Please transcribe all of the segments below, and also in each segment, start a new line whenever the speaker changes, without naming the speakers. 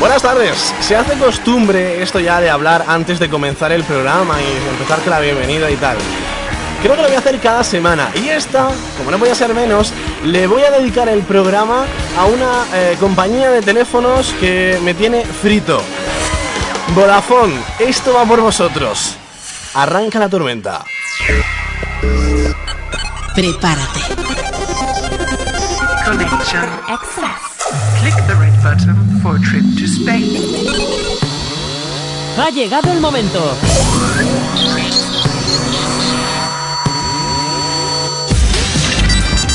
Buenas tardes. Se hace costumbre esto ya de hablar antes de comenzar el programa y empezarte la bienvenida y tal. Creo que lo voy a hacer cada semana. Y esta, como no voy a ser menos, le voy a dedicar el programa a una eh, compañía de teléfonos que me tiene frito. Vodafone, esto va por vosotros. Arranca la tormenta.
Prepárate.
Connection Access. Click the red button for a trip to Spain.
Ha llegado el momento.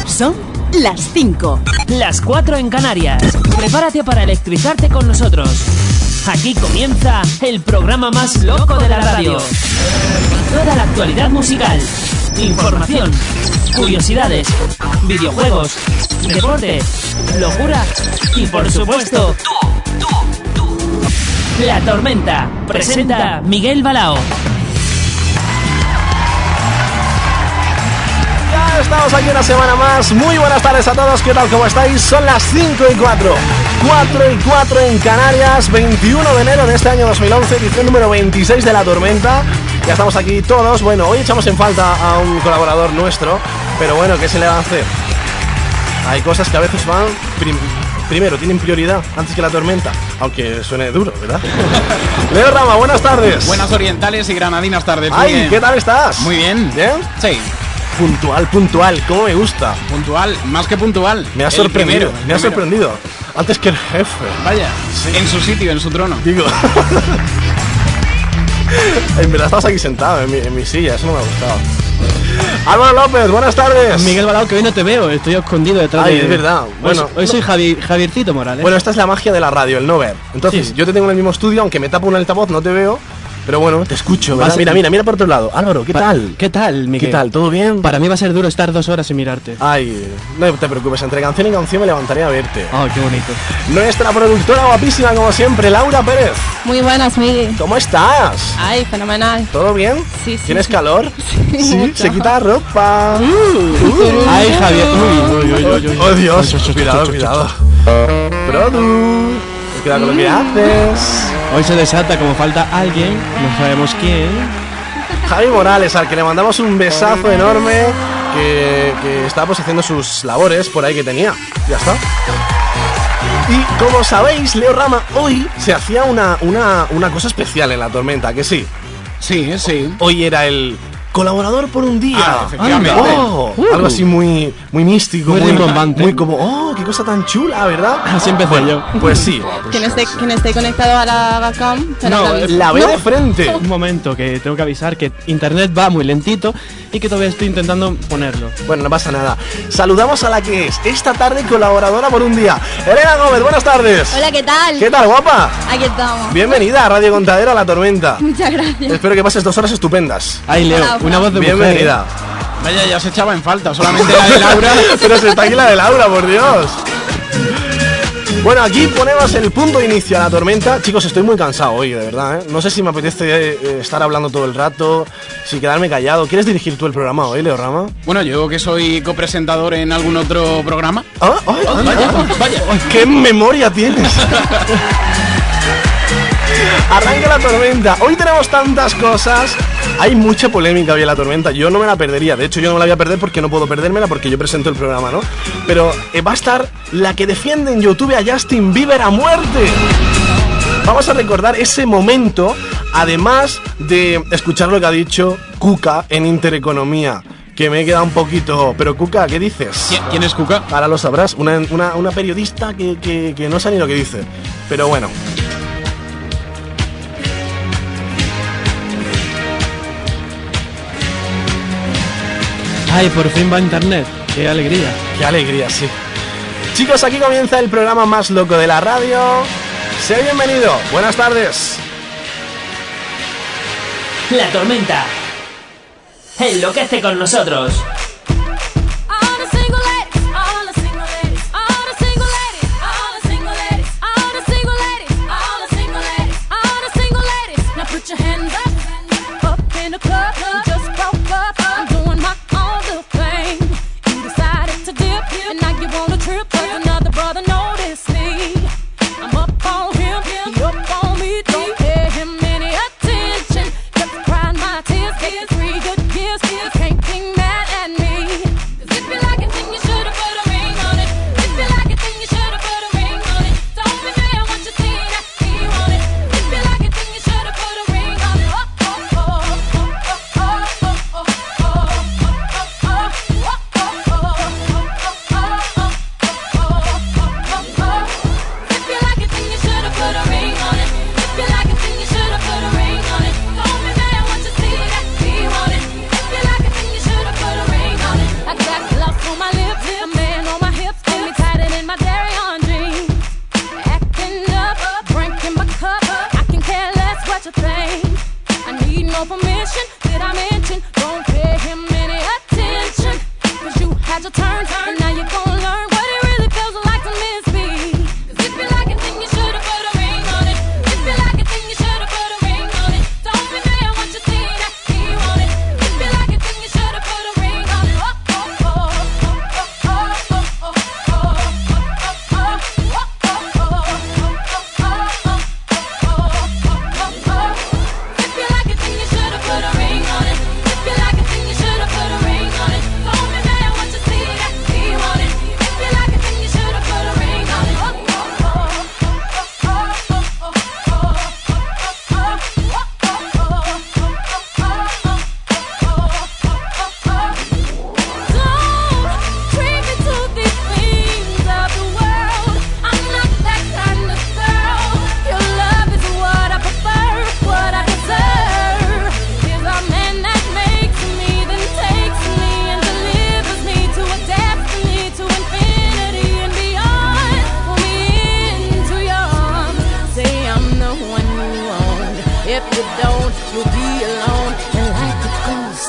Son las 5.
Las 4 en Canarias. Prepárate para electrizarte con nosotros. Aquí comienza el programa más loco de la radio. Toda la actualidad musical, información, curiosidades, videojuegos, deporte, locura y por supuesto, La Tormenta presenta Miguel Balao.
Ya estamos aquí una semana más. Muy buenas tardes a todos. ¿Qué tal? ¿Cómo estáis? Son las 5 y 4. 4 y 4 en Canarias, 21 de enero de este año 2011, edición número 26 de La Tormenta. Ya estamos aquí todos. Bueno, hoy echamos en falta a un colaborador nuestro, pero bueno, ¿qué se le va a hacer? Hay cosas que a veces van prim- primero, tienen prioridad antes que la tormenta, aunque suene duro, ¿verdad? Leo Rama, buenas tardes.
Buenas orientales y granadinas tardes. muy
Ay,
bien.
¿qué tal estás?
Muy bien.
¿Bien?
Sí,
Puntual, puntual, cómo me gusta.
puntual, más que puntual.
Me ha
El
sorprendido,
primero, el
me ha
primero.
sorprendido. Antes que el jefe,
Vaya, en su sitio, en su trono.
digo. en verdad estabas aquí sentado en mi, en mi silla, eso no me ha gustado. Álvaro López, buenas tardes.
Miguel Balao, que hoy no te veo, estoy escondido detrás
Ay,
de...
es verdad,
Hoy-
bueno.
hoy soy Javi- Javiercito Morales.
Bueno, esta es la magia de la radio, el no ver. Entonces,
Sí.
yo te tengo en el mismo estudio, aunque me tapo un altavoz, no te veo, pero bueno, te escucho. ¿verdad?
Vas-
Mira, mira, mira por otro lado. Álvaro, ¿qué
Pa-
tal?
¿Qué tal, Miguel?
¿Qué tal? ¿Todo bien?
Para mí va a ser duro estar dos horas sin mirarte.
Ay, no te preocupes, entre canción y canción me levantaré a verte.
Oh, qué bonito.
Nuestra productora guapísima, como siempre, Laura Pérez.
Muy buenas, Miguel.
¿Cómo estás?
Ay, fenomenal.
¿Todo bien?
Sí, sí.
¿Tienes calor?
Sí, mucho. Mm,
se quita ropa.
Ay, Javier. Uy, uy, uy, uy, uy.
Oh, Dios, cuidado, cuidado. Produ, cuidado con lo que haces.
Hoy se desata como falta alguien, no sabemos quién.
Javi Morales, al que le mandamos un besazo enorme, que, que está pues haciendo sus labores por ahí que tenía. Ya está. Y como sabéis, Leo Rama hoy se hacía una, una, una cosa especial en la tormenta, que sí.
Sí, sí.
Hoy era el colaborador por un día.
Ah, efectivamente.
Anda. Oh,
Uh.
Algo así muy, muy místico,
Muy rimbombante.
Muy como, oh, qué cosa tan chula, ¿verdad?
Así empecé yo.
Pues sí.
Quien esté, quien esté conectado a la Gacam. será
No, eh,
David.
La veo de frente.
Un momento, que tengo que avisar que internet va muy lentito y que todavía estoy intentando ponerlo.
Bueno, no pasa nada. Saludamos a la que es esta tarde colaboradora por un día. Elena Gómez, buenas tardes.
Hola, ¿qué tal?
¿Qué tal, guapa?
Aquí estamos.
Bienvenida a Radio Contadero a la Tormenta.
Muchas gracias.
Espero que pases dos horas estupendas.
Ay, Leo,
Hola, hola.
una voz de mujer, ¿eh?
Bienvenida.
Vaya, ya se echaba en falta, solamente la de Laura.
Pero se está aquí la de Laura, por Dios. Bueno, aquí ponemos el punto de inicio a la tormenta. Chicos, estoy muy cansado hoy, de verdad. ¿eh? No sé si me apetece eh, estar hablando todo el rato, si quedarme callado. ¿Quieres dirigir tú el programa hoy, Leo Rama?
Bueno, yo que soy copresentador en algún otro programa.
Ah, ay, anda.
Vaya, vaya.
¡Qué memoria tienes! Arranca la tormenta. Hoy tenemos tantas cosas. Hay mucha polémica hoy en la tormenta. Yo no me la perdería. De hecho, yo no me la voy a perder porque no puedo perdérmela porque yo presento el programa, ¿no? Pero eh, va a estar la que defiende en YouTube a Justin Bieber a muerte. Vamos a recordar ese momento, además de escuchar lo que ha dicho Cuca en Intereconomía, que me he quedado un poquito. Pero Cuca, ¿qué dices?
¿Qui- ¿Quién es Cuca?
Ahora lo sabrás, una, una- una periodista que, que- que no sabe ni lo que dice. Pero bueno.
Ay, por fin va internet. Qué alegría.
Qué alegría, sí. Chicos, aquí comienza el programa más loco de la radio. Sé bienvenido. Buenas tardes.
La Tormenta enloquece con nosotros.
All the single ladies, all the single ladies, all the single ladies, all the single ladies, all the single ladies, all the single ladies, all the single ladies. Now put your hands up, up in the club, just broke up. I'm doing my own little thing. You decided to dip, and now you wanna trip, 'cause another brother noticed me. I'm up on him,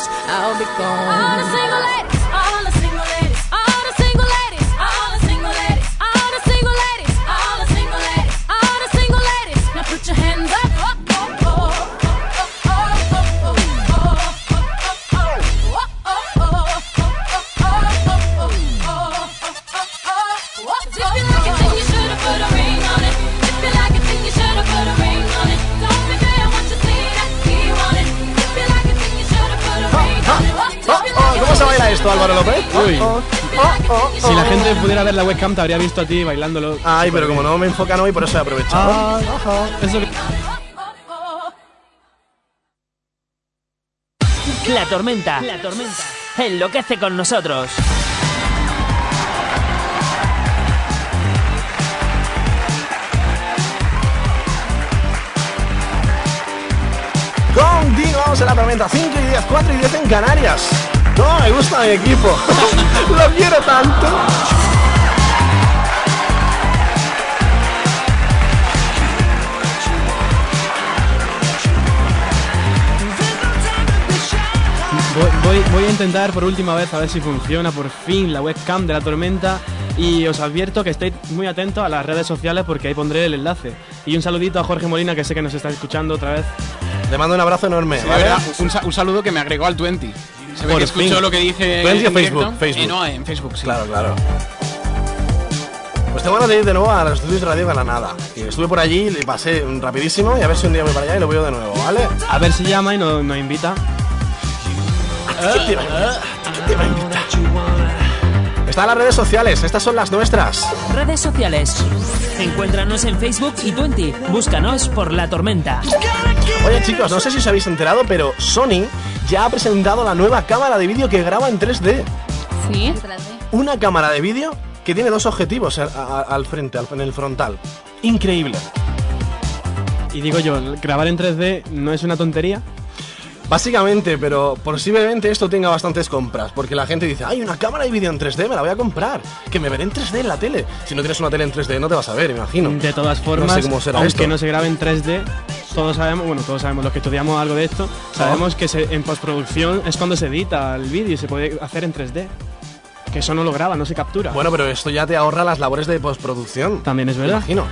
All the single ladies, all the single ladies, all the single ladies, all the single ladies, all the single ladies, all the single ladies, all the single ladies. Now put your hands up. Oh, oh, oh, oh, oh, oh, oh, oh, oh, oh, oh, oh, oh.
¿Cómo se baila esto, Álvaro López?
Uy. Si la gente pudiera ver la webcam, te habría visto a ti bailándolo.
Ay, pero como no me enfocan hoy, por eso he aprovechado.
Ah, eso que-
La tormenta. La tormenta. Enloquece con nosotros.
Contigo vamos a la tormenta 5 y 10, 4 y 10 en Canarias. No, me gusta mi equipo. Lo quiero tanto.
Voy, voy- voy a intentar por última vez a ver si funciona por fin la webcam de la tormenta y os advierto que estéis muy atentos a las redes sociales porque ahí pondré el enlace. Y un saludito a Jorge Molina que sé que nos está escuchando otra vez.
Te mando un abrazo enorme,
Sí, de
¿vale?
verdad, un, sa- un saludo que me agregó al 20. Se ve
Por
que escuchó
fin.
lo que dije. en
20 o
directo.
Facebook, Facebook.
Eh, no, en Facebook, sí.
Claro, claro. Pues te mando a ir de nuevo a los estudios de Radio Granada. Y estuve por allí, le pasé rapidísimo y a ver si un día voy para allá y lo veo de nuevo, ¿vale?
A ver si llama y no- nos invita.
Están las redes sociales, estas son las nuestras.
Redes sociales. Encuéntranos en Facebook y Twenty. Búscanos por La Tormenta.
Oye chicos, no sé si os habéis enterado, pero Sony ya ha presentado la nueva cámara de vídeo que graba en 3D.
Sí.
Una cámara de vídeo que tiene dos objetivos a- a- al frente, al- en el frontal. Increíble.
Y digo yo, grabar en 3D no es una tontería.
Básicamente, pero posiblemente esto tenga bastantes compras, porque la gente dice, hay una cámara de vídeo en 3D, me la voy a comprar, que me veré en 3D en la tele. Si no tienes una tele en 3D no te vas a ver, imagino.
De todas formas,
no sé cómo será
aunque
esto.
no se grabe en 3D, todos sabemos, bueno, todos sabemos los que estudiamos algo de esto,
Ah.
sabemos que se- en postproducción es cuando se edita el vídeo y se puede hacer en 3D. Que eso no lo graba, no se captura.
Bueno, pero esto ya te ahorra las labores de postproducción.
También es verdad.
Imagino.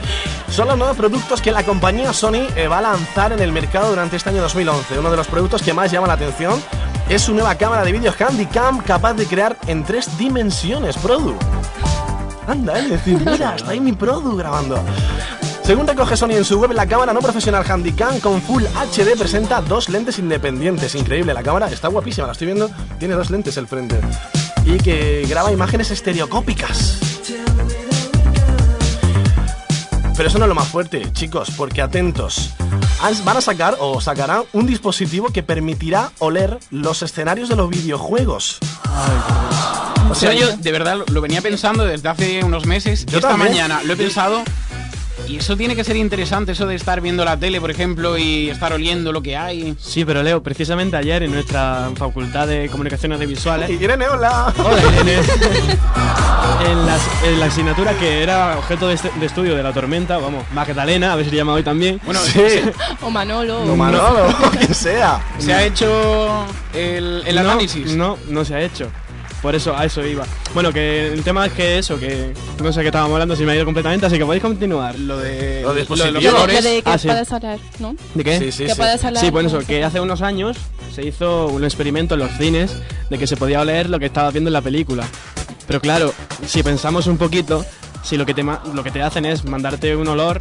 Son los nuevos productos que la compañía Sony eh, va a lanzar en el mercado durante este año 2011. Uno de los productos que más llama la atención es su nueva cámara de vídeo Handycam capaz de crear en tres dimensiones, Produ. Anda, es decir, mira, está ahí mi Produ grabando. Según recoge Sony en su web, la cámara no profesional Handycam con Full HD presenta dos lentes independientes. Increíble, la cámara está guapísima, la estoy viendo. Tiene dos lentes el frente. Y que graba imágenes estereocópicas. Pero eso no es lo más fuerte, chicos, porque atentos. Has- Van a sacar o sacarán un dispositivo que permitirá oler los escenarios de los videojuegos.
O sea, yo de verdad lo- lo venía pensando desde hace unos meses.
Yo
esta
también.
mañana lo he pensado. Y eso tiene que ser interesante, eso de estar viendo la tele, por ejemplo, y estar oliendo lo que hay.
Sí, pero Leo, precisamente ayer en nuestra facultad de comunicaciones audiovisuales,
Irene, hola.
Hola, Irene. en, las- en la asignatura que era objeto de, este- de estudio de la tormenta, vamos, Magdalena, a ver si le llama hoy también.
Bueno,
Sí,
O Manolo.
o Manolo, o quien sea.
se ha hecho el, el
No,
análisis.
No, no se ha hecho. Por eso, a eso iba. Bueno, que el tema es que eso, que no sé qué estábamos hablando, si me ha ido completamente, así que podéis continuar.
Lo de,
Los
lo de los
dispositivos.
Lo de-
colores.
lo de que
Ah, sí.
puedes hablar, ¿no?
¿De qué?
Sí, sí,
que
sí.
puedes hablar.
Sí, bueno, eso,
¿no?
que hace unos años se hizo un experimento en los cines de que se podía oler lo que estabas viendo en la película. Pero claro, si pensamos un poquito, si lo que te, ma- lo que te hacen es mandarte un olor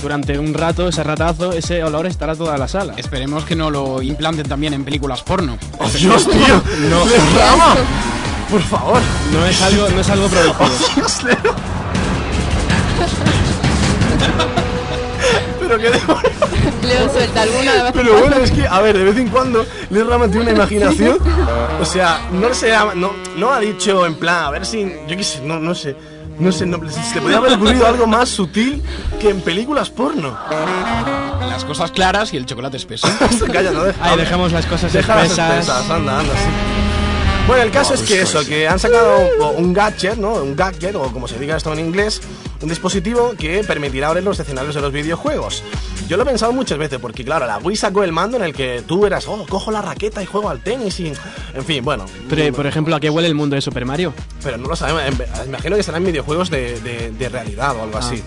durante un rato, ese ratazo, ese olor estará toda la sala.
Esperemos que no lo implanten también en películas porno.
¡Oh, Dios mío! ¡No! ¡Rama! Por favor.
No es algo, no es algo productivo.
Dios, Leo. Pero qué demonios.
Leo suelta alguna de vez en
Pero bueno, es que, a ver, de vez en cuando Liz Rama tiene una imaginación. O sea, no se ha, no, no ha dicho en plan, a ver si. Yo qué sé, no, no sé. No sé, no, se te podría haber ocurrido algo más sutil que en películas porno.
Las cosas claras y el chocolate espeso.
Calla, no deja.
Ahí dejamos las cosas
Deja las
espesas.
espesas, anda, anda, sí. Bueno, el caso es que eso, que han sacado un gadget, ¿no? Un gadget, o como se diga esto en inglés, un dispositivo que permitirá abrir los escenarios de los videojuegos. Yo lo he pensado muchas veces, porque claro, la Wii sacó el mando en el que tú eras, oh, cojo la raqueta y juego al tenis y... En fin, bueno.
Pero, por ejemplo, ¿a qué huele el mundo de Super Mario?
Pero no lo sabemos, em- imagino que serán videojuegos de, de- de realidad
Ah,
o algo así.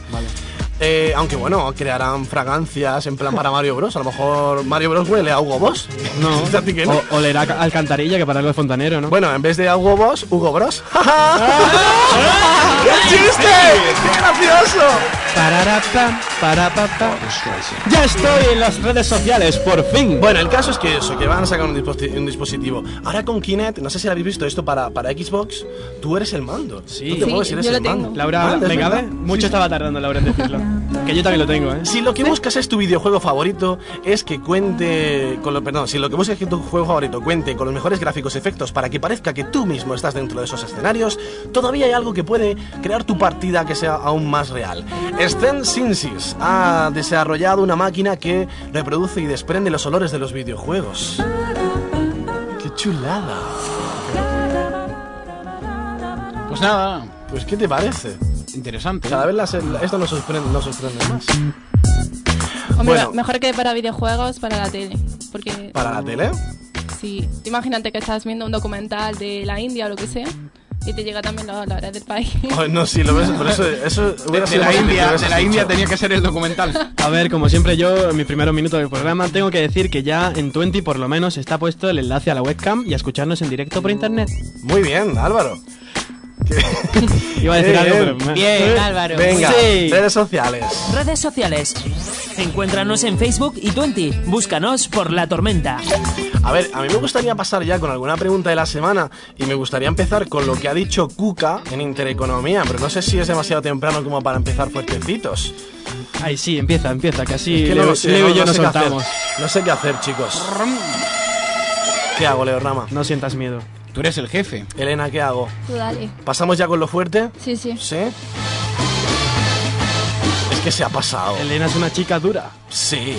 Eh, aunque bueno, crearán fragancias en plan para Mario Bros. A lo mejor Mario Bros huele a Hugo Boss.
No.
Así que no.
O, olerá a alcantarilla que para el fontanero, ¿no?
Bueno, en vez de a Hugo Boss, Hugo Bros. ¡Qué chiste! ¡Qué gracioso!
Pararapam, parapapam. Ya estoy en las redes sociales, por fin.
Bueno, el caso es que eso, que van a sacar un, disposi- un dispositivo. Ahora con Kinect, no sé si lo habéis visto esto para, para Xbox, tú eres el mando.
Sí.
Tú te
Sí,
mueves y eres
yo lo
el mando.
tengo.
Laura,
Ah, es
¿me cabe?
verdad.
Mucho estaba tardando Laura en decirlo. que yo también lo tengo, ¿eh?
Si lo que buscas es tu videojuego favorito, es que cuente con lo, perdón, si lo que buscas es que tu juego favorito cuente con los mejores gráficos y efectos para que parezca que tú mismo estás dentro de esos escenarios, todavía hay algo que puede crear tu partida que sea aún más real. Sten Sinsis ha desarrollado una máquina que reproduce y desprende los olores de los videojuegos. ¡Qué chulada!
Pues nada,
Pues ¿qué te parece?
interesante. ¿eh?
Cada vez las- esto nos sorprende, nos sorprende más.
Hombre,
Bueno.
mejor que para videojuegos, para la tele. Porque
Para la tele,
si, imagínate que estás viendo un documental de la India o lo que sea, y te llega también la, la hora del país.
Ay, no, sí, lo ves, pero eso, eso
De,
hubiera
de
sido
la
más
India,
difícil,
de la
hubieras
India
dicho.
tenía que ser el documental.
A ver, como siempre yo, en mis primeros minutos del programa, tengo que decir que ya en 20 por lo menos está puesto el enlace a la webcam y a escucharnos en directo por internet.
Muy bien, Álvaro.
Iba a decir
Bien,
algo, pero... me-
Bien, Álvaro.
Venga,
Sí.
redes sociales.
Redes sociales. Encuéntranos en Facebook y Twenty. Búscanos por La Tormenta.
A ver, a mí me gustaría pasar ya con alguna pregunta de la semana y me gustaría empezar con lo que ha dicho Cuca en Intereconomía, pero no sé si es demasiado temprano como para empezar fuertecitos.
Ay, sí, empieza, empieza, casi
Que
Leo,
no lo sé,
Leo
no-
y yo
no
nos
sé qué hacer.
soltamos.
No sé qué hacer, chicos. ¿Qué hago, Leo Rama?
No sientas miedo.
Tú eres el jefe.
Elena, ¿qué hago?
Tú dale.
¿Pasamos ya con lo fuerte?
Sí, sí.
¿Sí? Es que se ha pasado.
Elena es una chica dura.
Sí.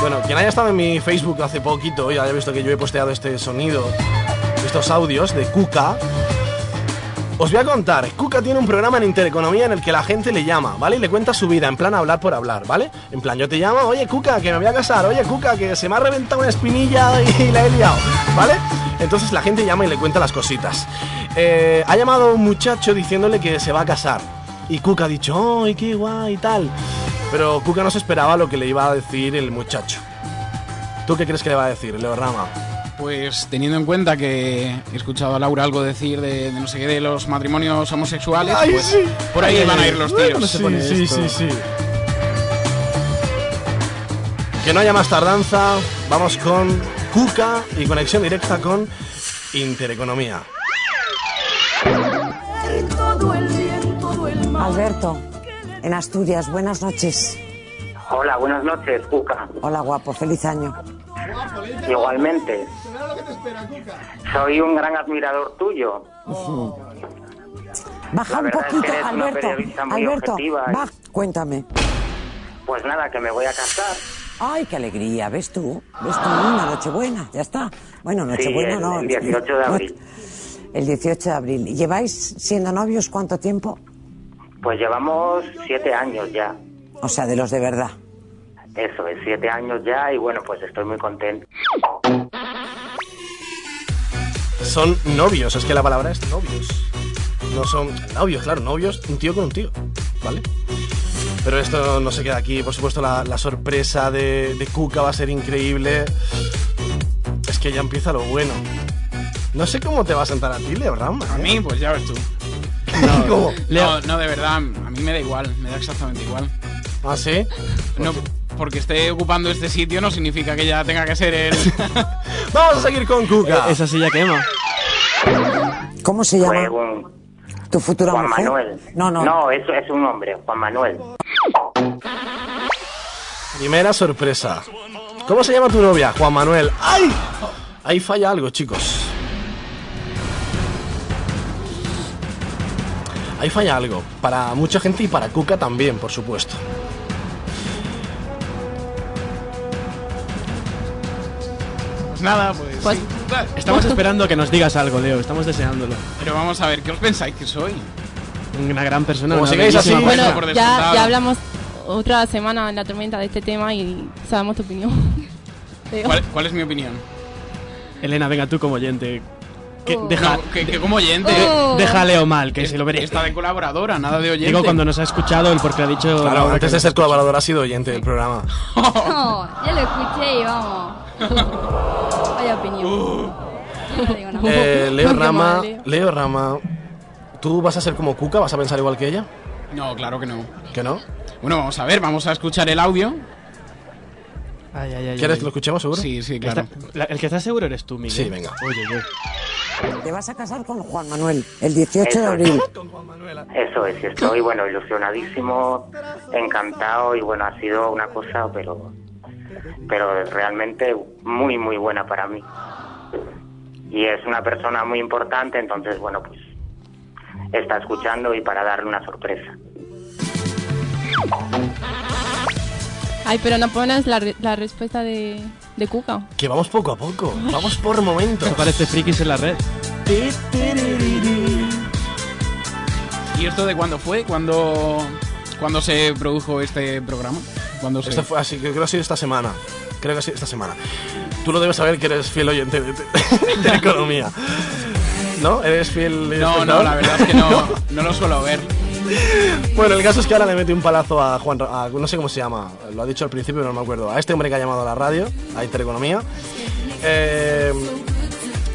Bueno, quien haya estado en mi Facebook hace poquito y haya visto que yo he posteado este sonido, estos audios de Cuca, os voy a contar. Cuca tiene un programa en Intereconomía en el que la gente le llama, ¿vale? Y le cuenta su vida, en plan hablar por hablar, ¿vale? En plan, yo te llamo, oye Cuca, que me voy a casar, oye Cuca, que se me ha reventado una espinilla y la he liado, ¿vale? Entonces la gente llama y le cuenta las cositas. Eh, ha llamado un muchacho diciéndole que se va a casar. Y Cuca ha dicho, ¡ay, qué guay! y tal. Pero Cuca no se esperaba lo que le iba a decir el muchacho. ¿Tú qué crees que le va a decir, Leo Rama?
Pues teniendo en cuenta que he escuchado a Laura algo decir de, de no sé qué de los matrimonios homosexuales,
Ay,
pues
sí.
por ahí van a ir los tiros.
sí, sí, sí, sí. Que no haya más tardanza, vamos con Cuca y conexión directa con Intereconomía.
Alberto, en Asturias, buenas noches.
Hola, buenas noches, Cuca.
Hola, guapo, feliz año.
Igualmente. Soy un gran admirador tuyo.
Baja
La verdad
un
es que
poquito,
eres una
Alberto.
periodista muy
Alberto,
objetiva ¿eh? y-
baja. Cuéntame.
Pues nada, que me voy a casar.
Ay, qué alegría, ¿ves tú? ¿Ves tú? Una Nochebuena, ya está. Bueno, Nochebuena
el-
no.
el 18 de abril.
El 18 de abril. ¿Y ¿Lleváis siendo novios cuánto tiempo?
Pues llevamos siete años ya.
O sea, de los de verdad.
Eso es, siete años ya y bueno, pues estoy muy contento.
Son novios, es que la palabra es novios. No son novios, claro, novios, un tío con un tío, ¿vale? Pero esto no se queda aquí, por supuesto la, la sorpresa de, de Cuca va a ser increíble. Es que ya empieza lo bueno. No sé cómo te va a sentar a ti, Leo Rama.
A
¿eh?
mí, pues ya ves tú.
¿Cómo?
No, no, de verdad, a mí me da igual, me da exactamente igual.
¿Ah, sí?
No, porque esté ocupando este sitio no significa que ya tenga que ser el...
Vamos a seguir con Cuca.
E-, Esa sí ya quema.
¿Cómo se
Fue
llama
un
tu futura
Juan
mujer?
Manuel.
No, no.
eso es un hombre, Juan Manuel.
Primera sorpresa. ¿Cómo se llama tu novia? Juan Manuel. ¡Ay! Ahí falla algo, chicos. Ahí falla algo. Para mucha gente y para Cuca también, por supuesto.
nada, pues.
Pues-
sí.
Estamos esperando que nos digas algo, Leo. Estamos deseándolo.
Pero vamos a ver, ¿qué os pensáis que soy?
Una gran persona.
Como
una
sigáis así,
bellísima
bueno,
persona.
por
Ya,
descontado.
ya hablamos otra semana en la tormenta de este tema y sabemos tu opinión. Leo.
¿Cuál, cuál es mi opinión?
Elena, venga tú como oyente. Que,
Oh.
deja,
No, que, que como oyente.
de-
Oh.
deja a Leo mal, que se lo veré.
Está de colaboradora, nada de oyente.
Digo cuando nos ha escuchado el porque ha dicho.
Claro, antes de ser colaborador ha sido oyente del programa.
No, ya lo escuché y vamos. Vaya opinión. Yo no digo nada.
Uh. Eh, Leo
Qué
Rama,
mal, Leo.
Leo Rama, ¿tú vas a ser como Cuca? ¿Vas a pensar igual que ella?
No, claro que no.
¿Que no?
Bueno, vamos a ver, vamos a escuchar el audio.
Ay, ay, ay,
¿Quieres
ay.
que lo escuchemos seguro?
Sí, sí,
Está-
claro.
la- el que está seguro eres tú, Miguel.
Sí, venga.
Oye, yo.
Te vas a casar con Juan Manuel el 18 de
Eso.
abril.
Eso es, y estoy, bueno, ilusionadísimo, encantado y bueno, ha sido una cosa, pero, pero realmente muy, muy buena para mí. Y es una persona muy importante, entonces, bueno, pues está escuchando y para darle una sorpresa.
Ay, pero no pones la, re- la respuesta de, de Cuca.
Que vamos poco a poco, vamos por momentos.
Esto parece frikis en la red.
¿Y esto de cuándo fue? ¿Cuándo, cuándo se produjo este programa? ¿Cuándo se...
Esto fue así, que creo que ha sido esta semana. Creo que ha sido esta semana. Tú lo debes saber que eres fiel oyente de, de- de economía. ¿No? ¿Eres fiel
No, no,
espectador?
la verdad es que no, no lo suelo ver.
Bueno, el caso es que ahora le metí un palazo a Juan, Ra- a- no sé cómo se llama, lo ha dicho al principio, pero no me acuerdo, a este hombre que ha llamado a la radio, a Intereconomía. eh,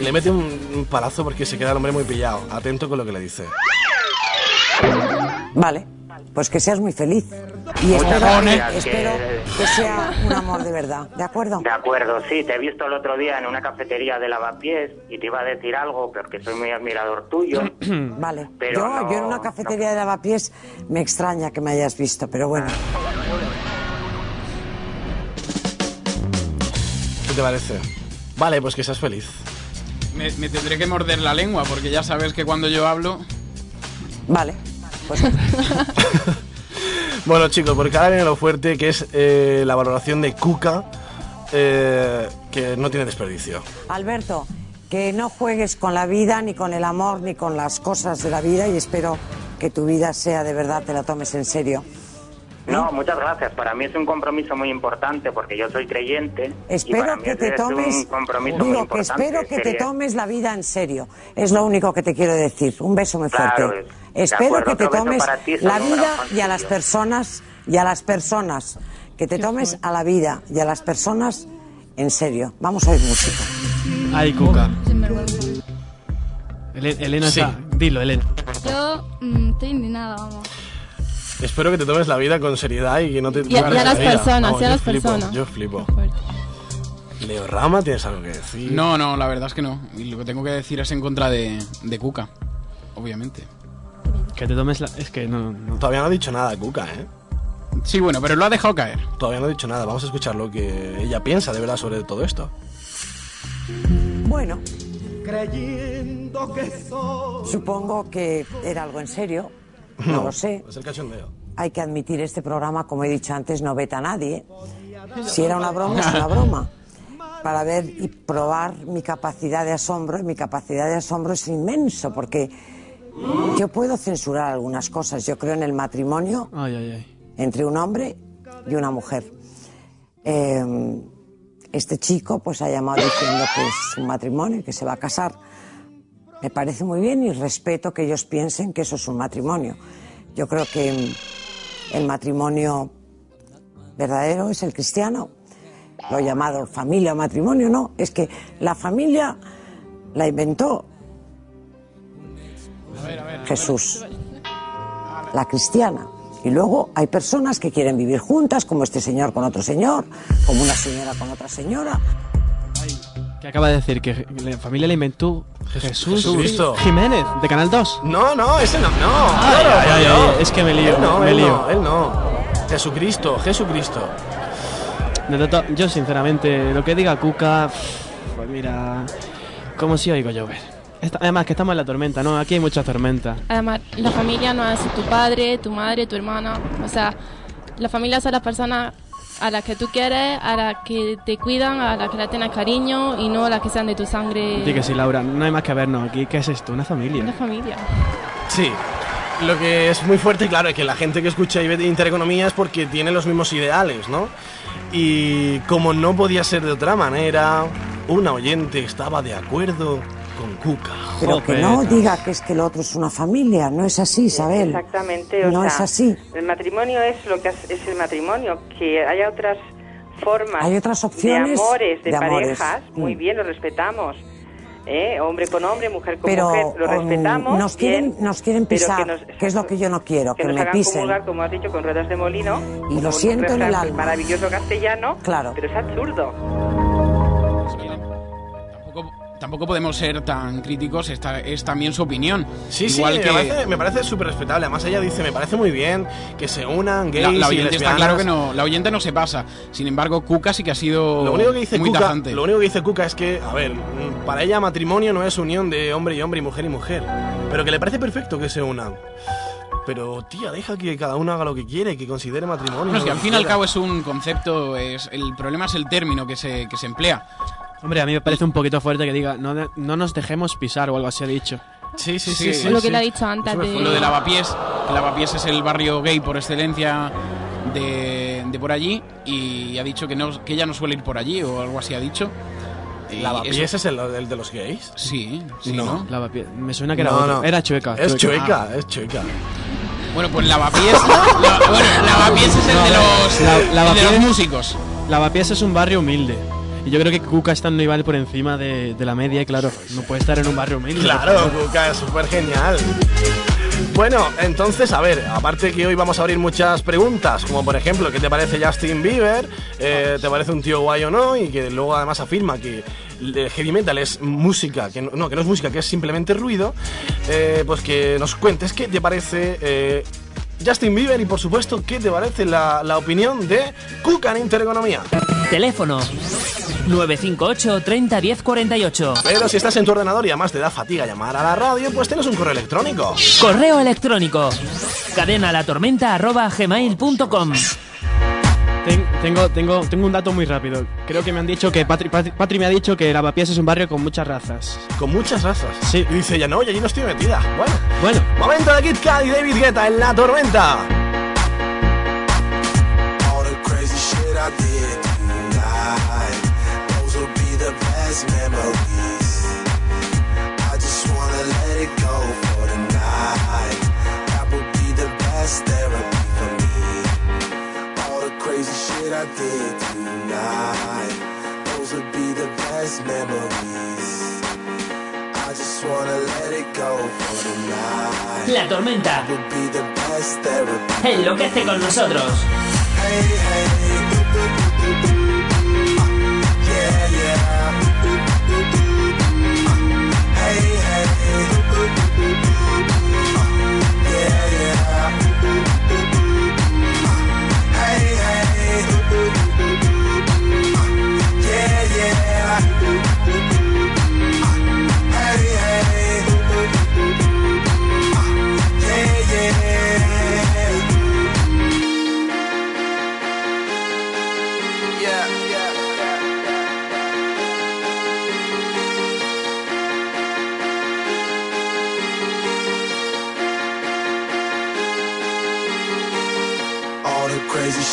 le mete un, un palazo porque se queda el hombre muy pillado. Atento con lo que le dice.
Vale, pues que seas muy feliz. Y
Muchas
espero,
gracias,
que, espero
que-
que sea un amor de verdad, ¿de acuerdo?
De acuerdo, sí, te he visto el otro día en una cafetería de Lavapiés y te iba a decir algo porque soy muy admirador tuyo.
Vale.
Pero
yo,
no,
yo en una
no.
cafetería de lavapiés me extraña que me hayas visto, pero bueno.
Ah.
¿Qué te parece? Vale, pues que seas feliz.
Me, me tendré que morder la lengua porque ya sabes que cuando yo hablo...
Vale. Pues
Bueno, chicos, porque ahora viene lo fuerte, que es eh, la valoración de Cuca, eh, que no tiene desperdicio.
Alberto, que no juegues con la vida, ni con el amor, ni con las cosas de la vida y espero que tu vida sea de verdad, te la tomes en serio. ¿Mm?
No, muchas gracias. Para mí es un compromiso muy importante porque yo soy creyente. y para
Espero
mí
que te
es un
tomes,
compromiso muy
digo que
importante,
espero que te
sería-
tomes la vida en serio. Es lo único que te quiero decir. Un beso muy fuerte.
Claro, de
espero
acuerdo,
que te
otro beso
tomes
para ti,
la
soy un gran
vida
fan
y a las
tuyo.
personas y a las personas que te tomes a la vida y a las personas en serio. Vamos a oír música.
Ay, Cuca. Ele- Elena
Sí.
está. Dilo, Elena.
Yo mm, estoy indignada, vamos.
Espero que te tomes la vida con seriedad y que no te...
Y, y a las personas,
No,
y a
yo
las
flipo,
personas.
Yo flipo.
Qué fuerte.
Leo Rama, ¿tienes algo que decir?
No, no, la verdad es que no. Y lo que tengo que decir es en contra de, de Cuca, obviamente.
Que te tomes la. Es que no. no.
Todavía no ha dicho nada Cuca, ¿eh?
Sí, bueno, pero lo ha dejado caer.
Todavía no ha dicho nada. Vamos a escuchar lo que ella piensa de verdad sobre todo esto.
Bueno. Supongo que era algo en serio. no lo sé.
Es el cachondeo.
hay que admitir este programa, como he dicho antes, no veta a nadie. Si era una broma, es una broma. Para ver y probar mi capacidad de asombro, y mi capacidad de asombro es inmenso, porque yo puedo censurar algunas cosas. Yo creo en el matrimonio
Ay, ay, ay.
entre un hombre y una mujer. Eh, este chico pues ha llamado diciendo que es un matrimonio y que se va a casar. Me parece muy bien y respeto que ellos piensen que eso es un matrimonio. Yo creo que mm, el matrimonio verdadero es el cristiano. Lo he llamado familia o matrimonio, no. Es que la familia la inventó Jesús, la cristiana. Y luego hay personas que quieren vivir juntas, como este señor con otro señor, como una señora con otra señora.
Que acaba de decir que la familia la inventó Jesús,
Jesucristo.
Jiménez, de Canal 2.
No, no, ese no. No,
Ay,
claro,
ay, ay,
no.
ay, es que me lío,
Él no,
me
él
lío.
no, él no. Jesucristo, Jesucristo.
De tanto- yo, sinceramente, lo que diga Cuca. Pues mira. Como si oigo llover. Esta- además, que estamos en la tormenta, ¿no? Aquí hay mucha tormenta.
Además, la familia no es tu padre, tu madre, tu hermana. O sea, la familia son las personas a las que tú quieres, a las que te cuidan, a las que le tienes cariño y no a las que sean de tu sangre.
Di que sí, Laura, no hay más que vernos aquí. ¿Qué es esto? Una
Una
familia.
familia.
Sí. Lo que es muy fuerte, claro, es que la gente que escucha IBE de Intereconomía es porque tiene los mismos ideales, ¿no? Y como no podía ser de otra manera, una oyente estaba de acuerdo con Cuca.
Pero que no diga que es que lo otro es una familia, no es así, Isabel.
Exactamente, o
No
sea,
es así.
El matrimonio es lo que has- es el matrimonio, que haya otras formas,
Hay otras opciones
de amores, de,
de amores.
parejas, muy
Mm.
bien, lo respetamos. ¿eh? Hombre con hombre, mujer con
Pero
mujer, lo
um,
respetamos.
nos quieren,
bien,
nos quieren
pero
pisar,
que
que,
nos-
es lo que yo no quiero, que,
que nos
me
hagan
pisen.
comulgar, como has dicho, con ruedas de molino.
Y
como
lo siento en el
refrán
alma.
Maravilloso castellano.
Claro.
Pero es absurdo.
Tampoco, tampoco podemos ser tan críticos, esta es también su opinión.
Sí, sí, me parece- me parece súper respetable. Además, ella dice, me parece muy bien que se unan gays
La, la
y
oyente está
lesbianas.
claro que no, la oyente no se pasa. Sin embargo, Cuca sí que ha sido
Lo único que dice
muy
Cuca,
tajante.
lo único que dice Cuca es que, a ver, mm, para ella matrimonio no es unión de hombre y hombre y mujer y mujer, pero que le parece perfecto que se unan. Pero tía, deja que cada uno haga lo que quiere, que considere matrimonio.
Bueno, es que
lo
al fin y al
quiera.
cabo es un concepto, es, el problema es el término que se, que se emplea.
Hombre, a mí me parece un poquito fuerte que diga, no, de- no nos dejemos pisar o algo así ha dicho.
Sí,
sí, sí,
Lo que le ha dicho antes
Eso me Pues fue
de-
Lo de Lavapiés. que Lavapiés es el barrio gay por excelencia de, de por allí y ha dicho que, no, que ella no suele ir por allí o algo así ha dicho. Y
¿Lavapiés
eso-
es el, el de los gays?
Sí, sí,
No.
¿no?
Lavapiés. Me suena que era
No,
otro.
no.
Era chueca.
Es chueca,
Ah.
es chueca.
Bueno, pues Lavapiés... la- bueno, Lavapiés es el de los,
Pues La-
el de los
Lavapiés-
músicos.
Lavapiés es un barrio humilde. Y yo creo que Cuca está en un nivel por encima de, de la media y claro, no puede estar en un barrio humilde.
Claro, Cuca, es súper genial. Bueno, entonces, a ver, aparte que hoy vamos a abrir muchas preguntas, como por ejemplo, ¿qué te parece Justin Bieber? Eh, ¿Te parece un tío guay o no? Y que luego además afirma que el heavy metal es música, que no, no, que no es música, que es simplemente ruido. Eh, pues que nos cuentes qué te parece eh, Justin Bieber y por supuesto, ¿qué te parece la, la opinión de Cuca en Intereconomía?
Teléfono 958 30 10 48.
Pero si estás en tu ordenador y además te da fatiga llamar a la radio, pues tienes un correo electrónico.
Correo electrónico. Cadena la tormenta arroba gmail.com.
Ten- tengo, tengo, tengo un dato muy rápido. Creo que me han dicho que Patri, Patri- Patri me ha dicho que Lavapiés es un barrio con muchas razas.
Con muchas razas.
Sí.
Y dice ya no, yo allí no estoy metida. Bueno.
Bueno.
Momento de Kid Cudi y David Guetta en la tormenta.
All the crazy shit I did tonight. Those will be the best memories. I just wanna let it go for the night. That would be the best therapy for me. All the crazy shit I did tonight. Those would be the best memories. I just wanna let it go for the night.
La tormenta.
That would be the best therapy.
Enloquece con nosotros.
All the crazy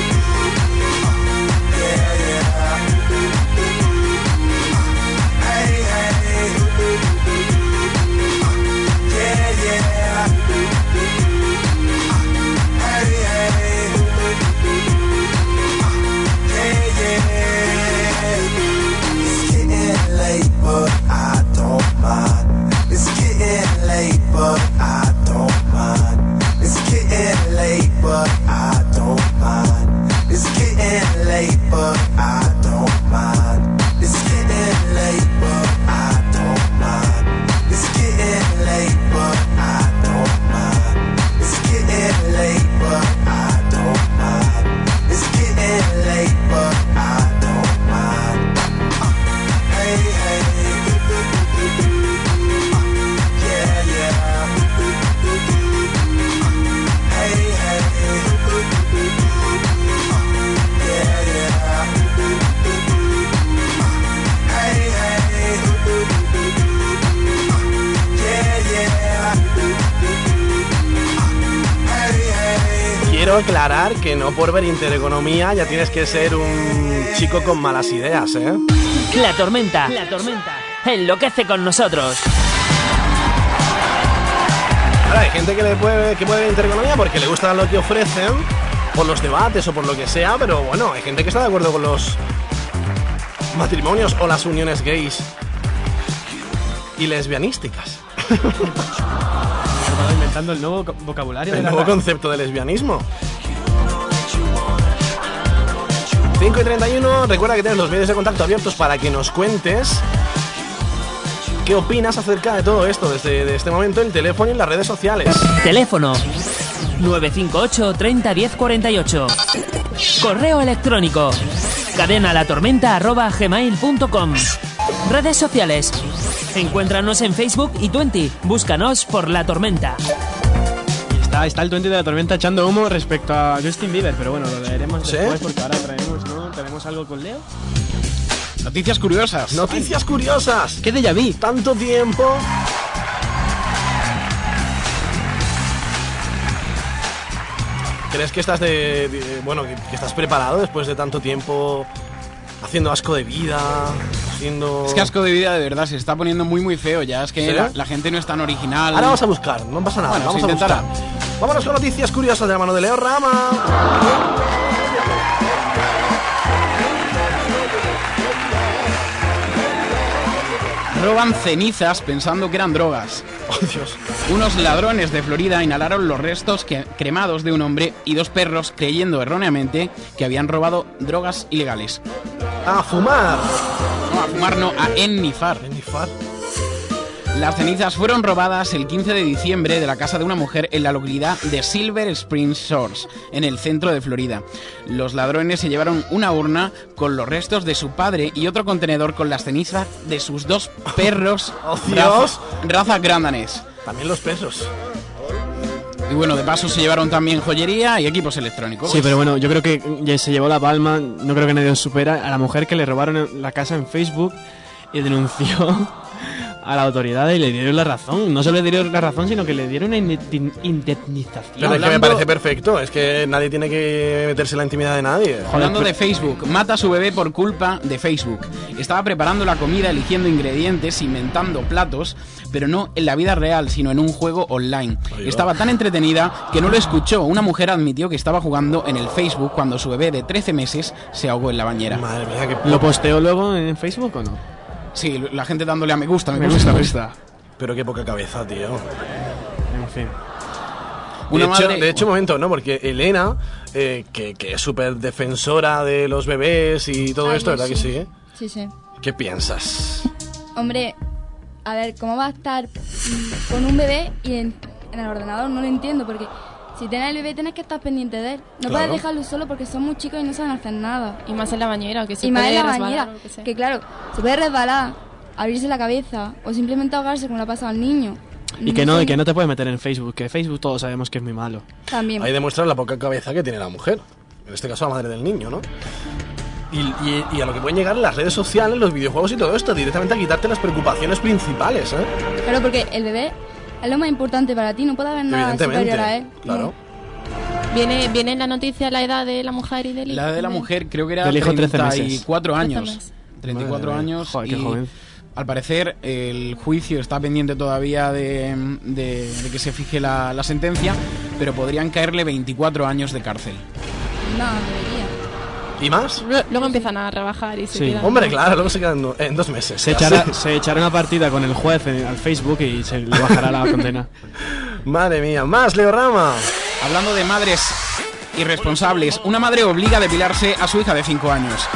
Yeah.
late, but I don't mind. It's getting late, but I don't mind. It's getting late, but I don't mind. It's getting late, but I don't mind. It's getting late, but I don't mind. It's getting late, but I don't mind. It's getting late, but I don't mind. Uh, hey, hey. Uh, yeah, yeah. Uh, hey, hey. Uh, yeah, yeah. Uh, hey, hey. Uh, yeah, yeah. Uh, hey, hey.
Quiero aclarar que no por ver Intereconomía ya tienes que ser un chico con malas ideas, ¿eh?
La tormenta. La tormenta. Enloquece con nosotros.
Ahora, hay gente que, le puede, que puede ver Intereconomía porque le gusta lo que ofrecen, por los debates o por lo que sea, pero bueno, hay gente que está de acuerdo con los matrimonios o las uniones gays y lesbianísticas.
Estamos inventando el nuevo co- vocabulario.
El
de la
nuevo
radio.
concepto de lesbianismo. 5 y 31, recuerda que tienes los medios de contacto abiertos para que nos cuentes qué opinas acerca de todo esto desde de este momento, el teléfono y en las redes sociales.
Teléfono 958 30 10 48. Correo electrónico cadena la tormenta arroba gmail.com. Redes sociales. Encuéntranos en Facebook y Twenty. Búscanos por la tormenta.
Está, está el 20 de la tormenta echando humo respecto a Justin Bieber, pero bueno, lo leeremos
¿Sí?
después porque ahora traemos, ¿no? ¿Tenemos algo con Leo?
Noticias curiosas.
Noticias curiosas.
¿Qué de vi?
Tanto tiempo. ¿Crees que estás de, de- bueno que, que estás preparado después de tanto tiempo haciendo asco de vida, haciendo
Es que asco de vida de verdad se está poniendo muy muy feo ya. Es que
¿Sí?
la, la gente no es tan original.
Ahora vamos a buscar, no pasa nada,
Bueno,
vamos
se
a
intentará.
buscar. Vámonos con noticias curiosas de la mano de Leo Rama.
Roban cenizas pensando que eran drogas. Unos ladrones de Florida inhalaron los restos que- cremados de un hombre y dos perros creyendo erróneamente que habían robado drogas ilegales.
A fumar.
No, a fumar no, a ennifar. Las cenizas fueron robadas el 15 de diciembre de la casa de una mujer en la localidad de Silver Spring Shores, en el centro de Florida. Los ladrones se llevaron una urna con los restos de su padre y otro contenedor con las cenizas de sus dos perros
¡Oh, Dios!
raza, raza Grandanes.
También los pesos.
Y bueno, de paso se llevaron también joyería y equipos electrónicos.
Sí, pero bueno, yo creo que ya se llevó la palma, no creo que nadie os supera, a la mujer que le robaron la casa en Facebook y denunció a la autoridad y le dieron la razón. No solo le dieron la razón, sino que le dieron una inde- indemnización.
Pero es que me parece perfecto, es que nadie tiene que meterse en la intimidad de nadie.
Hablando de Facebook, mata a su bebé por culpa de Facebook. Estaba preparando la comida, eligiendo ingredientes, inventando platos, pero no en la vida real, sino en un juego online. Estaba tan entretenida que no lo escuchó. Una mujer admitió que estaba jugando en el Facebook cuando su bebé de 13 meses se ahogó en la bañera.
Madre mía, qué
¿Lo posteó luego en Facebook o no?
Sí, la gente dándole a me gusta, me,
Me
gusta,
gusta,
me
me
gusta.
Pero qué poca cabeza, tío.
En fin.
De
Una
hecho,
madre-
de hecho, un momento, ¿no? Porque Elena, eh, que, que es súper defensora de los bebés y todo
Ay,
esto,
no,
¿verdad que sí? eh?
Sí, sí.
¿Qué piensas?
Hombre, a ver, ¿cómo va a estar mm, con un bebé y en, en el ordenador? No lo entiendo, porque si tienes el bebé tienes que estar pendiente de él. No
Claro.
puedes dejarlo solo porque son muy chicos y no saben hacer nada.
Y más en la bañera, que se
y más
puede
en la
resbalar
bañera,
o lo que sea.
que, claro, se puede resbalar, abrirse la cabeza o simplemente ahogarse como le ha pasado al niño.
Y que no,
sé,
y que no te puedes meter en Facebook, que Facebook todos sabemos que es muy malo.
También.
Ahí demuestra la poca cabeza que tiene la mujer. En este caso, la madre del niño, ¿no? Y, y- y a lo que pueden llegar las redes sociales, los videojuegos y todo esto, directamente a quitarte las preocupaciones principales, ¿eh?
Claro, porque el bebé es lo más importante para ti, no puede haber nada
Evidentemente.
superior a él.
Claro.
Viene, viene en la noticia la edad de la mujer y del hijo.
La edad de la mujer creo que era
Del hijo, 13 meses.
34
13
años.
meses.
34
Madre mía.
años.
Joder, qué
y
joven.
Al parecer el juicio está pendiente todavía de, de- de que se fije la, la sentencia, pero podrían caerle 24 años de cárcel.
No, debería.
¿Y más?
Luego empiezan a trabajar y se
Sí.
quedan.
Hombre, claro, luego se quedan do- en dos meses.
Se echará, se echará una partida con el juez en- al Facebook y se le bajará la condena.
Madre mía, más Leo Rama.
Hablando de madres irresponsables, una madre obliga a depilarse a su hija de 5 años.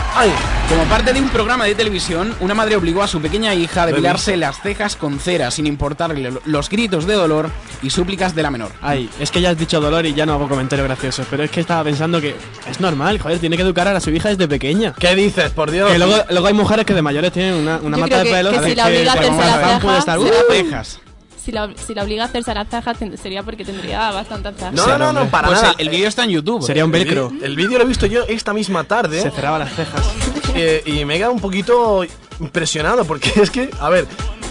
Como parte de un programa de televisión, una madre obligó a su pequeña hija a depilarse las cejas con cera sin importarle lo- los gritos de dolor y súplicas de la menor.
Ay, es que ya has dicho dolor y ya no hago comentarios graciosos, pero es que estaba pensando que es normal, joder, tiene que educar a su hija desde pequeña.
¿Qué dices, por Dios?
Que luego, luego hay mujeres que de mayores tienen una, una
Yo
mata
creo
de
que-
pelos
que si la obliga a
como
hacerse la
fan puede
ceja,
estar,
será-
"Uh,
Si la, si la obliga a hacerse las cejas, ten- sería porque tendría bastante cejas.
Pues El, el vídeo está en YouTube.
Sería un velcro.
El, vídeo lo he visto yo esta misma tarde.
Se cerraba las cejas.
Eh, y me he quedado un poquito impresionado porque es que, a ver,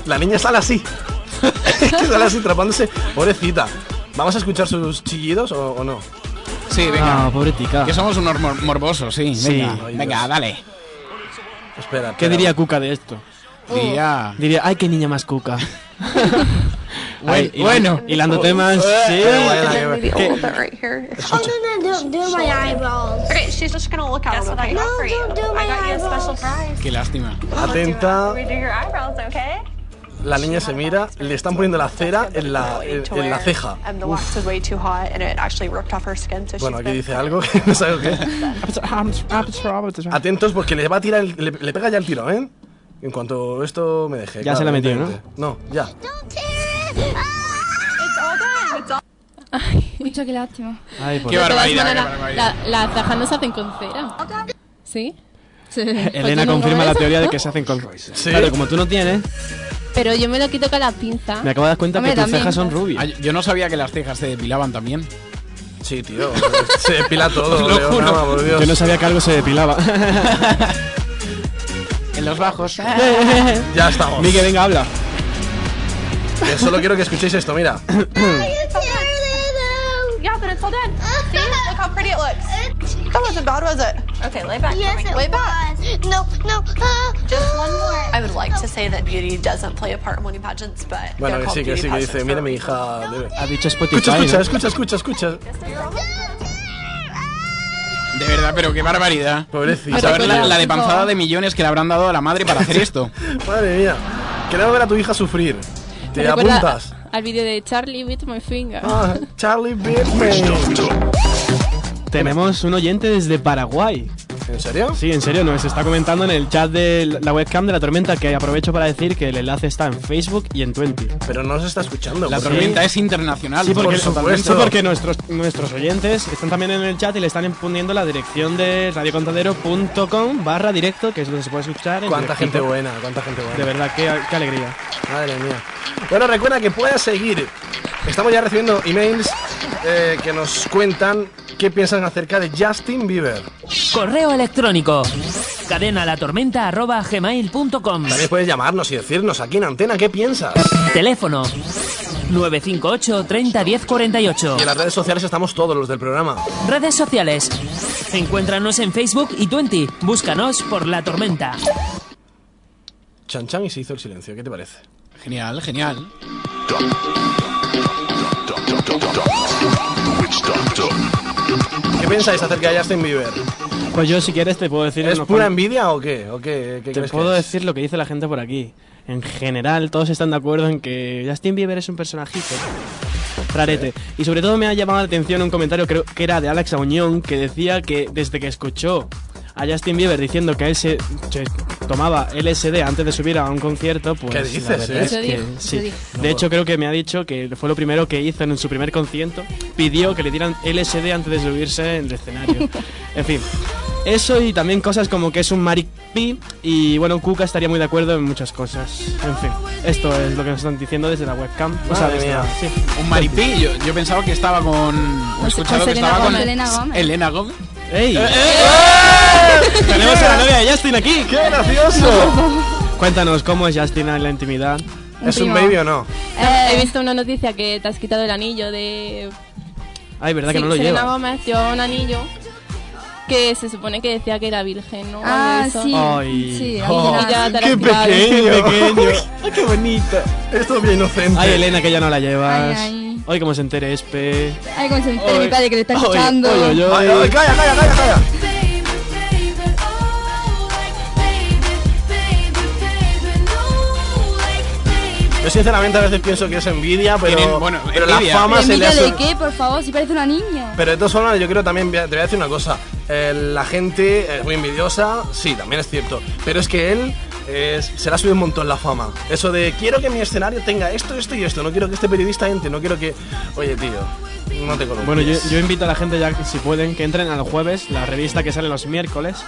la niña sale así. es que sale así trapándose. Pobrecita. ¿Vamos a escuchar sus chillidos o, o no?
Sí, venga.
Ah, pobre tica.
Que somos unos mor- morbosos, sí.
Sí.
Venga,
Ay,
venga,
Dios.
dale.
Espera.
¿Qué diría Cuca de esto?
Uh.
Diría-
Diría, ay, qué niña más Cuca.
Ay,
hil-
bueno.
Hilando temas. Sí. Que-
right here. Oh, no, no, don't do my eyeballs. Okay, she's just gonna look out Guess what I got for you. Don't do my I got you a special prize.
Qué lástima.
Atenta.
We do your eyebrows, okay?
La niña se mira, le están poniendo la cera en la, en,
To
en la
wear.
ceja.
And the wax was way too hot and it actually ripped off her skin, so
Bueno,
she's
aquí
been
dice algo que no sabemos qué. Atentos porque le va a tirar, el- le, le pega ya el tiro, ¿eh? En cuanto esto me deje.
Ya se la ha metido, ¿no?
evidentemente. No, ya.
Mucho, qué lástima.
Ay,
De todas
barbaridad,
maneras,
qué barbaridad.
la- Las cejas no se hacen con cera. ¿Sí? Sí. Pues yo
Elena
no
confirma
veo
la
eso,
teoría de
¿no?
que se hacen con. Claro, como tú no tienes,
Pero yo me lo quito con la pinza.
me acabo de dar cuenta
Ah. Hombre,
que tus
también.
cejas son rubias.
Ay, yo no sabía que las cejas se depilaban también.
Sí, tío. Se depila todo,
Os lo
Leo,
juro.
nada, por Dios.
Yo no sabía que algo se depilaba.
En los bajos.
Ya estamos.
Miguel, venga, habla.
Yo solo quiero que escuchéis esto, mira.
Yeah, but it's all done. See? Look how pretty it looks. That wasn't bad, was it? Okay, lay back. Yes, lay back. No, no. Just one more. I would like to say that beauty doesn't play a part in winning pageants, but
Bueno,
they're called
que sí, que
beauty
sí, que
pageants.
dice, mira mi hija. de-
Ha dicho Spotify.
Escucha,
¿no?
escucha, escucha, escucha, escucha.
De verdad, pero qué barbaridad.
Pobrecita.
A saber la,
Pero-
la de panzada de millones que le habrán dado a la madre para hacer esto.
Madre mía. Queremos ver a tu hija sufrir.
Me
Te
recuerda
apuntas.
Al vídeo de Charlie with my finger. Eh,
Ah, Charlie Birdman.
Tenemos un oyente desde Paraguay.
¿En serio?
Sí, en serio, nos está comentando en el chat de la webcam de la tormenta que aprovecho para decir que el enlace está en Facebook y en Twenty.
Pero no se está escuchando.
La
porque-
tormenta es internacional.
Sí,
por
porque,
supuesto.
sí, porque nuestros, nuestros oyentes están también en el chat y le están poniendo la dirección de radiocontadero.com barra directo, que es donde se puede escuchar. en
Cuánta
directito.
gente buena, cuánta gente buena.
De verdad, qué, qué alegría.
Madre mía. Bueno, recuerda que puedes seguir. Estamos ya recibiendo emails eh, que nos cuentan qué piensan acerca de Justin Bieber.
Correo electrónico. Cadena la tormenta arroba gmail.com.
También puedes llamarnos y decirnos aquí en antena qué piensas.
Teléfono 958 30 10 48.
Y en las redes sociales estamos todos los del programa.
Redes sociales. Encuéntranos en Facebook y Twenty. Búscanos por La Tormenta.
Chan Chan y se hizo el silencio, ¿qué te parece?
Genial, genial.
¿Qué pensáis acerca de Justin Bieber?
Pues yo, si quieres, te puedo decir.
¿Es
unos
pura
cuan-
envidia o qué? ¿O qué, qué
Te
crees que
puedo
es?
decir lo que dice la gente por aquí. En general, todos están de acuerdo en que Justin Bieber es un personajito. Rarete. Y sobre todo me ha llamado la atención un comentario creo que era de Alex Auñón que decía que desde que escuchó a Justin Bieber diciendo que él se, se tomaba LSD antes de subir a un concierto, pues...
¿Qué
la
dices,
verdad
eh?
es
Eso
que
dijo,
sí.
eso dijo.
De hecho, creo que me ha dicho que fue lo primero que hizo en su primer concierto. Pidió que le dieran LSD antes de subirse en el escenario. en fin. Eso y también cosas como que es un maripi y bueno, Kuka estaría muy de acuerdo en muchas cosas. En fin, esto es lo que nos están diciendo desde la webcam. O sea,
Madre
desde
mía.
la- sí.
Un maripí. Yo, yo pensaba que estaba con. He
Pues
escuchado
con
que
Selena
estaba con.
Gómez. Selena Gómez.
Elena Gómez.
¡Eh!
¡Ey! ¡Eh! Tenemos a la novia de Justin aquí.
¡Qué gracioso!
Cuéntanos cómo es Justin en la intimidad.
¿Es un
primo.
baby o no?
He visto una noticia que te has quitado el anillo de
Ay, verdad
Sí,
que no lo
Selena
lleva.
Gómez llevaba un anillo que se supone que decía que era virgen, ¿no?
Ah,
Algo de eso.
sí.
Ay.
Sí,
Oh,
al final.
ya.
¡Qué
Claro,
pequeño!
¡Ah, qué pequeño.
Ay, ¡Qué bonito! Esto es bien inocente.
Ay, Elena, que ya no la llevas.
Ay, ay.
Hoy cómo se entere Espe.
Ay, con se entere
Oy,
mi padre que le está
oy,
escuchando.
oy, oy, oy.
Ay, ay, calla, calla, calla, calla! Yo sinceramente a veces pienso que es envidia, pero,
Tienen- bueno,
pero la
envidia.
fama se le
¿Envidia
hace...
de qué? Por favor, si parece una niña.
Pero de todas formas, yo creo también, te voy a decir una cosa, eh, la gente es muy envidiosa, sí, también es cierto, pero es que él eh, se la ha subido un montón la fama. Eso de, quiero que mi escenario tenga esto, esto y esto, no quiero que este periodista entre, no quiero que... Oye, tío, no te columpies.
Bueno, yo, yo invito a la gente ya, que, si pueden, que entren al jueves, la revista que sale los miércoles,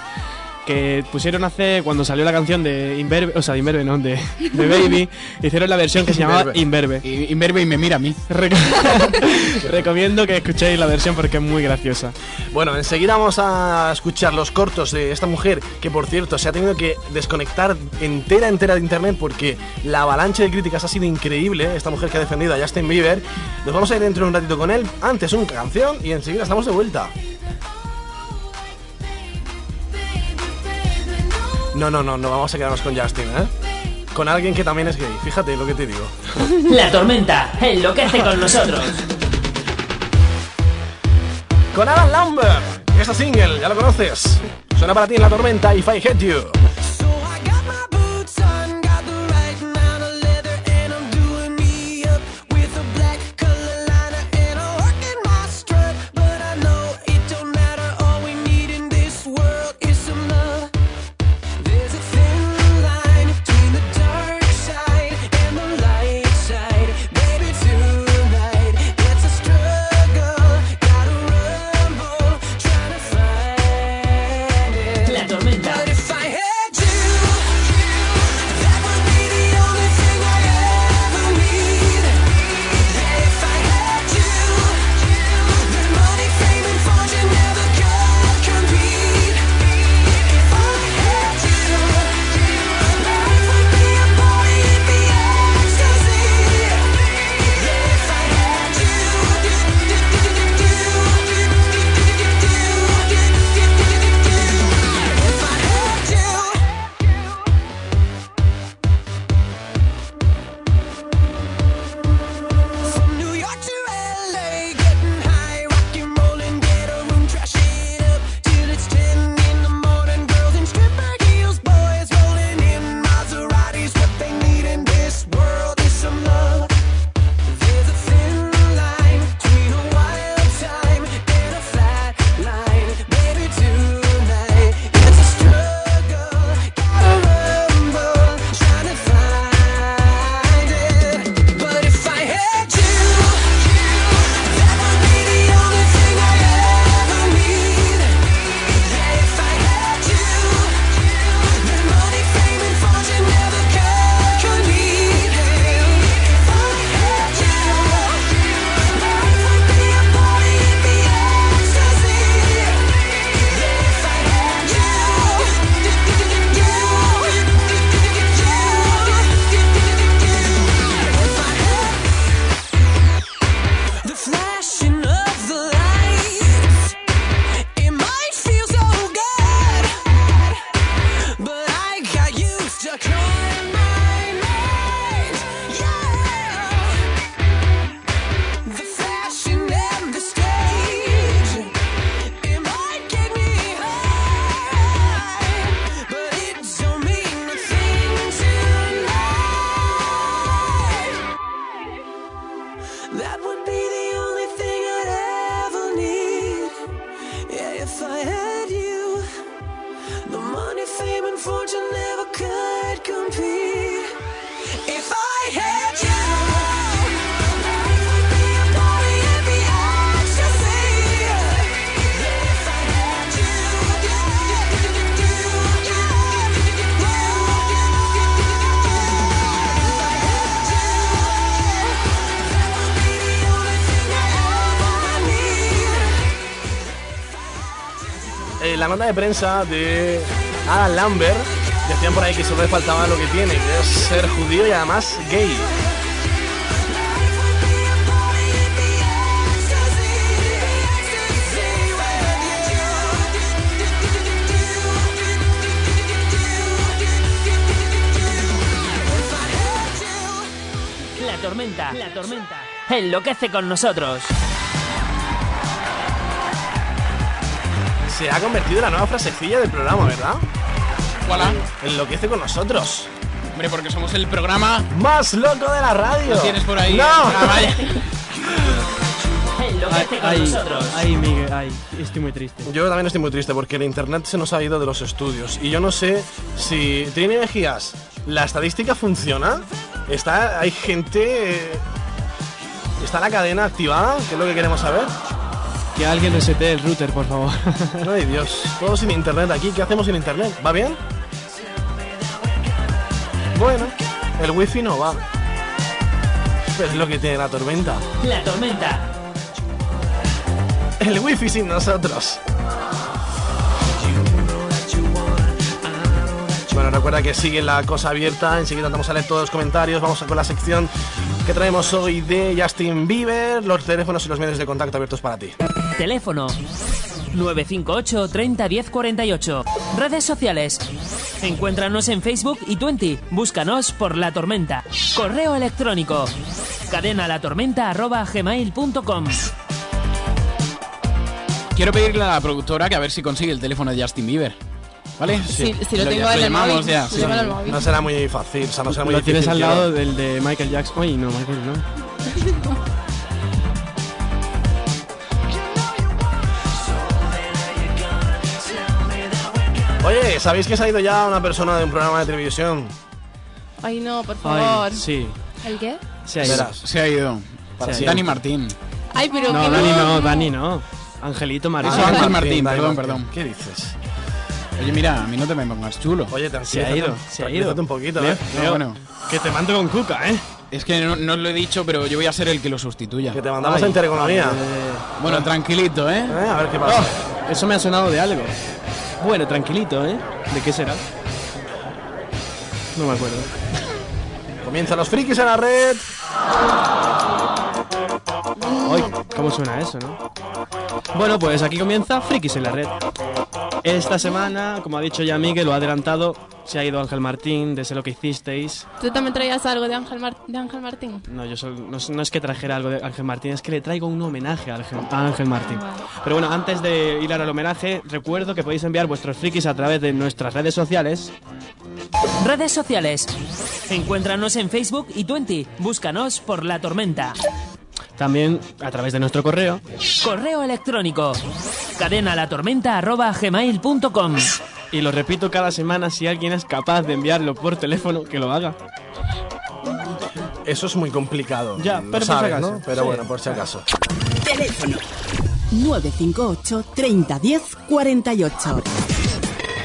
que pusieron hace, cuando salió la canción de Inverbe, o sea, de Inverbe, no, de, de Baby, hicieron la versión que se llamaba Inverbe.
Inverbe y me mira a mí.
Recomiendo que escuchéis la versión porque es muy graciosa.
Bueno, enseguida vamos a escuchar los cortos de esta mujer que, por cierto, se ha tenido que desconectar entera, entera de internet porque la avalancha de críticas ha sido increíble. ¿eh? Esta mujer que ha defendido a Justin Bieber. Nos vamos a ir dentro de un ratito con él. Antes una canción y enseguida estamos de vuelta. No, no, no, no vamos a quedarnos con Justin, ¿eh? Con alguien que también es gay. Fíjate lo que te digo.
La tormenta enloquece con nosotros.
Con Alan Lambert. Esta single, ya lo conoces. Suena para ti en la tormenta, If I Hate You.
So I got my boots on, got the right amount of leather, and I'm doing me up with a black color liner, and I'm working my strut, but I know it don't matter. All we need in this world is some love. There's a thin line between the dark side and the light side, baby. Tonight it's a struggle, gotta rumble, trying to find it.
La tormenta.
But if I had you. That would be the only thing I ever need. And if I had you, then money, fame, and fortune never could compete. If I had you, life would be a party, it'd be ecstasy. Yeah, if I had you, if I had you. From New York to LA, getting high, rock and rollin', get a room, trash it up till it's ten in the morning. Girls in stripper heels, boys rolling in Maseratis. What they need in this world is some love. There's a thin line between a wild time and a flat line, baby. Tonight it's a struggle, gotta rumble, trying to find it. But if I had you, that would be the only thing I ever need. Yeah, if I had you, then money, fame, and fortune never could compete. If I had you, life would be a party, it'd be ecstasy. Yeah, if I had you. The flashing of the lights. It might feel so good, but I got used to calling my name. Yeah. The fashion and the stage. It might get me high, but it don't mean a thing tonight. That would be the only thing I'd ever need. Yeah, if I had you, the money, fame, and fortune never could compete. If I had you. life would be a party, it'd be ecstasy. Yeah, if I had you.
Eh, la nota de prensa de Alan Lambert decían por ahí que solo le faltaba lo que tiene, que es ser judío y además gay.
La tormenta, la tormenta enloquece con nosotros.
Se ha convertido en la nueva frasecilla del programa, ¿verdad?
Voilà.
Enloquece con nosotros.
Hombre, porque somos el programa
más loco de la radio.
¿Lo tienes por ahí?
¡No!
Ah, vaya.
Enloquece con nosotros.
ay, Miguel, ay, estoy muy triste. Yo también estoy muy triste porque el internet se nos ha ido de los estudios y yo no sé si tiene Mejías. La estadística funciona. Está, hay gente. eh, Está la cadena activada, que es lo que queremos saber.
Que alguien resete el router, por favor.
Ay Dios, todo sin internet aquí. ¿Qué hacemos sin internet? ¿Va bien? Bueno, el wifi no va. Pero es lo que tiene la tormenta.
La tormenta.
El wifi sin nosotros. Bueno, recuerda que sigue la cosa abierta. Enseguida vamos a leer todos los comentarios. Vamos con la sección que traemos hoy de Justin Bieber. Los teléfonos y los medios de contacto abiertos para ti.
Teléfono 958 30 10 48. Redes sociales. Encuéntranos en Facebook y Twenty. Búscanos por La Tormenta. Correo electrónico. Cadena la tormenta gmail.com.
Quiero pedirle a la productora que a ver si consigue el teléfono de Justin Bieber. ¿Vale?
Sí,
sí, lo tengo en el
llamamos
móvil.
ya,
Lo
sí.
tengo en el móvil.
No será muy fácil, o sea, no será muy
Lo
difícil.
tienes al
quiero-
lado del de Michael Jackson. Oye, no, Michael, no.
Oye, ¿sabéis que se ha ido ya una persona de un programa de televisión?
Ay, no, por favor.
sí.
¿El qué?
Se ha ido.
Verás.
Se ha ido.
Para
Se ha ido.
Dani Martín.
Ay, pero
No,
que
Dani no, Dani no. Angelito Marisol.
Ah, Ángel Martín, perdón, perdón.
¿Qué dices?
Oye, mira, a mí no te me pongas chulo.
Oye,
Se ha ido, se ha ido.
un poquito,
Leo,
¿eh?
Leo,
No,
bueno.
Que te mando con Cuca, ¿eh?
Es que no, no os lo he dicho, pero yo voy a ser el que lo sustituya. Que
te mandamos a Intereconomía.
Eh,
Bueno, tranquilito, ¿eh?
A ver qué pasa.
Oh, Eso me ha sonado de algo. Bueno, tranquilito, ¿eh? ¿De qué será? No me acuerdo.
Comienza los frikis en la red.
Ay, ¿cómo suena eso, no? Bueno, pues aquí comienza Frikis en la red. Esta semana, como ha dicho ya Miguel, lo ha adelantado, se ha ido Ángel Martín, desde lo que hicisteis.
¿Tú también traías algo de Ángel, Mar- de Ángel Martín?
No, yo sol- no, es- no es que trajera algo de Ángel Martín, es que le traigo un homenaje a Ángel, a Ángel Martín.
Ah,
Pero bueno, antes de ir al homenaje, recuerdo que podéis enviar vuestros frikis a través de nuestras redes sociales.
Redes sociales. Encuéntranos en Facebook y Twenty. Búscanos por La Tormenta.
También a través de nuestro correo.
Correo electrónico. Cadena la tormenta gmail.com.
Y lo repito cada semana, si alguien es capaz de enviarlo por teléfono, que lo haga.
Eso es muy complicado.
Ya,
Lo
pero por si
sabes,
acaso.
¿no? Pero
Sí.
bueno, por si acaso.
Teléfono 958 30 10 48.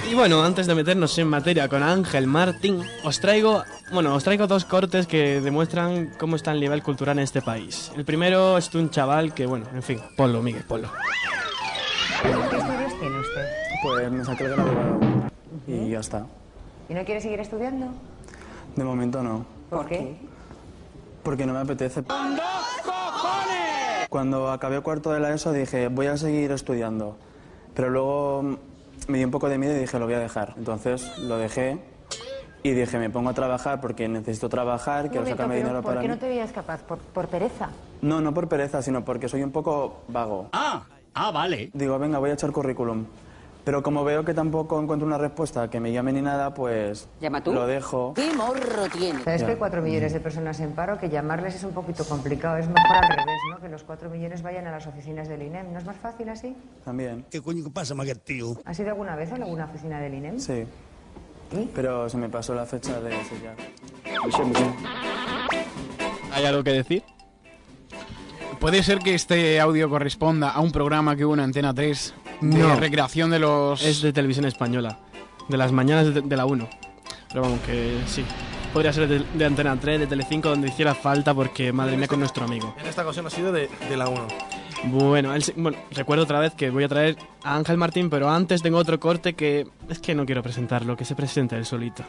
Y bueno, antes de meternos en materia con Ángel Martín, os traigo, bueno, os traigo dos cortes que demuestran cómo está el nivel cultural en este país. El primero es de un chaval que, bueno, en fin, ponlo, Miguel, ponlo.
¿Qué estudios tiene usted?
Pues me saqué el grado y ya está.
¿Y no quiere seguir estudiando?
De momento no,
¿Por qué?
porque no me apetece. Cuando acabé cuarto de la ESO dije, voy a seguir estudiando. Pero luego mm, me dio un poco de miedo y dije, lo voy a dejar. Entonces lo dejé y dije, me pongo a trabajar porque necesito trabajar, quiero
Un momento,
sacarme
pero
dinero
¿Por
para
qué
mí.
no te veías capaz? ¿Por, por pereza?
No, no por pereza, sino porque soy un poco vago. Ah, ah, vale. Digo, venga, voy a echar currículum. Pero como veo que tampoco encuentro una respuesta que me llame ni nada, pues
Llama tú.
lo dejo.
¿Qué morro tiene? ¿Sabes
Ya.
que hay cuatro millones de personas en paro? Que llamarles es un poquito complicado. Es mejor al revés, ¿no? Que los cuatro millones vayan a las oficinas del INEM. ¿No es más fácil así?
También. ¿Qué coño pasa, Magatil?
¿Has ido alguna vez a alguna oficina del E INEM?
Sí.
¿Eh?
Pero se me pasó la fecha de sellar.
¿Hay algo que decir?
Puede ser que este audio corresponda a un programa que hubo en Antena 3 de
No.
recreación de los...
Es de televisión española, de las mañanas de, de la 1. Pero vamos, que sí. Podría ser de, de Antena 3, de Telecinco, donde hiciera falta, porque madre mía, con nuestro amigo.
En esta ocasión ha sido de, de la 1.
Bueno, el se- bueno, recuerdo otra vez que voy a traer a Ángel Martín, pero antes tengo otro corte que es que no quiero presentarlo, que se presenta él solito.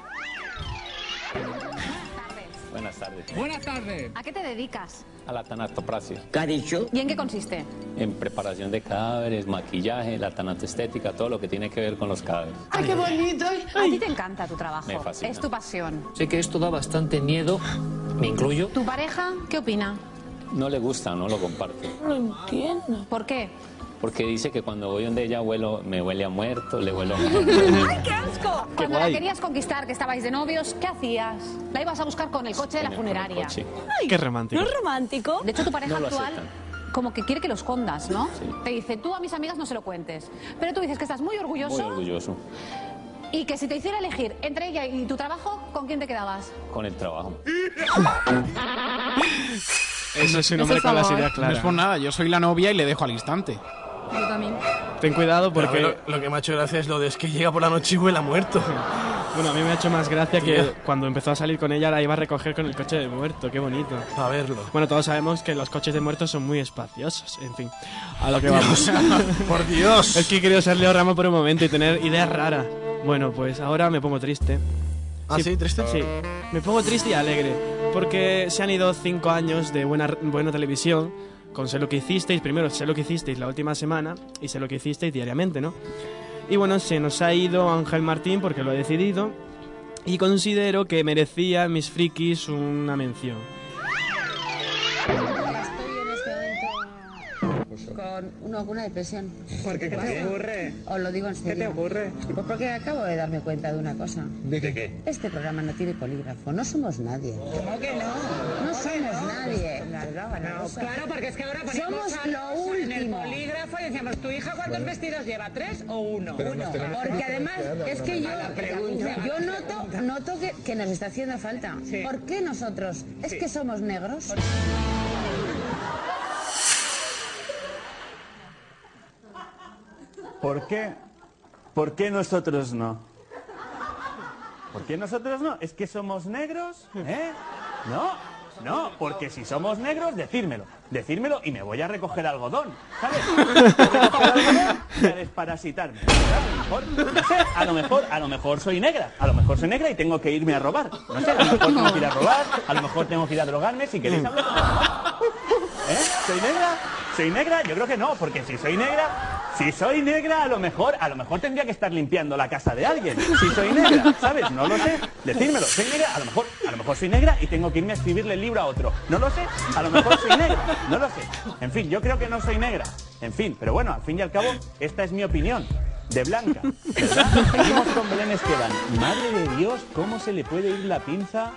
Buenas tardes.
Buenas tardes. ¿A qué te dedicas?
A la tanatopraxia.
¿Qué ha dicho? ¿Y en qué consiste?
En preparación de cadáveres, maquillaje, la tanatoestética, todo lo que tiene que ver con los cadáveres.
¡Ay, qué bonito! A ti te encanta tu trabajo.
Me fascina.
Es tu pasión.
Sé que esto da bastante miedo, me incluyo.
¿Tu pareja qué opina?
no le gusta, no lo comparte.
No entiendo. ¿Por qué?
Porque dice que cuando voy donde ella huelo, me huele a muerto, le huelo a
¡Ay, qué asco!
Qué
Cuando la
guay.
querías conquistar, que estabais de novios, ¿qué hacías? La ibas a buscar con el coche de la funeraria.
coche.
Ay,
Qué romántico.
¿No es romántico? De hecho, tu pareja
No lo
actual como que quiere que lo escondas, ¿no?
Sí.
Te dice, tú a mis amigas no se lo cuentes. Pero tú dices que estás muy orgulloso
Muy orgulloso
y que si te hiciera elegir entre ella y tu trabajo, ¿con quién te quedabas?
con el trabajo.
Eso es un hombre con las ideas
No es
claras.
por nada, yo soy la novia y le dejo al instante.
Yo también.
Ten cuidado
Pero
porque...
que lo, lo que me ha hecho gracia es lo de es que llega por la noche y huele a muerto.
Bueno, a mí me ha hecho más gracia que
Tío.
cuando empezó a salir con ella la iba a recoger con el coche de muerto, qué bonito.
A verlo.
Bueno, todos sabemos que los coches de muertos son muy espaciosos, en fin. A lo que vamos.
Dios, por Dios.
Es que he querido ser Leo Ramos por un momento y tener ideas raras. Bueno, pues ahora me pongo triste.
¿Ah, sí? ¿Triste?
Sí. Me pongo triste y alegre, porque se han ido cinco años de buena, buena televisión, con Sé lo que hicisteis, primero Sé lo que hicisteis la última semana y Sé lo que hicisteis diariamente, ¿no? Y bueno, se nos ha ido Ángel Martín porque lo he decidido y considero que merecía mis frikis una mención.
con una, una depresión. ¿Por qué? te ocurre? Os lo digo en serio. ¿Qué te ocurre? Pues porque acabo de darme cuenta de una cosa.
¿De qué?
Este programa no tiene polígrafo, no somos nadie.
¿Cómo que no?
No somos nadie.
No, claro, porque es que ahora ponemos
Somos
a-
lo
en el
último.
polígrafo y decíamos, ¿tu hija cuántos
Bueno.
vestidos lleva? ¿Tres o uno?
Pero
uno.
nos tenemos que
Porque además
diferenciar,
es que yo,
a la pregunta.
yo noto,
noto que, que nos está haciendo falta. ¿Por qué nosotros? ¿Es que somos negros?
¿Por qué? ¿Por qué nosotros no? ¿Por qué nosotros no? ¿Es que somos negros? ¿Eh? No, no, porque si somos negros, decírmelo. Decírmelo y me voy a recoger algodón, ¿sabes? Me voy a recoger algodón y a desparasitarme. ¿sabes? A lo mejor, no sé, a lo mejor, a lo mejor soy negra. A lo mejor soy negra y tengo que irme a robar. No sé, a lo mejor tengo que ir a robar, a lo mejor tengo que ir a drogarme, si queréis hablar. ¿Eh? ¿Soy negra? ¿Soy negra? Yo creo que no, porque si soy negra, si soy negra, a lo mejor, a lo mejor tendría que estar limpiando la casa de alguien. Si soy negra, ¿sabes? No lo sé. Decírmelo, soy negra, a lo mejor, a lo mejor soy negra y tengo que irme a escribirle el libro a otro. No lo sé, a lo mejor soy negra, no lo sé. En fin, yo creo que no soy negra. En fin, pero bueno, al fin y al cabo, esta es mi opinión. De blanca, ¿verdad? Seguimos con Belén Esteban. Madre de Dios, ¿cómo se le puede ir la pinza?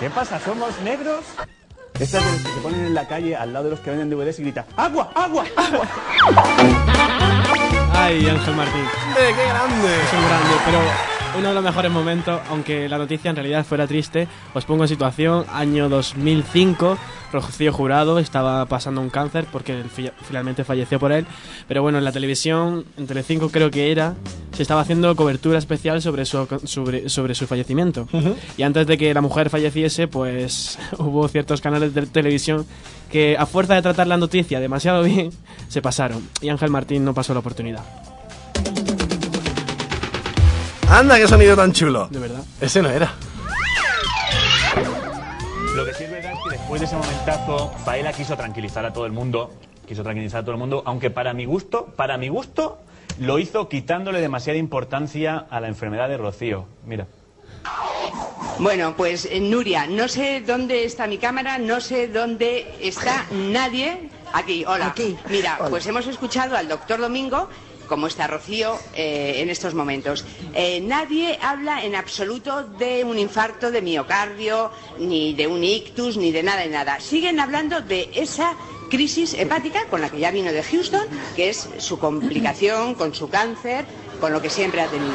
¿Qué pasa? ¿Somos negros? Estas de las que se ponen en la calle al lado de los que venden DVDs y gritan ¡Agua! ¡Agua! ¡Agua!
Ay, Ángel Martín.
¡Hombre, qué grande!
Es un grande, pero uno de los mejores momentos, aunque la noticia en realidad fuera triste, os pongo en situación, año 2005, Rocío Jurado estaba pasando un cáncer porque fi- finalmente falleció por él, pero bueno, en la televisión, en Telecinco creo que era, se estaba haciendo cobertura especial sobre su, sobre, sobre su fallecimiento. Y antes de que la mujer falleciese, pues hubo ciertos canales de televisión que a fuerza de tratar la noticia demasiado bien, se pasaron. Y Ángel Martín no pasó la oportunidad.
Anda, qué sonido tan chulo.
De verdad.
Ese no era.
Lo que sí es verdad es que después de ese momentazo, Paela quiso tranquilizar a todo el mundo. Quiso tranquilizar a todo el mundo, aunque para mi gusto, para mi gusto, lo hizo quitándole demasiada importancia a la enfermedad de Rocío. Mira.
Bueno, pues eh, Nuria, no sé dónde está mi cámara, no sé dónde está nadie. Aquí, hola. Mira,
Hola.
pues hemos escuchado al doctor Domingo, como está Rocío eh, en estos momentos. Eh, nadie habla en absoluto de un infarto de miocardio, ni de un ictus, ni de nada de nada. Siguen hablando de esa crisis hepática con la que ya vino de Houston, que es su complicación con su cáncer, con lo que siempre ha tenido.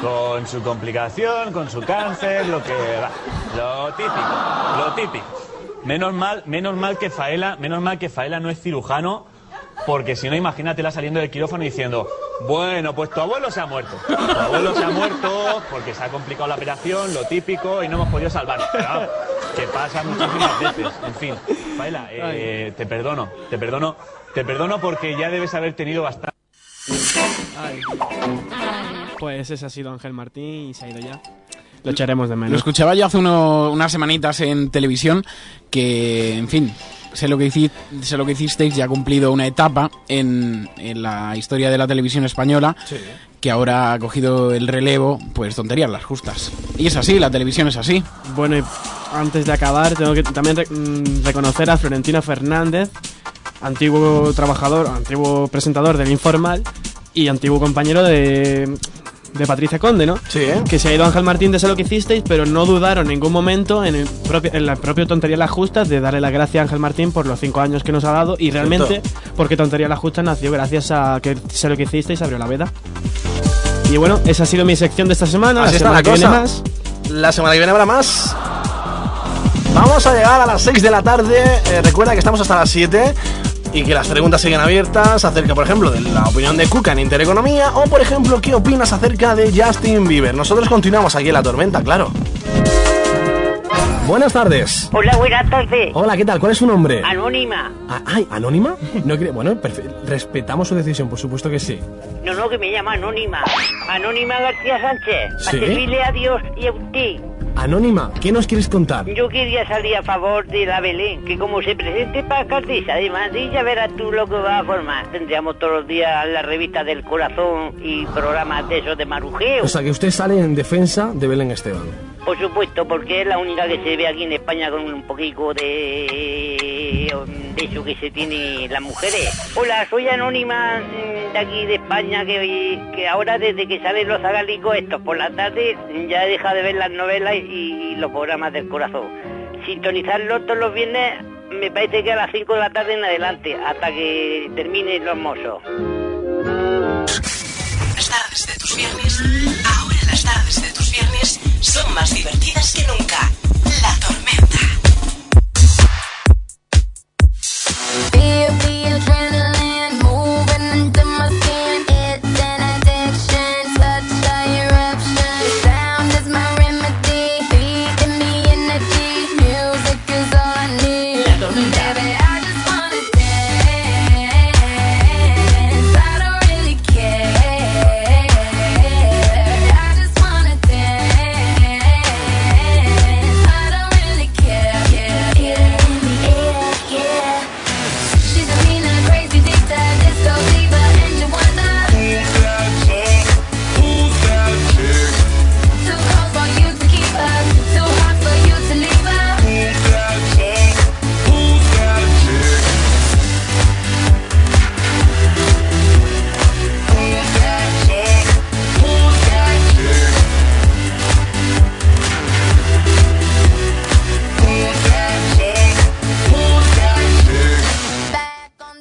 Con su complicación, con su cáncer, lo que va. Lo típico, lo típico. Menos mal, menos mal que Faela, menos mal que Faela no es cirujano, porque si no, imagínatela saliendo del quirófano diciendo, bueno, pues tu abuelo se ha muerto. Tu abuelo se ha muerto porque se ha complicado la operación, lo típico, y no hemos podido salvarlo. Pero vamos, que pasa muchísimas veces. En fin, Faela, eh, te perdono, te perdono, te perdono porque ya debes haber tenido bastante.
Pues ese ha sido Ángel Martín y se ha ido ya. Lo echaremos de
Lo
menos.
escuchaba yo hace uno- unas semanitas en televisión que, en fin, sé lo que hiciste, sé lo que hicisteis, ya ha cumplido una etapa en, en la historia de la televisión española que ahora ha cogido el relevo, pues tonterías las justas. Y es así, la televisión es así.
Bueno, y antes de acabar, tengo que también re- mm, reconocer a Florentino Fernández, antiguo trabajador, antiguo presentador del Informal y antiguo compañero de, de Patricia Conde, ¿no? Sí,
¿eh?
Que se ha ido Ángel Martín de Sé lo que hicisteis, pero no dudaron en ningún momento en, el propio, en la propia Tontería Las Justas de darle la gracia a Ángel Martín por los cinco años que nos ha dado y realmente porque Tontería Las Justas nació gracias a que Sé lo que hicisteis abrió la veda. Y bueno, esa ha sido mi sección de esta semana.
Así está
semana
la
que viene
cosa.
más.
La semana que viene habrá más. Vamos a llegar a las 6 de la tarde. Eh, recuerda que estamos hasta las 7 y que las preguntas siguen abiertas acerca, por ejemplo, de la opinión de Cuca en Intereconomía o, por ejemplo, qué opinas acerca de Justin Bieber. Nosotros continuamos aquí en La Tormenta, claro. Buenas tardes.
Hola, buenas tardes.
Hola, ¿qué tal? ¿Cuál es su nombre?
Anónima.
Ah, ay, ¿anónima? No creo- Bueno, perfe- respetamos su decisión, por supuesto que sí.
No, no, que me llama Anónima. Anónima García Sánchez. Para
Sí.
servirle a Dios y a usted.
Anónima, ¿qué nos quieres contar?
Yo quería salir a favor de la Belén, que como se presente para alcaldesa de Madrid, ya verás tú lo que va a formar. Tendríamos todos los días la revista del corazón y programas de esos de marujeo.
O sea, que usted sale en defensa de Belén Esteban.
Por supuesto, porque es la única que se ve aquí en España con un poquito de, de eso que se tiene las mujeres. Hola, soy Anónima mm, de aquí de España, que, que ahora desde que salen los agalicos estos por la tarde, ya he dejado de ver las novelas y, y los programas del corazón. Sintonizarlo todos los viernes me parece que a las 5 de la tarde en adelante, hasta que terminen los mozos.
Las tardes de tus viernes, ahora las tardes de tus viernes son más divertidas que nunca. La tormenta.
Feel the adrenaline moving into my skin. It's an addiction, such a eruption. Sound is my remedy. Beat in the energy. Music is all I need. Baby, I just wanna dance. I don't really care. I just wanna dance. I don't really care. Feel it in the air, yeah. She's a mean and crazy diva, disco diva, and you wanna Who's that chick? Who's that chick? Too cold for you to keep her, too hot for you to leave her. Who's that chick? Who's that chick? Who's that chick? Who's that chick? Who's that chick? Who's that chick?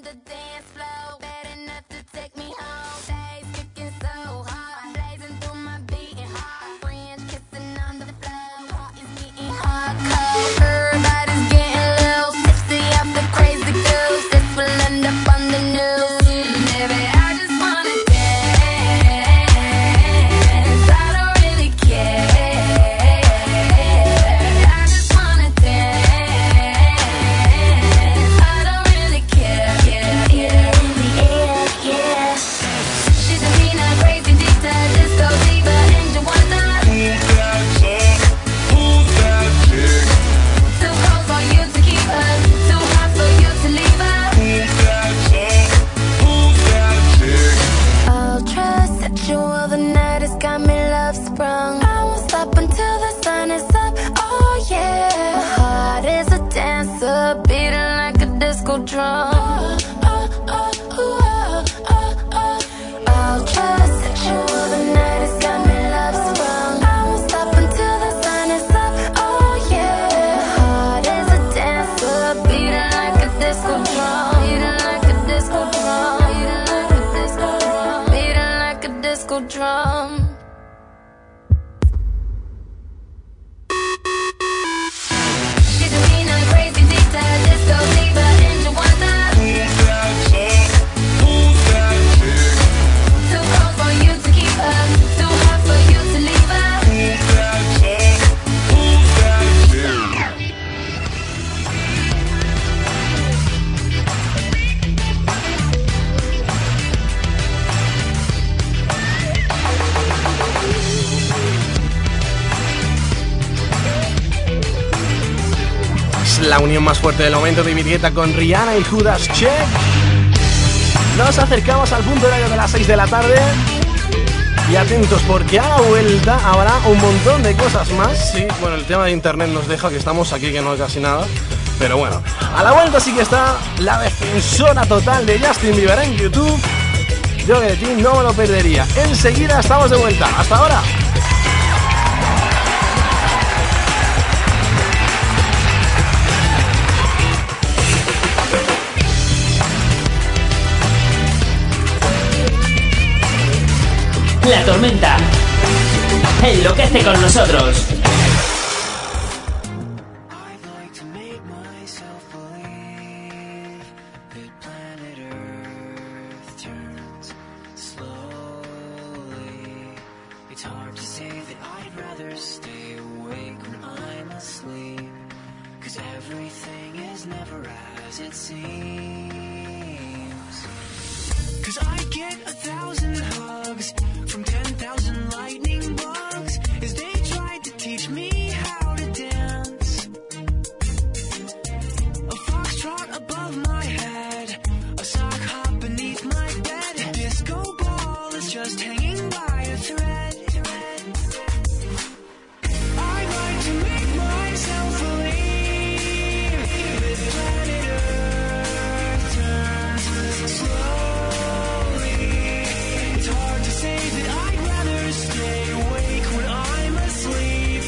Everybody's getting loose. Tipsy off the crazy goose. This will end up on the news. Baby, I just wanna dance. I don't really care. I just wanna dance. I don't really care. Feel it in the air, yeah. She's a mean and crazy diva, disco diva, and you wanna. Who's that chick? Who's that chick? Too cold for you to keep her, too hot for you to leave her. Who's that chick? Who's that chick? Ultra sexual, the night has got me love sprung. I won't stop until the sun is up. Oh yeah, my heart is a dancer, beating like a disco drum. Oh, oh, oh, ooh, oh, oh, oh. Ultra sexual, the night has got me love sprung. I won't stop until the sun is up. Oh yeah, my heart is a dancer, beating like a disco drum. Beating like a disco drum. Beating like a disco drum. Beating like a disco drum. She's a mean and crazy diva, disco diva, and you want that?
la unión más fuerte del momento de mi dieta con Rihanna y Judas Check. Nos acercamos al punto horario de las 6 de la tarde. Y atentos porque a la vuelta habrá un montón de cosas más. Sí, bueno, el tema de internet nos deja que estamos aquí que no hay casi nada. Pero bueno, a la vuelta sí que está la defensora total de Justin Bieber en YouTube. Yo que de ti no me lo perdería. Enseguida estamos de vuelta. Hasta ahora.
La tormenta. Enloquece con nosotros.
It's hard to say that I'd rather stay awake when I'm asleep. Cause everything is never as it seems. Cause I get a thousand hugs from ten thousand lightning bugs as they tried to teach me how to dance. A foxtrot above my head, a sock hop beneath my bed, a disco ball is just hanging by a thread. I'd like to make myself believe that planet Earth turns slowly. It's hard to say that I'd rather stay awake when I'm asleep,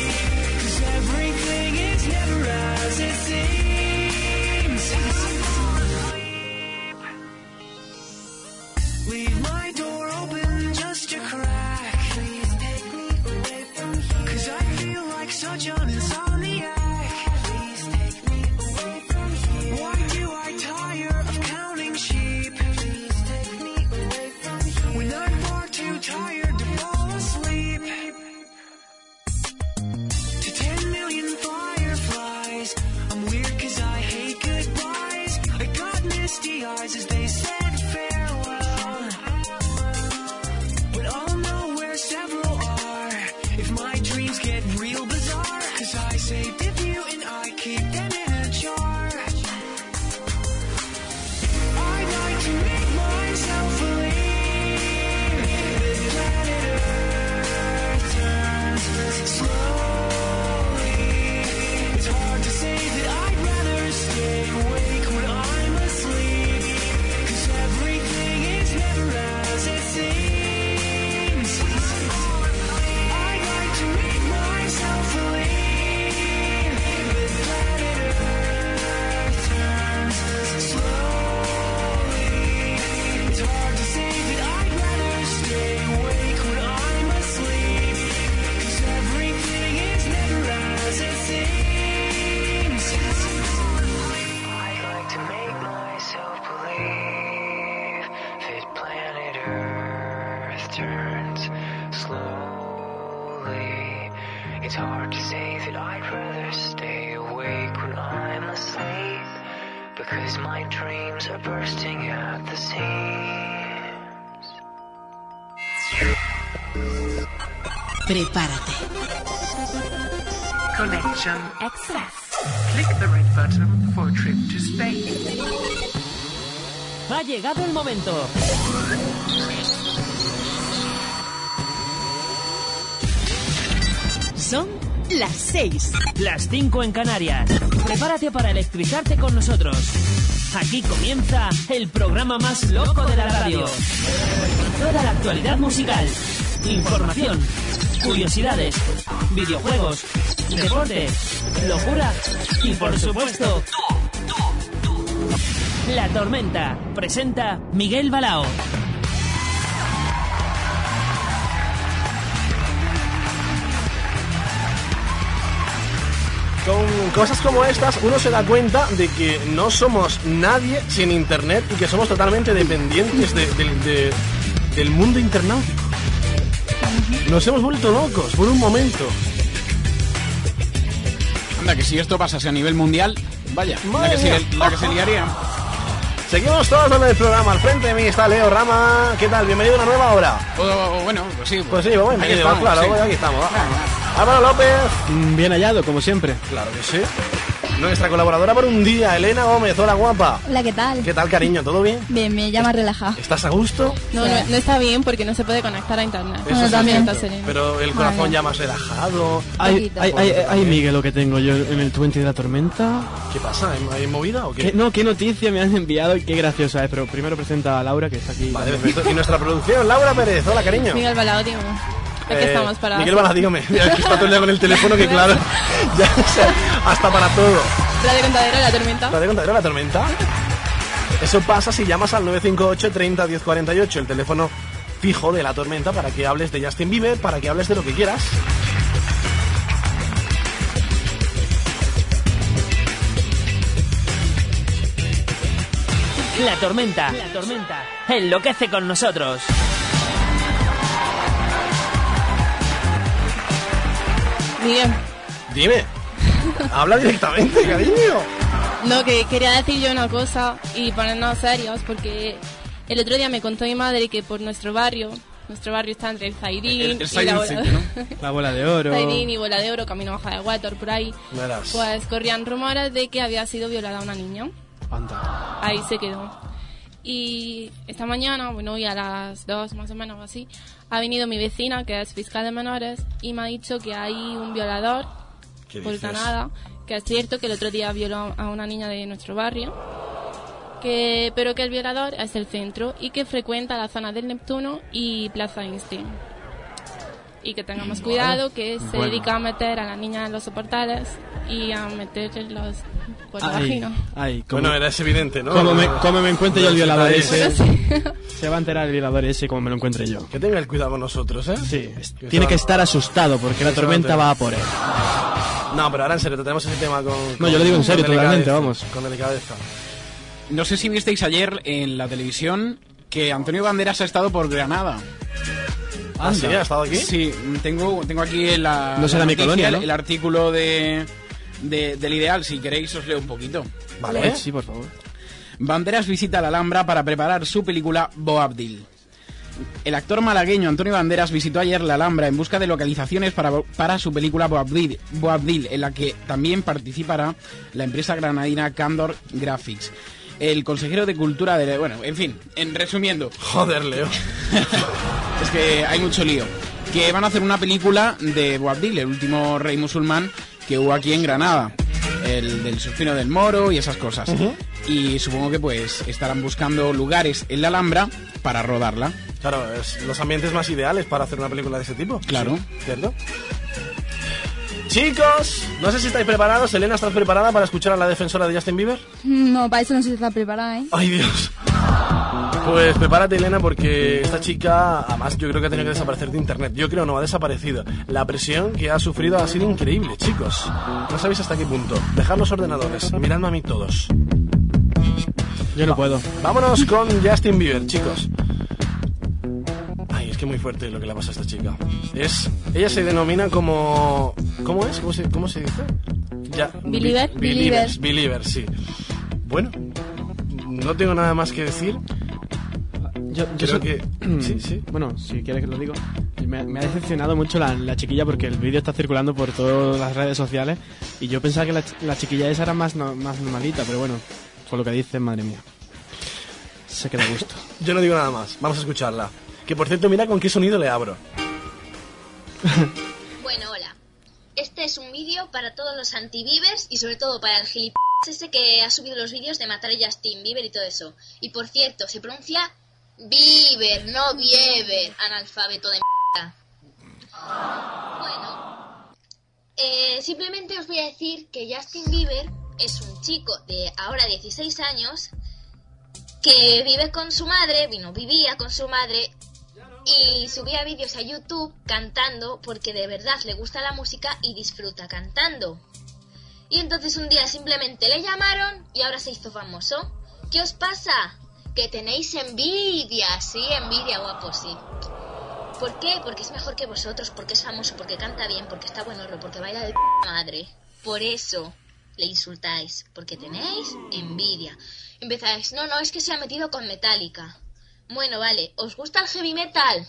'cause everything is never as it seems. Leave my door open just a crack. Please take me away from here. Cause I feel like such an insomniac. Please take me away from here. Why do I tire of counting sheep? Please take me away from here. When I'm far too tired to fall asleep. To ten million fireflies. I'm weird cause I hate goodbyes. I got misty eyes as they said farewell. But I'll know where several are if my dreams get real bizarre. Cause I saved a few and I keep them in a jar. I'd like to make myself believe that planet Earth turns slowly. It's hard to say that I'd rather stay awake when I'm asleep. 'Cause everything is never as it seems. I'd like to make myself believe that planet Earth turns slowly. It's hard to say that I'd rather stay awake when I'm asleep. 'Cause everything is never as it seems. I'd like to make myself believe that planet Earth turns slowly. It's hard to say that I'd rather stay awake when I'm asleep. Because my dreams are bursting at the seams.
Prepárate.
Connection Access. Click the red button for a trip to space.
Ha llegado el momento. Son las 6. Las 5 en Canarias. Prepárate para electrizarte con nosotros. Aquí comienza el programa más loco de la radio. Toda la actualidad musical, información, curiosidades, videojuegos, deporte, locura y por supuesto, La Tormenta presenta Miguel Balao.
Con cosas como estas uno se da cuenta de que no somos nadie sin internet y que somos totalmente dependientes de- del- de- del mundo internautico. Nos hemos vuelto locos por un momento.
Anda, que si esto pasase a nivel mundial, vaya, la que,
mía.
se, la que se liaría.
Seguimos todos en el programa. Al frente de mí está Leo Rama. ¿Qué tal? Bienvenido a una nueva hora.
O- o- o bueno, pues sí.
Pues sí, vamos,
Ahí
bienvenido,
estamos,
claro,
sí.
pues aquí estamos. va. Álvaro López.
Mm, Bien hallado, como siempre.
Claro que sí. Nuestra colaboradora por un día, Elena Gómez, hola guapa.
Hola, ¿qué tal?
¿Qué tal, cariño? ¿Todo bien?
Bien, bien, ya más relajado.
¿Estás a gusto?
No, no, no está bien porque no se puede conectar a internet. Ah,
Eso sí es cierto.
Entonces,
Pero el corazón ya más relajado.
Ay, ay, ay, ay, Miguel, lo que tengo yo en el 20 de la tormenta.
¿Qué pasa? eh, ¿Hay- ¿Hay movida o qué?
¿Qué- no, qué noticia me han enviado y qué graciosa es. Pero primero presenta a Laura, que está aquí.
Vale, perfecto. Y nuestra producción, Laura Pérez. Hola, cariño.
Miguel Balao, dígame. Aquí
Eh,
estamos para.
Miguel Bala, dígame. Mira, que está todo el día con el teléfono que, claro, ya o sea, hasta para todo.
La de contadera, la tormenta.
¿La de contadero la tormenta? Eso pasa si llamas al 958 30 1048, el teléfono fijo de la tormenta, para que hables de Justin Bieber, para que hables de lo que quieras.
La tormenta. La tormenta. Enloquece con nosotros.
Miguel.
Dime. Habla directamente, cariño.
No, que quería decir yo una cosa y ponernos serios porque el otro día me contó mi madre que por nuestro barrio, nuestro barrio está entre el
El- el
Zairín y
Zairín
la
City, ¿no? La bola de oro.
Zairín y Bola de Oro, Camino Baja de Water, por ahí.
Verás.
Pues corrían rumores de que había sido violada una niña. Ahí se quedó. Y esta mañana, bueno, hoy a las 2 más o menos o así, ha venido mi vecina, que es fiscal de menores, y me ha dicho que hay un violador
¿Qué
por
dices?
Canadá, que es cierto que el otro día violó a una niña de nuestro barrio, que, pero que el violador es del centro y que frecuenta la zona del Neptuno y Plaza Einstein. Y que tengamos cuidado, que se
Bueno.
dedica a meter a la niña en los soportales y a meter en los... Por la
Ay,
vagina.
ay,
Bueno, era es evidente, ¿no?
Como me, cómo me encuentre yo el violador
Nadie
ese.
se-
Se va a enterar el violador ese como me lo encuentre yo.
Que tenga el cuidado con nosotros, ¿eh? Sí.
Tiene que estar asustado porque la
Eso
tormenta
antes.
va a por él.
No, pero ahora en serio, tenemos ese tema con...
No, yo lo digo en serio, totalmente, vamos.
Con delicadeza.
No sé si visteis ayer en la televisión que Antonio Banderas ha estado por Granada.
Ah, ¿sí? ¿Ha estado aquí?
Sí, tengo, tengo aquí la,
No será
la
mi colonia,
el-
¿no?
el artículo de, de- del ideal. Si queréis, os leo un poquito. ¿Eh?
Vale. Sí, por favor.
Banderas visita la Alhambra para preparar su película Boabdil. El actor malagueño Antonio Banderas visitó ayer la Alhambra en busca de localizaciones para, para su película Boabdil, Boabdil, en la que también participará la empresa granadina Candor Graphics. El consejero de Cultura de... Bueno, en fin, en resumiendo.
Joder, Leo.
es que hay mucho lío. Que van a hacer una película de Boabdil, el último rey musulmán que hubo aquí en Granada. El del Suspiro del Moro y esas cosas.
Ujú.
Y supongo que pues estarán buscando lugares en la Alhambra para rodarla.
Claro, es los ambientes más ideales para hacer una película de ese tipo.
Claro.
¿Cierto? Chicos, no sé si estáis preparados. Elena, ¿estás preparada para escuchar a la defensora de Justin Bieber?
No, para eso no se está preparada, ¿eh?
Ay, Dios. Pues prepárate, Elena, porque esta chica, además, yo creo que ha tenido que desaparecer de internet. Yo creo no, ha desaparecido. La presión que ha sufrido ha sido increíble, chicos. No sabéis hasta qué punto. Dejad los ordenadores, miradme a mí todos.
Yo no puedo.
Vámonos con Justin Bieber, chicos. Ay, es que muy fuerte lo que le pasa a esta chica. Es, ella se denomina como... ¿Cómo es? ¿Cómo se, cómo se dice? Ya,
Believer.
Be- Believers, believer, sí. Bueno, no tengo nada más que decir.
Yo, yo
Creo
so-
que- sí, sí.
Bueno, si quieres que lo digo. Me, me ha decepcionado mucho la, la chiquilla porque el vídeo está circulando por todas las redes sociales y yo pensaba que la, ch- la chiquilla esa era más, no- más normalita, pero bueno, por lo que dicen, madre mía. Se queda a gusto.
Yo no digo nada más. Vamos a escucharla. Que por cierto, mira con qué sonido le abro.
Bueno, hola. Este es un vídeo para todos los anti-Biebers y sobre todo para el gilipollas ese que ha subido los vídeos de matar a Justin Bieber y todo eso. Y por cierto, se pronuncia Bieber, no Bieber, analfabeto de mierda. Eh, simplemente os voy a decir que Justin Bieber es un chico de ahora 16 años que vive con su madre, vino, vivía con su madre y subía vídeos a YouTube cantando porque de verdad le gusta la música y disfruta cantando. Y entonces un día simplemente le llamaron y ahora se hizo famoso. ¿Qué os pasa? Que tenéis envidia, sí, envidia, guapo, sí. ¿Por qué? Porque es mejor que vosotros, porque es famoso, porque canta bien, porque está buenorro, porque baila de p madre. Por eso le insultáis, porque tenéis envidia. Empezáis, no, no, es que se ha metido con Metallica. Bueno, vale, ¿os gusta el heavy metal?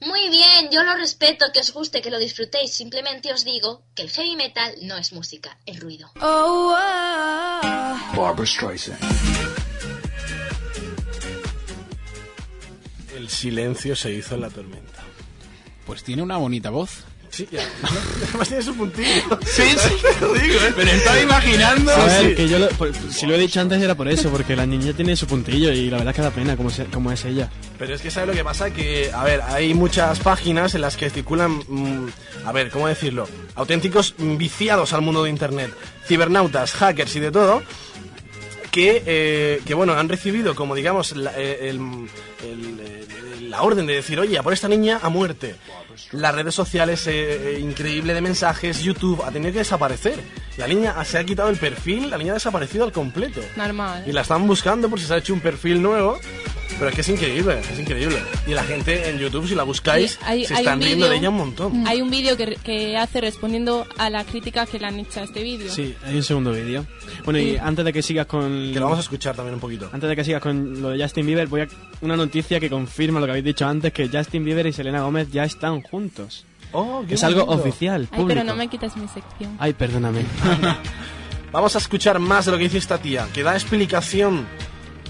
Muy bien, yo lo respeto, que os guste, que lo disfrutéis. Simplemente os digo que el heavy metal no es música, es ruido.
Oh, uh.
Barbara Streisand.
El silencio se hizo en la tormenta.
Pues tiene una bonita voz.
Sí, ya. Además tiene su puntillo.
Sí, sí.
Lo digo, ¿eh?
Pero estaba imaginando.
A ver, que yo lo- por- si lo he dicho antes era por eso, porque la niña tiene su puntillo y la verdad es que da pena como, se- como es ella.
Pero es que ¿sabes lo que pasa? Que, a ver, hay muchas páginas en las que circulan, mm, a ver, ¿cómo decirlo? Auténticos mm, viciados al mundo de Internet. Cibernautas, hackers y de todo. Que, eh, que bueno, han recibido como, digamos, la, eh, el- el- el- la orden de decir, oye, a por esta niña a muerte. Las redes sociales, eh, eh, increíble de mensajes, YouTube, ha tenido que desaparecer. La niña ah, se ha quitado el perfil, la niña ha desaparecido al completo.
Normal.
Y la están buscando por si se ha hecho un perfil nuevo. Pero es que es increíble, es increíble. Y la gente en YouTube, si la buscáis,
Sí, hay-
se
hay
están
un
riendo
vídeo.
de ella un
Mm.
montón.
Mm. Hay un vídeo que, que hace respondiendo a la crítica que le han hecho a este vídeo.
Sí, hay un segundo vídeo. Bueno, y
Sí.
antes de que sigas con... Que lo
vamos a escuchar también un poquito.
Antes de que sigas con lo de Justin Bieber, voy a... Una noticia que confirma lo que habéis dicho antes, que Justin Bieber y Selena Gómez ya están juntos.
Oh, qué
es algo
bonito.
oficial,
Ay,
público.
pero no me quitas mi sección.
Ay, perdóname.
Vamos a escuchar más de lo que dice esta tía, que da explicación.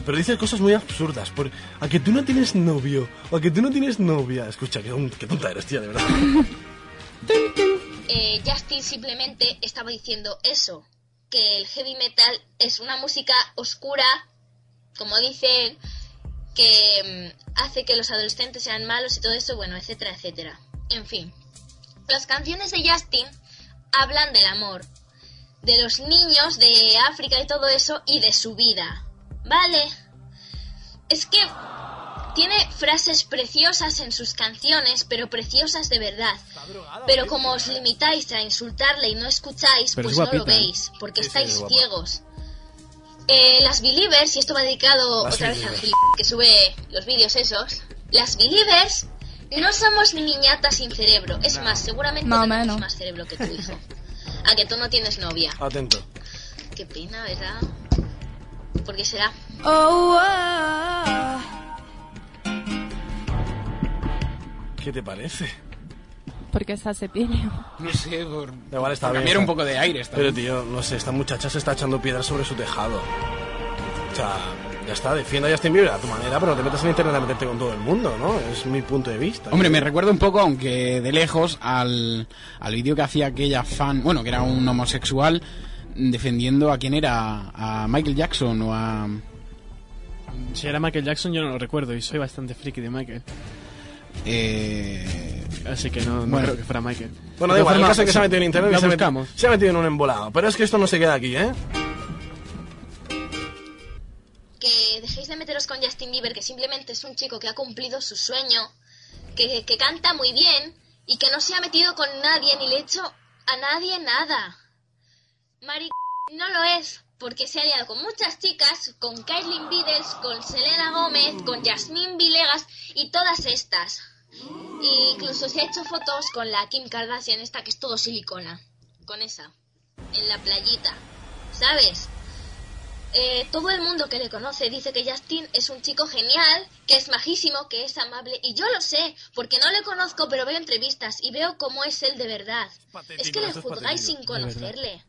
Pero dice cosas muy absurdas. Por, a que tú no tienes novio, o a que tú no tienes novia. Escucha, qué, ton- qué tonta eres, tía, de verdad.
Eh, Justin simplemente estaba diciendo eso, que el heavy metal es una música oscura, como dicen, que mm, hace que los adolescentes sean malos y todo eso, bueno, etcétera, etcétera. En fin, las canciones de Justin hablan del amor, de los niños, de África y todo eso, y de su vida, ¿vale? Es que tiene frases preciosas en sus canciones, pero preciosas de verdad.
¿eh?
Pero como os limitáis a insultarle y no escucháis,
Pero
pues
es
no lo
guapita, ¿eh?
veis,
Sí,
porque
sí,
estáis
es guapa.
ciegos. Eh, las Believers, y esto va dedicado
Las
otra vez a
Believers.
Gil, que sube los vídeos esos. Las Believers no somos ni niñatas sin cerebro. Es más, seguramente
Más o
tenemos
menos.
más cerebro que tu hijo. A que tú no tienes novia.
Atento.
Qué pena, ¿verdad? ¿Por qué será?
Oh,
¿Qué te parece?
Porque está cepillo.
No sé, por.
Da Igual está
por
bien.
cambiar
está-
un poco de aire. está
Pero
bien.
tío, no sé, esta muchacha se está echando piedras sobre su tejado. O sea, ya está, defienda a Justin Bieber a tu manera, pero no te metas en internet a meterte con todo el mundo, ¿no? Es mi punto de vista.
Hombre, me recuerda un poco, aunque de lejos, al, al vídeo que hacía aquella fan, bueno, que era un homosexual, defendiendo a quién era, a Michael Jackson o a...
Si era Michael Jackson yo no lo recuerdo y soy bastante friki de Michael.
eh,
Así que no, no
Bueno.
creo que fuera Michael.
Bueno,
De
da igual, el
forma-
caso es que se ha metido en internet
la
y se ha, metido-
buscamos.
se ha metido en un embolado. Pero es que esto no se queda aquí, ¿eh?
que dejéis de meteros con Justin Bieber, que simplemente es un chico que ha cumplido su sueño, que, que canta muy bien y que no se ha metido con nadie ni le ha hecho a nadie nada. Mari no lo es, porque se ha liado con muchas chicas, con Caitlyn Biddles, con Selena Gómez, con Yasmín Vilegas y todas estas. E incluso se ha hecho fotos con la Kim Kardashian esta que es todo silicona, con esa, en la playita, ¿sabes? Eh, todo el mundo que le conoce dice que Justin es un chico genial, que es majísimo, que es amable. Y yo lo sé, porque no le conozco, pero veo entrevistas y veo cómo es él de verdad. es que le
eso es
juzgáis
patético,
sin
de verdad.
conocerle.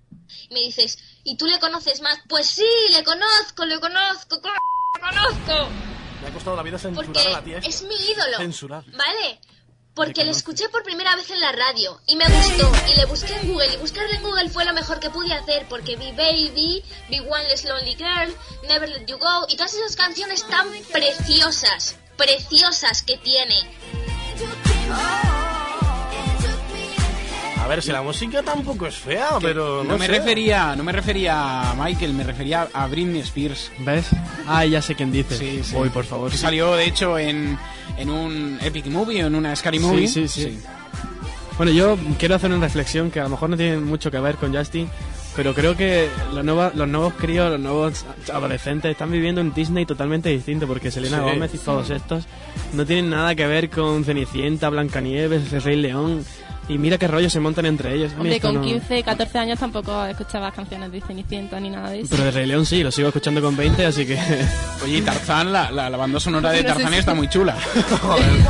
Y me dices, ¿y tú le conoces más? Pues sí, le conozco, le conozco, co- le conozco.
Le ha costado la vida censurar
Porque
a la tía. esta.
es mi ídolo.
Censurar.
¿Vale? Porque le escuché por primera vez en la radio y me gustó y le busqué en Google y buscarle en Google fue lo mejor que pude hacer porque vi Baby, vi One Less Lonely Girl, Never Let You Go y todas esas canciones tan preciosas, preciosas que tiene.
A ver, si la música tampoco es fea, pero. No,
No me
sé.
refería, no me refería a Michael, me refería a Britney Spears.
¿Ves? Ah, ya sé quién dice.
Sí, sí.
Uy, por favor.
Que salió, de hecho, en, en un Epic Movie o en una Scary
Sí,
Movie.
sí, sí. Bueno, yo quiero hacer una reflexión que a lo mejor no tiene mucho que ver con Justin, pero creo que los nuevos, los nuevos críos, los nuevos adolescentes están viviendo un Disney totalmente distinto, porque Selena
Sí.
Gómez y todos
Sí.
estos no tienen nada que ver con Cenicienta, Blancanieves, el Rey León. Y mira qué rollo se montan entre ellos. A mí
Hombre,
esto
con
no-
15, 14 años tampoco escuchabas canciones de Cenicienta ni nada de eso.
Pero de Rey León sí, lo sigo escuchando con 20, así que...
Oye, y Tarzán, la, la, la banda sonora de
No sé
Tarzán
si-
está muy chula.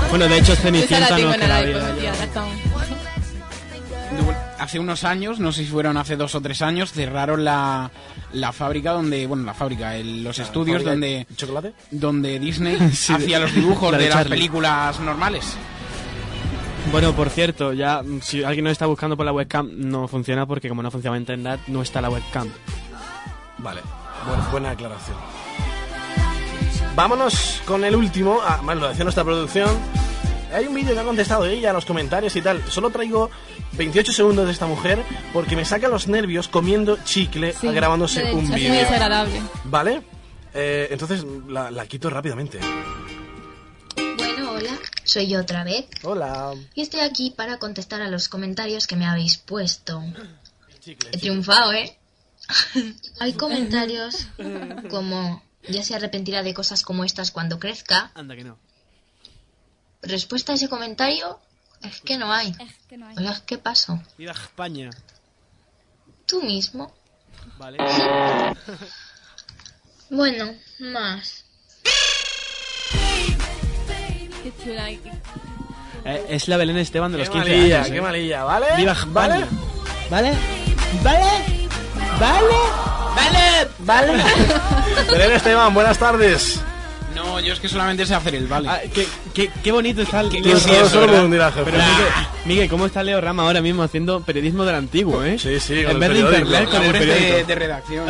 bueno, de hecho es
Esa la
Cenicienta,
tengo
no es
en
que la
la
había-
iPod, tía, razón.
hace unos años, no sé si fueron hace dos o tres años, cerraron la, la fábrica donde, bueno, la fábrica, el- los estudios
fábrica
donde...
¿Chocolate?
Donde Disney
Sí,
hacía los dibujos
la
de,
de
las
Charlie.
películas normales.
Bueno, por cierto, ya mm, si alguien nos está buscando por la webcam, no funciona porque como no funciona internet, no está la webcam.
Vale, bu- buena aclaración. Vámonos con el último, ah, más lo decía nuestra producción. Hay un vídeo que ha contestado ella a los comentarios y tal. Solo traigo 28 segundos de esta mujer porque me saca los nervios comiendo chicle
Sí,
grabándose
lo he
un
dicho,
vídeo.
Es muy desagradable.
¿Vale? Eh, entonces la, la quito rápidamente.
Bueno, hola, soy yo otra vez.
Hola.
Y estoy aquí para contestar a los comentarios que me habéis puesto. He triunfado, ¿eh? Hay comentarios como ya se arrepentirá de cosas como estas cuando crezca.
Anda que no.
Respuesta a ese comentario es que no hay. Hola, ¿qué pasó?
Viva España.
Tú mismo.
Vale.
Bueno, más.
Qué chula. y-
Eh, es la Belén Esteban de los 15
malilla,
años.
qué
eh.
malilla, ¿vale?
Viva España. ¿Vale?
¿Vale? ¿Vale? ¿Vale? ¿Vale? Belén Esteban, buenas tardes.
No, yo es que solamente sé hacer el vale.
Ah, qué, bonito está el...
qué sí eso, ¿verdad?
Pero Miguel, Miguel, ¿cómo está Leo Rama ahora mismo haciendo periodismo del antiguo, eh?
Sí, sí,
En vez de internet, con el
Labores de,
periódico.
de redacción.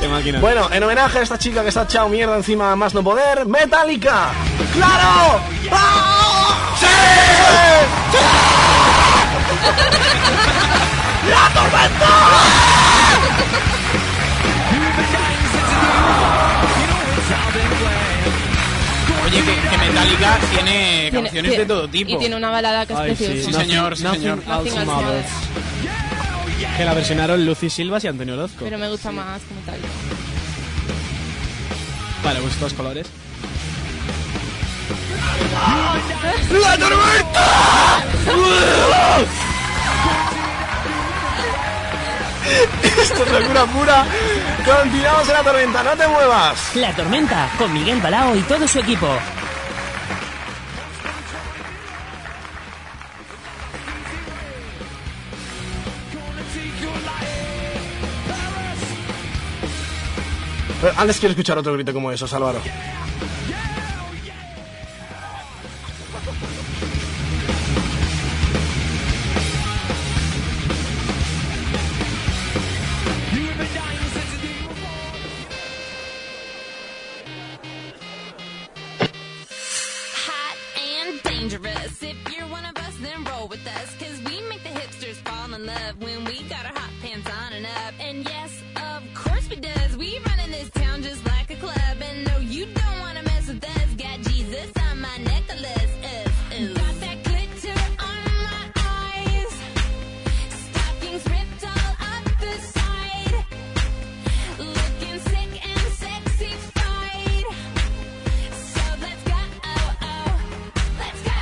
Qué máquina.
Bueno, en homenaje a esta chica que está echado mierda encima a más no poder, Metallica. ¡Claro! ¡Ah! ¡Sí! ¡La tormenta!
Oye, que, que Metallica tiene
Tiene-
canciones
tiene-
de todo tipo.
Y tiene una balada que es
Ay, sí,
preciosa.
Sí, señor, sí,
Nothing-
señor.
Nothing Else Matters. Que la versionaron Lucy Silvas y Antonio Orozco.
Pero me gusta más como tal.
Para gustos colores.
¡La tormenta!
Esto es locura pura. Continuamos en la tormenta, no te muevas.
La tormenta con Miguel Balao y todo su equipo.
Pero antes quiero escuchar otro grito como esos, Álvaro.
hot and dangerous. If you're one of us, then roll with us. Cause we make the hipsters fall in love when we got our hot pants on and up. And yes, of course we does. We run in this town just like a club. And no, you don't wanna mess with us. Got Jesus on my necklace. Ooh, ooh. Got that glitter on my eyes. Stockings ripped all up the side. Looking sick and sexy fied. So let's go, oh, oh, let's go.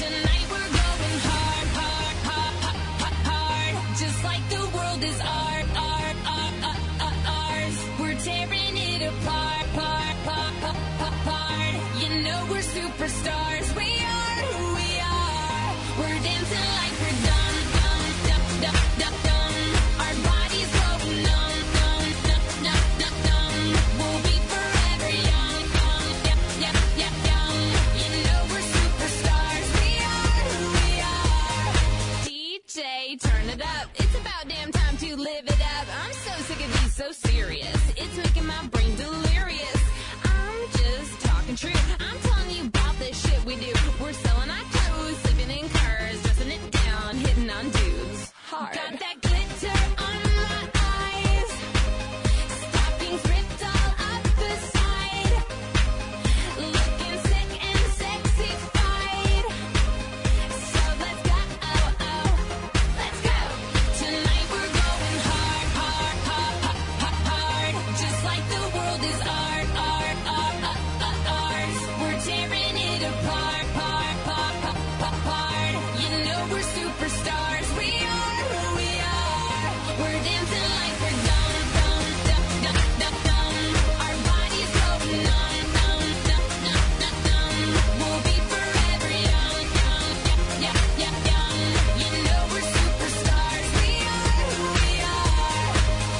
Tonight we're going hard, hard, hard, hard, hard, hard. Just like the world is art, art, art, art, art, ours. We're tearing it apart, part, part, part, part, part. You know we're superstars. We are who we are. We're dancing like we're dumb, dumb, dumb, dumb, dumb, dumb. Our bodies go numb, numb, numb, numb, numb, numb. We'll be forever young, young, yep, yep, yep, young. You know we're superstars. We are who we are. DJ, turn it up. It's about damn time to live it up. I'm so sick of being so serious. It's making my brain delirious. I'm just talking true. I'm telling you about the shit we do. We're selling our clothes, sleeping in cars, dressing it down, hitting on dudes. Hard. Got that glitter on my eyes. Stockings ripped all up the side. Looking sick and sexy fied. So let's go, oh, oh, let's go. Tonight we're going hard, hard, hard, hard, hard, hard.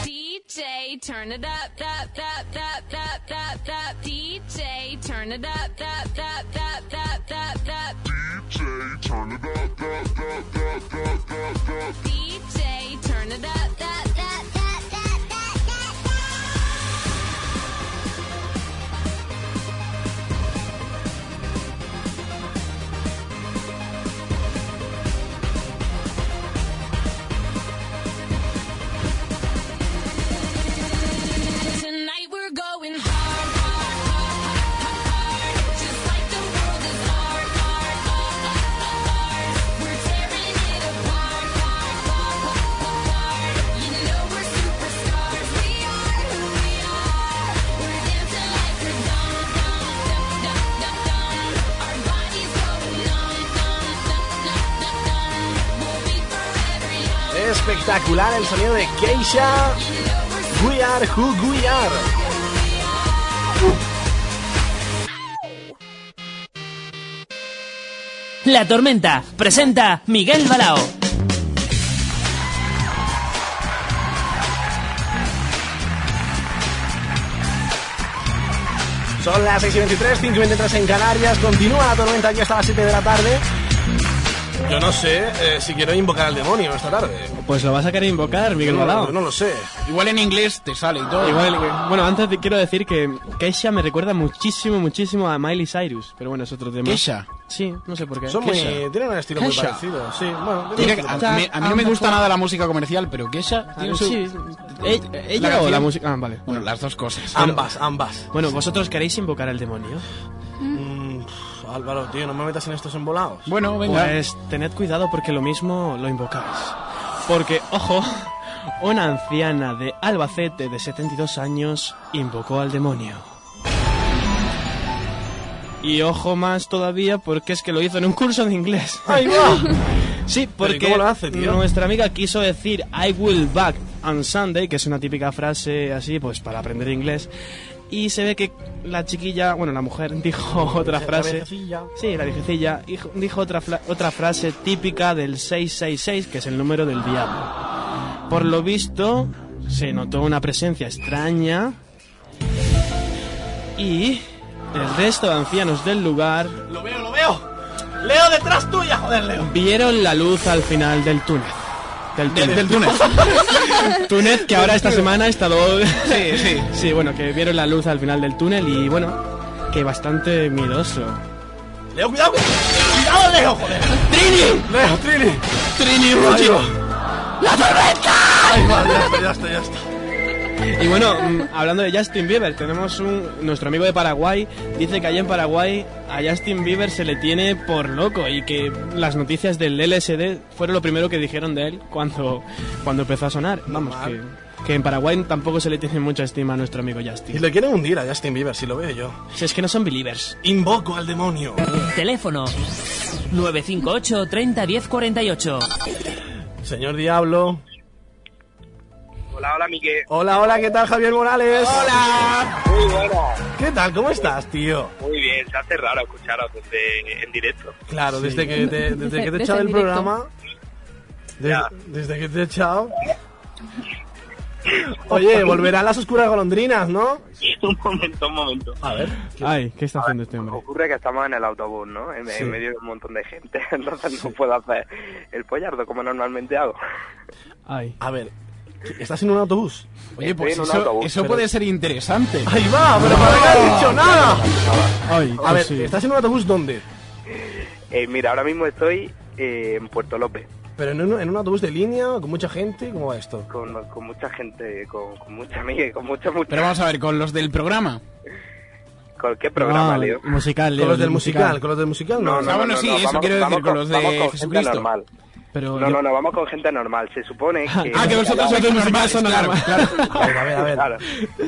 DJ, turn it up, up, up, up, up, up, up. DJ, turn it up, up, up, up, up, up, up.
DJ, turn it up,
DJ, turn it up, up, up, up, up, up, up. Tonight we're going hard, hard, hard, hard, hard. Just like the world is hard, hard, hard, hard, hard, hard. We're tearing it apart, apart, apart, apart, apart. You know we're superstars. We are who we are. We're dancing like we're dumb, dumb, dumb, dumb, dumb, dumb. Our bodies going numb, numb, numb, numb, numb, numb. We'll be forever young.
Espectacular el sonido de Keisha. We are who we are.
La Tormenta presenta Miguel Balao.
Son las 6 y 23, 5 y 23 en Canarias. Continúa la tormenta aquí hasta las 7 de la tarde. Yo no sé eh, si quiero invocar al demonio esta tarde.
Pues lo vas a querer invocar, Miguel
No,
Balao.
yo no lo sé.
Igual en inglés te sale y todo.
Igual, eh, bueno, antes de- quiero decir que Keisha me recuerda muchísimo, muchísimo a Miley Cyrus. Pero bueno, es otro tema.
Keisha.
Sí, no sé por qué.
Son muy, tienen un estilo muy
Keisha.
parecido. Sí, bueno,
Mira
tienen
que
un
a,
estilo
mí, a mí no me gusta nada la música comercial, pero que ella tiene su...
Sí. Eh, ¿Ella o
canción-
la música? Ah, vale.
Bueno, las dos cosas.
Ambas, ambas.
Bueno, ¿vosotros queréis invocar al demonio?
Mm, pff, Álvaro, tío, no me metas en estos embolados.
Bueno, venga.
Pues tened cuidado porque lo mismo lo invocáis. Porque, ojo, una anciana de Albacete de 72 años invocó al demonio. Y ojo más todavía porque es que lo hizo en un curso de inglés.
¡Ahí va! Pero,
Sí,
¿y
porque
cómo lo hace, tío?
nuestra amiga quiso decir I will back on Sunday, que es una típica frase así, pues para aprender inglés. Y se ve que la chiquilla, bueno, la mujer dijo
Pues,
otra
La
frase.
viejecilla.
Sí, la viejecilla hijo- dijo otra, fla- otra frase típica del 666, que es el número del diablo. Por lo visto, se notó una presencia extraña y el resto de ancianos del lugar
¡Lo veo, lo veo! ¡Leo detrás tuya! ¡Joder, Leo!
vieron la luz al final del túnel. Del túnel.
del túnel.
Túnel que ahora esta semana ha estado...
Sí, sí.
sí, bueno, que vieron la luz al final del túnel y bueno, que bastante miedoso.
¡Leo, cuidado! ¡Cuidado, Leo, joder!
¡Trini!
¡Leo, Trini!
¡Trini
Ruggero!
¡La tormenta!
¡Ay, vale, ya está, ya está, ya está!
Y bueno, mm, hablando de Justin Bieber, tenemos un... Nuestro amigo de Paraguay dice que allá en Paraguay a Justin Bieber se le tiene por loco y que las noticias del LSD fueron lo primero que dijeron de él cuando, cuando empezó a sonar. Vamos, que, que en Paraguay tampoco se le tiene mucha estima a nuestro amigo
Y
Justin.
le quieren hundir a Justin Bieber, si lo veo yo.
Si es que no son believers.
Invoco al demonio.
Teléfono 958 30 10 48.
Señor Diablo.
Hola, hola, Miguel.
Hola, hola, ¿qué tal, Javier Morales? ¡Hola!
Muy bueno.
¿Qué tal? ¿Cómo estás, tío?
Muy bien, se hace raro escucharos desde, en directo.
Claro, desde que te, desde que te he
Desde
echado
en
el
directo.
programa. de-
Ya.
desde que te he echado. Oye, volverán las oscuras golondrinas, ¿no?
un momento, un momento.
A ver.
Ay, ¿qué está haciendo este hombre?
Ocurre que estamos en el autobús, ¿no? En, en
Sí.
medio de un montón de gente, entonces no puedo hacer el pollardo como normalmente hago.
Ay.
A ver, ¿estás en un autobús?
Oye,
Estoy
pues
en un
eso,
autobús,
eso
pero-
puede ser interesante.
Ahí va, pero para qué has dicho nada. A
pues
ver,
sí.
¿estás en un autobús dónde?
Eh, mira, ahora mismo estoy eh, en Puerto López,
¿Pero en un, en un autobús de línea, con mucha gente? ¿Cómo va esto?
con, con mucha gente, con, con mucha amiga, con mucha, mucha...
Pero vamos a ver, con los del programa.
¿Con qué programa,
No,
Leo?
musical, Leo,
Con los del
del
musical,
musical.
con los del musical, no.
No, no,
Ah, bueno,
no,
sí,
no,
eso
vamos-
quiero decir
vamos
con los de
vamos con gente
Jesucristo.
normal.
Pero
no,
yo-
no, no, vamos con gente normal. Se supone que...
Ah, que vosotros sois normales, claro, claro.
a ver, a ver.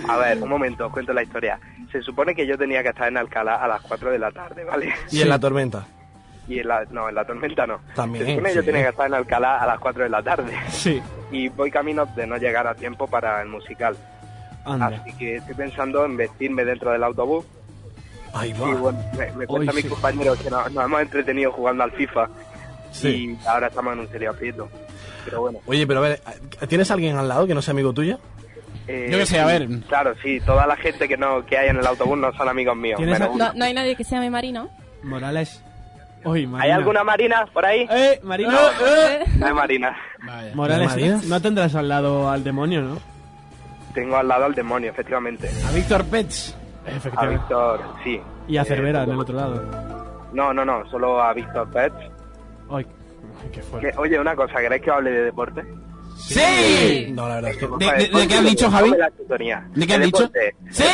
A ver, un momento, os cuento la historia. Se supone que yo tenía que estar en Alcalá a las 4 de la tarde, ¿vale?
Y en la tormenta.
Y en la, no, en la tormenta no.
También,
Se supone que
sí.
yo tenía que estar en Alcalá a las 4 de la tarde.
Sí.
Y voy camino de no llegar a tiempo para el musical.
Ah,
Anda.
Así que estoy pensando en vestirme dentro del autobús.
Ahí
Y bueno, me, me cuentan
Hoy
mis
sí.
compañeros que nos, nos hemos entretenido jugando al FIFA.
Sí.
Y ahora estamos en un serio aprieto. Pero bueno.
Oye, pero a ver, ¿tienes alguien al lado que no sea amigo tuyo?
eh,
Yo qué sé, a ver.
Claro, sí, toda la gente que no que hay en el autobús no son amigos míos.
¿Tienes
menos
No,
uno.
no hay nadie que se llame Marino.
Morales. Uy, Marina.
¿Hay alguna Marina por ahí?
¡Eh, Marina!
No, no hay Marina.
Morales, no tendrás al lado al demonio, ¿no?
Tengo al lado al demonio, efectivamente.
A Víctor Pets.
A
Efectivamente.
Víctor, sí.
Y
Eh,
a Cervera, en el otro lado.
No, no, no, solo a Víctor Pets.
Ay, qué fuerte.
Que- oye, una cosa, ¿queréis que hable de deporte?
¡Sí!
No, la verdad es que...
¿De, qué has dicho, Javi? ¿De qué has dicho? ¡Sí!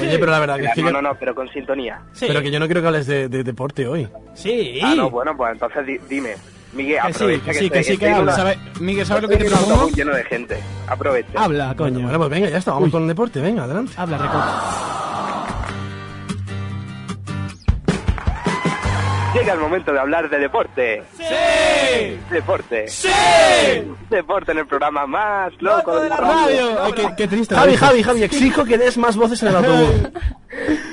Oye, pero la verdad que es que-
No, no, no, pero con sintonía.
Pero que yo no creo que hables de, de deporte hoy.
Sí.
Ah, no, bueno, pues entonces di- dime. Miguel,
Que sí,
aprovecha
que sí, que
estoy-
sí, que
estoy en
habla.
una-
¿Sabe- Miguel, ¿sabe lo
estoy
que te
en un
propongo?
autobús lleno de gente. Aprovecha.
Habla, coño.
Bueno, pues venga, ya está, vamos con el deporte, venga, adelante.
Habla, recoge.
Llega el momento de hablar de deporte. ¡Sí! Deporte. ¡Sí! Deporte en el programa más loco de la radio.
eh,
Ay, qué, qué triste.
Javi, Javi, Javi, exijo que des más voces en el autobús.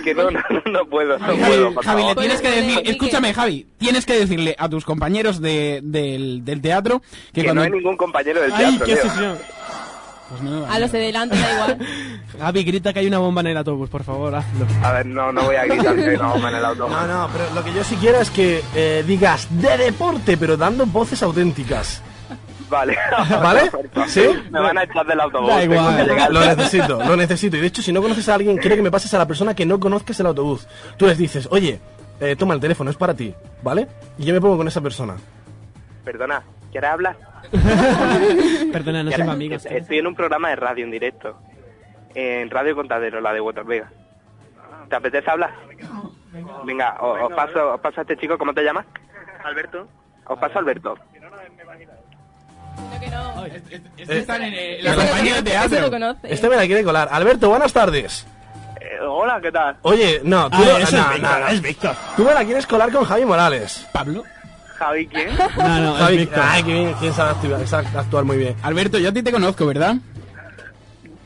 Que no, no, no, no puedo, no puedo. por
Javi, le
favor.
tienes que decir, escúchame, Javi, tienes que decirle a tus compañeros de- del, del teatro que,
Que
cuando.
no hay ningún compañero del
Ay,
teatro,
qué
tío.
sucio.
A los de delante da igual.
Javi, grita que hay una bomba en el autobús, por favor, hazlo.
A ver, no, no voy a gritar que no, en el autobús.
No, no, pero lo que yo sí quiero es que eh, digas de deporte, pero dando voces auténticas.
Vale.
¿Vale? ¿Sí?
Me van a echar del autobús.
Da
tengo
igual.
que llegar.
Lo necesito, lo necesito. Y de hecho, si no conoces a alguien, quiere que me pases a la persona que no conozcas el autobús. Tú les dices, oye, eh, toma el teléfono, es para ti, ¿vale? Y yo me pongo con esa persona.
Perdona, ¿quieres hablar?
Perdona, no
¿Quieres?
somos amigos.
Es- Estoy en un programa de radio en directo. En Radio Contadero, la de Water Vega. ¿Te apetece hablar? Venga, o- os, paso, os paso a este chico, ¿cómo te llamas? Alberto. Os paso a Alberto.
eh, La compañía de teatro.
Este me la quiere colar. Alberto, buenas tardes.
Eh,
hola, ¿qué tal?
Oye, no, tú
Ah,
no,
ese
no,
es Víctor,
no, no. Tú me la quieres colar con Javi Morales.
¿Pablo?
¿Javi quién?
No, no,
es Víctor.
ah,
Ay, qué bien, quién sabe actuar, sabe actuar muy bien.
Alberto, yo a ti te conozco, ¿verdad?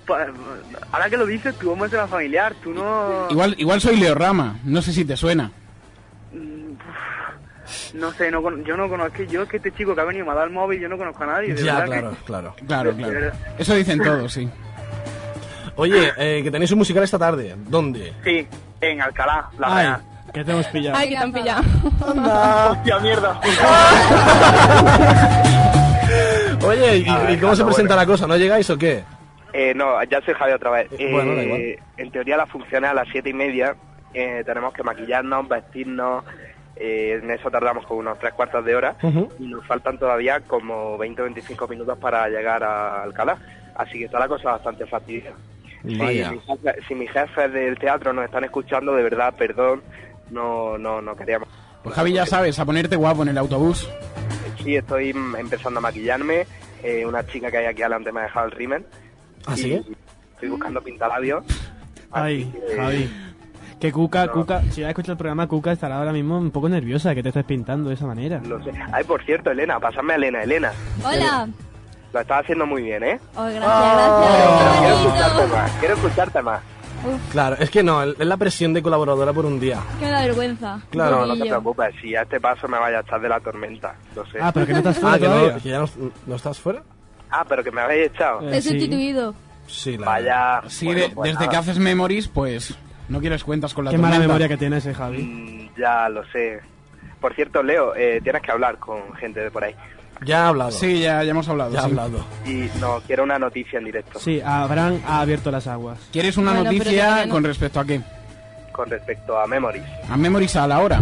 pues,
Pa- Ahora que lo dices, tu homo es de la familiar, tú no...
Igual, igual soy Leo Rama, no sé si te suena.
Mm, No sé, no, con- yo no conozco... Yo es que este chico que ha venido me ha dado el móvil, yo no conozco a nadie. de verdad que-
claro.
Claro, claro. Eso dicen todos, sí.
Oye, eh, que tenéis un musical esta tarde. ¿Dónde?
Sí, en Alcalá, la
Ay,
real.
que te hemos pillado.
Ay, que te han pillado.
Hostia, mierda.
Oye, ¿y, y
Ah,
cómo se
claro,
presenta la cosa? ¿No llegáis o qué?
Eh, no, ya soy Javi otra vez.
Eh, bueno, da
Eh,
igual.
En teoría las funciones a las siete y media eh, tenemos que maquillarnos, vestirnos. eh, en eso tardamos como unos tres cuartos de hora
Ujú.
y nos faltan todavía como 20 o 25 minutos para llegar a Alcalá. Así que está la cosa bastante fastidiosa. Si, mi jefe- si mis jefes del teatro nos están escuchando, de verdad, perdón, no, no, no queríamos.
Pues Javi, ya sabes, a ponerte guapo en el autobús.
Sí, estoy mm, empezando a maquillarme. eh, una chica que hay aquí adelante me ha dejado el rimen.
¿Ah,
y
sí?
Estoy buscando pintalabios.
Ay, Javi. Que Cuca, Cuca, si ya escuchado el programa, Cuca estará ahora mismo un poco nerviosa de que te estés pintando de esa manera.
Lo sé. Ay, por cierto, Elena, pásame a Elena, Elena.
Hola.
Lo estás haciendo muy bien, ¿eh?
Oh,
Ah.
gracias,
Quiero
gracias.
escucharte más, quiero escucharte más.
Claro, es que no, el- es la presión de colaboradora por un día.
Que me da vergüenza.
Claro.
Un
No, no te
poquillo.
preocupes, si a este paso me vaya a echar de la tormenta, lo sé.
Ah, pero que no estás fuera
Ah, que no-
todavía. ya no, no estás fuera?
Ah, pero que me habéis echado.
Eh,
Te he sustituido.
Sí, la
Vaya.
Sí,
bueno,
de-
pues
desde
nada.
que haces memories, pues no quieres cuentas con la
Qué mala
tormenta.
memoria que tienes, eh, Javi.
Ya, lo sé. Por cierto, Leo, eh, tienes que hablar con gente de por ahí.
Ya ha hablado.
Sí, ya, ya hemos hablado.
Ya ha
sí.
hablado. ah.
Y no, quiero una noticia en directo.
Sí, Abraham ha abierto las aguas.
¿Quieres una
Bueno, pero
noticia
todavía no.
con respecto a qué?
Con respecto a Memories.
A Memories a la hora.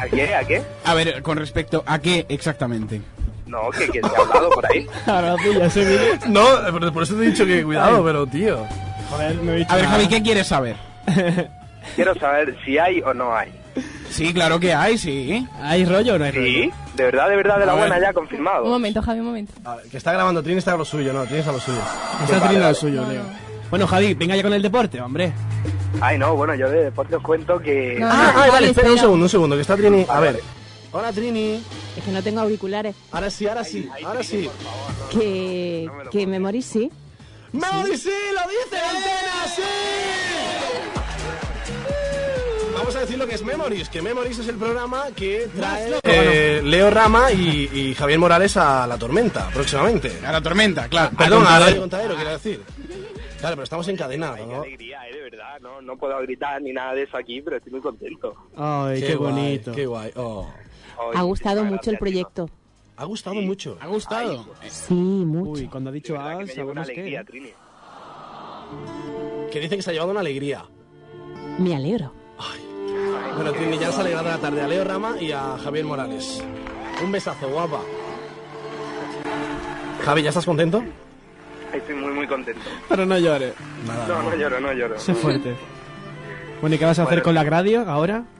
¿A qué? ¿A qué?
A ver, con respecto a qué exactamente.
No, que, que se ha hablado por ahí.
No, por, por eso te he dicho que cuidado, pero tío.
Joder, no he
A ver, Javi, ¿qué quieres saber?
Quiero saber si hay o no hay.
Sí, claro que hay, sí.
¿Hay rollo o no hay
¿Sí? De verdad, de verdad, de la buena, ya confirmado.
Un momento, Javi, un momento.
Que está grabando, Trini está a lo suyo, no, Trini está a lo suyo.
Está
Vale,
tirando
vale.
lo suyo, Leo. Bueno, Javi, venga ya con el deporte, hombre.
Ay, no, bueno, yo de deporte os cuento que...
Ah, ay, vale, espera un segundo, un segundo, que está Trini. A ver, Hola Trini.
Es que no tengo auriculares.
ahora sí, ahora sí, ahora sí.
Que, que me morís, sí.
¡Mauri, sí! ¡Lo dice! ¡Antena, sí! Vamos a decir lo que es Memories, que Memories es el programa que trae eh, Leo Rama y, y Javier Morales a La Tormenta, próximamente.
A La Tormenta, claro.
Perdón, a
Al
la de Contadero,
Contadero.
quiero decir. Claro, pero estamos en cadena, ¿no?
alegría, eh, de verdad. No, no puedo gritar ni nada de eso aquí, pero estoy muy contento.
Ay, qué,
guay,
bonito.
Qué guay. oh.
Ha gustado mucho el proyecto.
Ha gustado mucho.
Ha gustado.
Sí, mucho.
Uy, cuando ha dicho ah,
me lleva una
sabemos
alegría,
que...
Trini.
Que dice que se ha llevado una alegría.
Me alegro.
Bueno, Trini, ya se ha alegrado la tarde a Leo Rama y a Javier Morales. Un besazo, guapa. Javi, ¿ya estás contento?
Estoy muy, muy contento.
Pero no llores.
no, no lloro, no lloro.
Sé fuerte. Bueno, ¿y qué vas a hacer con la radio ahora?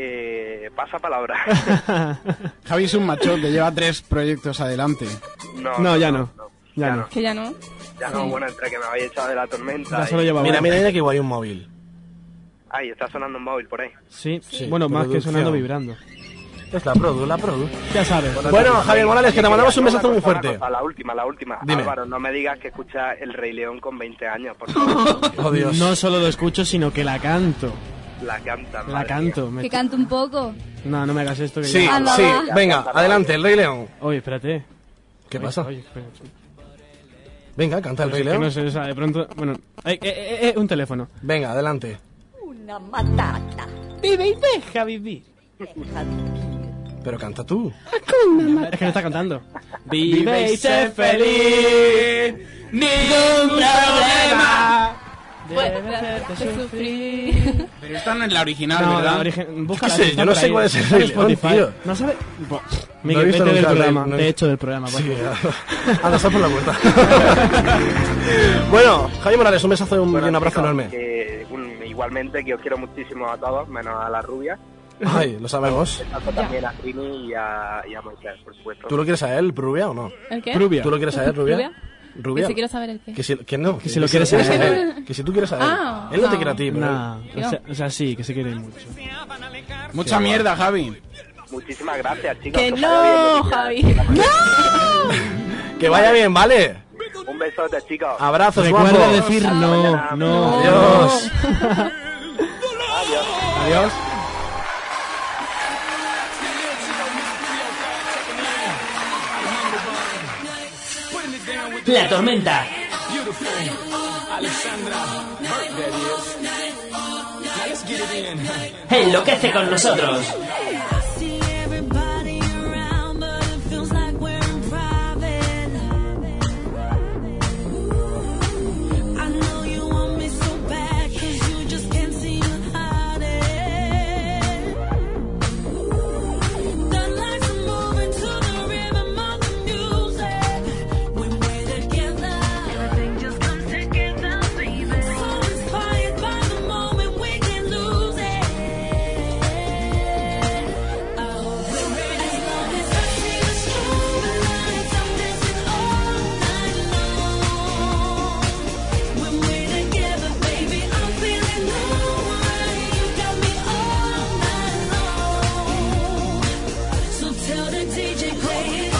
Eh, pasa palabra.
Javi es un machón que lleva tres proyectos adelante.
No,
No, ya no. Ya no.
Que ya no.
Ya no, bueno, entre que me habéis echado de la tormenta.
Ya
y-
se lo lleva
Mira,
ahora.
mira, mira que igual hay un móvil.
Ay, está sonando un móvil por ahí.
Sí, bueno, más que
producción.
sonando vibrando.
Es la produ, la produ.
Ya sabes.
Bueno, Javier Morales, que te mandamos un
Una
besazo muy
cosa, una
fuerte.
cosa, la última, la última.
Dime.
Álvaro, no me digas que escuchas El Rey León con 20 años, por favor.
Oh,
No solo lo escucho, sino que la canto.
La canta,
La canto. me-
Que cante un poco.
No, no me hagas esto. Que
Sí,
ya-
sí, venga, adelante, el Rey León.
Oye, espérate.
¿Qué
Oye,
pasa?
oye, espérate.
Venga, canta el
Pues
Rey
es que
León.
no sé, o sea, de pronto... Bueno, eh, eh, eh, eh, un teléfono.
Venga, adelante.
Una matata.
Vive y deja vivir.
Pero canta tú.
Es que no está cantando.
Vive
Vive
y
y
sé
sé
feliz,
feliz.
ningún
Ningún
problema.
problema.
Pero esta no es la original,
No,
¿verdad?
la origen-
busca
búscala,
la que
está
está
por
por
ahí.
ahí.
Está en Spotify.
No sabe.
Miguel, vete del programa. De hecho, del programa. pues.
Sí, anda, sal por la puerta. bueno, Javier Morales, un besazo y un, y un abrazo enorme.
Que, un- igualmente que os quiero muchísimo a todos, menos a la rubia.
Ay, lo sabemos.
Besazo también a Trini y a, y a Moisés, por supuesto.
¿Tú lo quieres a él, Rubia o no?
¿El qué?
Rubia. ¿Tú lo quieres saber, Rubia?
¿Rubia?
Rubia.
Que si quiero saber el qué.
Que si, que no,
si lo quieres
quieres
a él.
Que si tú quieres a él.
Ah,
él no, te
no.
quiere a ti, pero.
Nah, o sea, o sea, sí, que se quieren mucho.
Mucha
Sí,
mierda, Javi.
Muchísimas gracias, chicos.
Que
os vaya
no, Javi. ¡No!
Que vaya bien, ¿vale?
bien. Un besote, chicos.
Abrazos,
Recuerda
guapo.
decir no, no.
Adiós.
Adiós.
La tormenta. Enloquece con nosotros.
Tell the DJ play it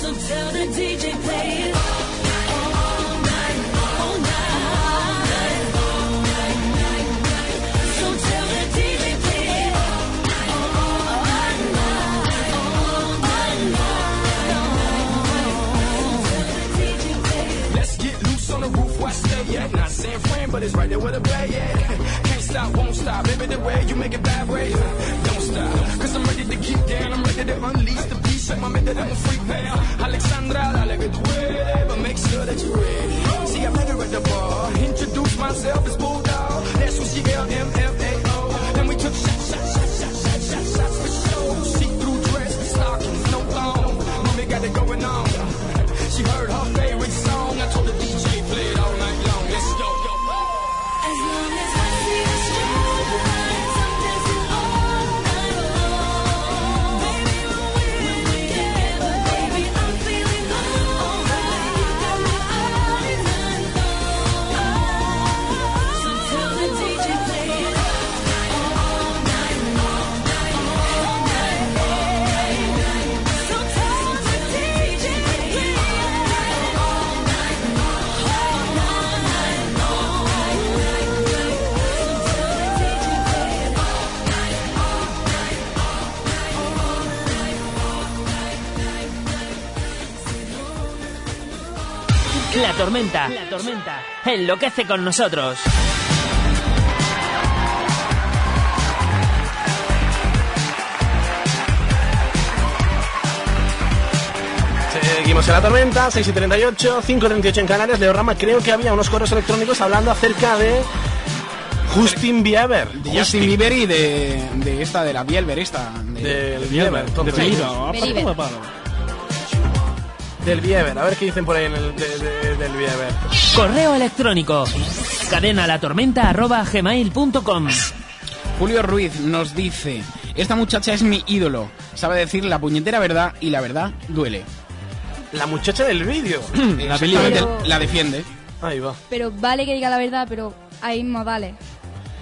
So tell the DJ play it all night, all night, all night, all night, night, night. So tell the DJ play it all night, all night,
Let's get loose on the roof where I stay at. Not San Fran, but it's right there where the bay at. Can't
stop, won't stop. Baby, the way you make it vibrate, don't stop. Cause I'm ready to keep down, I'm ready to unleash the beast of my mind that I'm a freak now. Alexandra, dale que tú eres, but make sure that you're ready. See, I met her at the bar, introduce myself as Bulldog. That's when she L-M-F-A-O. Then we took shots, shots, shots, shots, shots, shots, shots for show. See-through dress, stockings, no thong. Mommy got it going on. She heard her favorite song, I told the DJ play it all night long. Let's go.
La tormenta. La tormenta. Enloquece con nosotros.
Seguimos en la tormenta, 6 y 38, 5 y 38 en Canarias. Leo Rama, creo que había unos coros electrónicos hablando acerca de Justin Bieber.
De Justin Bieber y de, de esta, de la Bielber, esta.
Del Bieber, entonces.
De Bieber.
Bieber. Del Bieber, a ver qué dicen por ahí en el, de- de- del Bieber.
Correo electrónico. Cadena la tormenta arroba gmail.com.
Julio Ruiz nos dice, esta muchacha es mi ídolo, sabe decir la puñetera verdad y la verdad duele.
La muchacha del vídeo.
la,
película.
la defiende.
Ahí va.
Pero vale que diga la verdad, pero ahí más vale.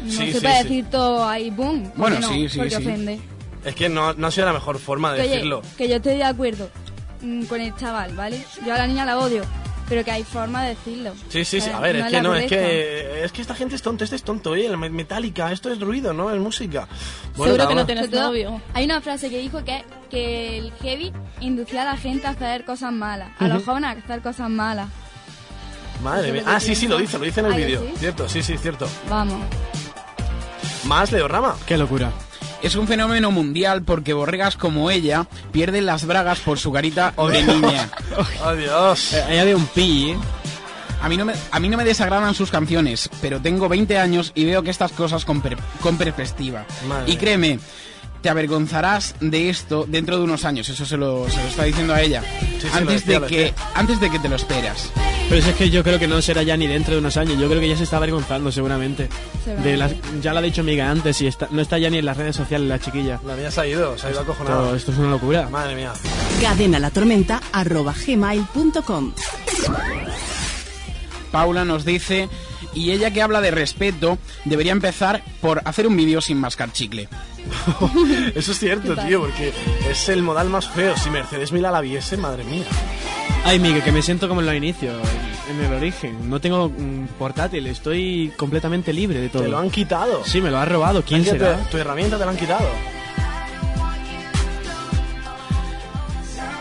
No
Sí, sí,
se puede
sí.
decir todo ahí, boom. porque
Bueno,
no,
sí, sí,
Porque
sí.
ofende.
Es que no, no ha sido la mejor forma de
Que, oye,
decirlo.
que yo estoy de acuerdo mm, con el chaval, ¿vale? Yo a la niña la odio, pero que hay forma de decirlo.
Sí, sí, sí.
Eh,
A ver, es
es
que
la
no, es
correcta.
que, es que esta gente es tonta, este es tonto, oye, la me- metálica, esto es ruido, ¿no? Es música. nada más.
Sobre todo, Hay una frase que dijo que, que el heavy inducía a la gente a hacer cosas malas, a los
Ujú.
jóvenes a hacer cosas malas.
Madre
Eso
mía.
es lo que
Ah, sí, sí, lo dice, lo dice en el
¿Ah, que
vídeo.
sí?
Cierto, sí, sí, cierto.
Vamos.
Más Leo Rama.
Qué locura. Es un fenómeno mundial porque borregas como ella pierden las bragas por su carita de niña.
Adiós.
Ella de un pi, A mí, no me, a mí no me desagradan sus canciones, pero tengo 20 años y veo que estas cosas con, per- con perspectiva.
Madre.
Y créeme, te avergonzarás de esto dentro de unos años. Eso se lo, se lo está diciendo a ella.
sí, lo
antes,
decía,
de
lo
que, antes de que te lo esperas.
Pero si es que yo creo que no será ya ni dentro de unos años. Yo creo que ya se está avergonzando seguramente.
Seguramente.
De las, ya lo ha dicho Miga antes y está, no está ya ni en las redes sociales la chiquilla.
La mía se ha ido, se ha ido
Todo
acojonada.
esto es una locura.
Madre mía.
Cadena la tormenta arroba gmail.com.
Paula nos dice, y ella que habla de respeto, debería empezar por hacer un vídeo sin mascar chicle.
Eso es cierto, tío, porque es el modal más feo. Si Mercedes Mila la viese, madre mía.
Ay, Miguel, que me siento como en los inicios, en el origen. No tengo mm, portátil, estoy completamente libre de todo.
Te lo han quitado.
Sí, me lo ha robado. ¿Quién
Oye,
será?
Tu, tu herramienta te la han quitado.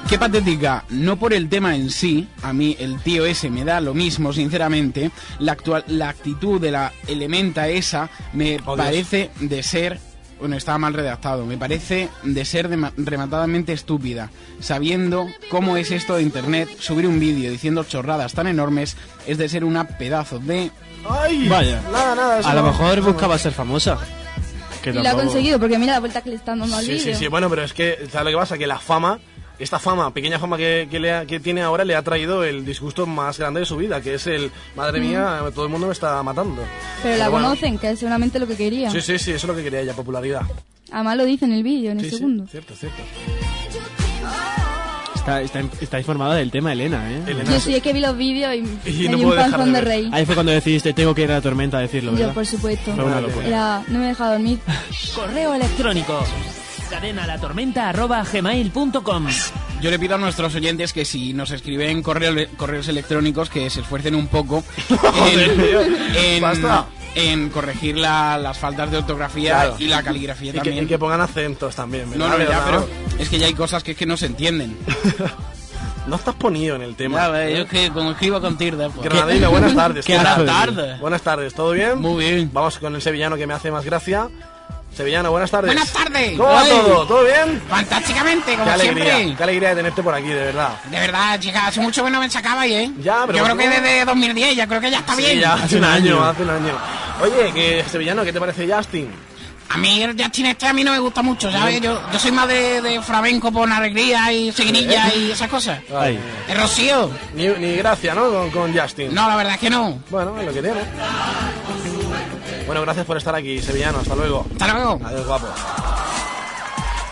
Qué patética, no por el tema en sí, a mí el tío ese me da lo mismo, sinceramente, la, actual, la actitud de la elementa esa me parece de ser, bueno, estaba mal redactado, me parece de ser dema- rematadamente estúpida, sabiendo cómo es esto de Internet, subir un vídeo diciendo chorradas tan enormes es de ser una pedazo de...
¡Ay!
Vaya.
Nada, nada. eso
A lo
no-
mejor buscaba ser famosa. Que
Y lo ha
tampoco-
conseguido, porque mira la vuelta que le están dando al
Sí, sí,
vídeo.
sí. Bueno, pero es que, ¿sabes lo que pasa? Que la fama, esta fama, pequeña fama que, que le ha- que tiene ahora, le ha traído el disgusto más grande de su vida, que es el, madre mía, todo el mundo me está matando.
Pero la
bueno,
conocen, que es seguramente lo que quería.
Sí, sí, sí, eso es lo que quería ella, popularidad.
Además lo dice en el vídeo, en
Sí,
el
sí,
segundo.
cierto, cierto.
Está, está, está informada del tema, Elena, ¿eh?
Yo sí es que vi los vídeos y, me dio un panzón de, reír.
Ahí fue cuando decidiste, tengo que ir a la tormenta a decirlo,
Yo,
¿verdad?
por supuesto.
Fue una locura.
Era- no me dejaba dormir.
Correo electrónico. Cadena la tormenta arroba gmail.com.
Yo le pido a nuestros oyentes que si nos escriben correo- correos electrónicos que se esfuercen un poco en, en- en corregir la- las faltas de ortografía
Claro.
y la caligrafía
Y que-
también.
y que pongan acentos también.
no,
¿verdad?
no, ya,
¿verdad?
pero es que ya hay cosas que es que no se entienden.
No estás ponido en el tema.
Ya ves, yo es que como escribo con tirda. pues.
Granadina, buenas tardes.
¿Qué
¿qué tal?
tal? tarde?
Buenas tardes, ¿todo bien? Muy bien. Vamos con el sevillano que me hace más gracia. Sevillano, buenas tardes.
Buenas tardes.
¿Cómo va
Ay.
todo? ¿Todo bien?
Fantásticamente,
qué
como
alegría,
siempre.
qué alegría de tenerte por aquí, de verdad.
De verdad, chica, hace mucho que no me sacabais, ¿eh?
Ya, pero
Yo creo
bueno.
que desde 2010, ya creo que ya está
Sí,
bien.
ya hace un año, hace un año. Oye, que sevillano, ¿qué te parece Justin? Mm.
A mí el Justin este a mí no me gusta mucho, ¿sabes? Yo, yo soy más de, de flamenco por alegría y seguirilla y esas cosas.
Ay.
El Rocío.
Eh. Ni, ni gracia, ¿no? Con, con Justin.
No, la verdad es que no.
Bueno, es lo que tiene. Bueno, gracias por estar aquí, sevillano. Hasta luego.
Hasta luego.
Adiós, guapo.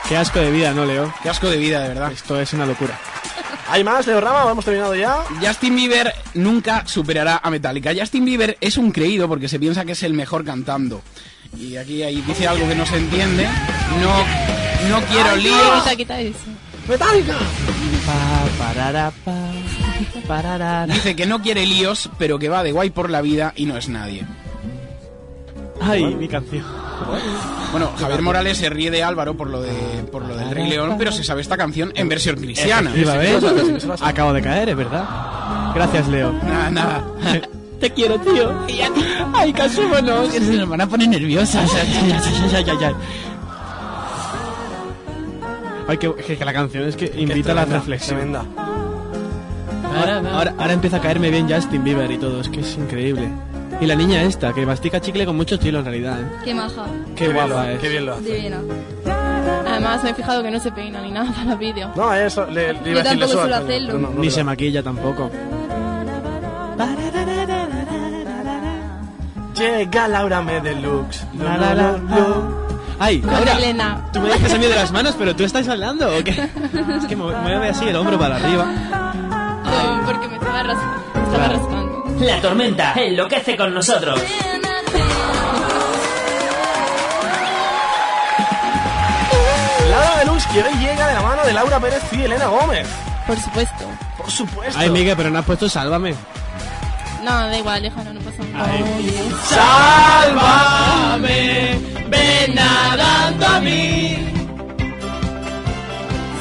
Qué asco de vida, ¿no, Leo?
Qué asco de vida, de verdad.
Esto es una locura.
¿Hay más, Leo Rama? ¿Hemos terminado ya?
Justin Bieber nunca superará a Metallica. Justin Bieber es un creído porque se piensa que es el mejor cantando. Y aquí ahí dice algo que no se entiende. No, no quiero
Ay,
líos.
Quita, quita eso.
¡Metálica!
Dice que no quiere líos, pero que va de guay por la vida y no es nadie.
Ay, mi canción.
Bueno, Javier Morales se ríe de Álvaro por lo de por lo del Rey León, pero se sabe esta canción en versión cristiana.
Iba a ver. Acabo de caer, es verdad. Gracias, Leo.
Nada, nada.
Te quiero, tío. Ay, casémonos. Se nos van a poner nerviosas. Ay, ay, ay, ay, ay. Ay, que, que- que la canción es que invita a la
tremenda,
reflexión.
tremenda.
Ahora, ahora- ahora empieza a caerme bien Justin Bieber y todo, es que es increíble. Y la niña esta, que mastica chicle con mucho estilo en realidad. ¿eh?
Qué maja.
Qué, guapa es.
Divina.
Además, me he fijado que no se peina ni nada para el vídeo.
No, eso, le, le
Yo
iba a decir, le
tampoco
suda,
suelo
coño.
hacerlo.
No, no, no
Ni
le
se
da.
maquilla tampoco.
Llega Laura Me Deluxe. Lu,
La, la,
lu,
la,
lu,
la. Ay,
Con
Laura,
Elena.
tú me dejas a mí de las manos, pero tú estás hablando, ¿o qué? Es que mue- mueve así el hombro para arriba.
No, porque me estaba rascando. Estaba rascando.
La tormenta enloquece con nosotros.
Laura Deluxe que hoy llega de la mano de Laura Pérez y Elena Gómez.
Por supuesto.
Por supuesto.
Ay, Miguel, pero no has puesto sálvame.
No, da igual, déjalo, no pasa nada.
Sálvame, ven nadando a mí.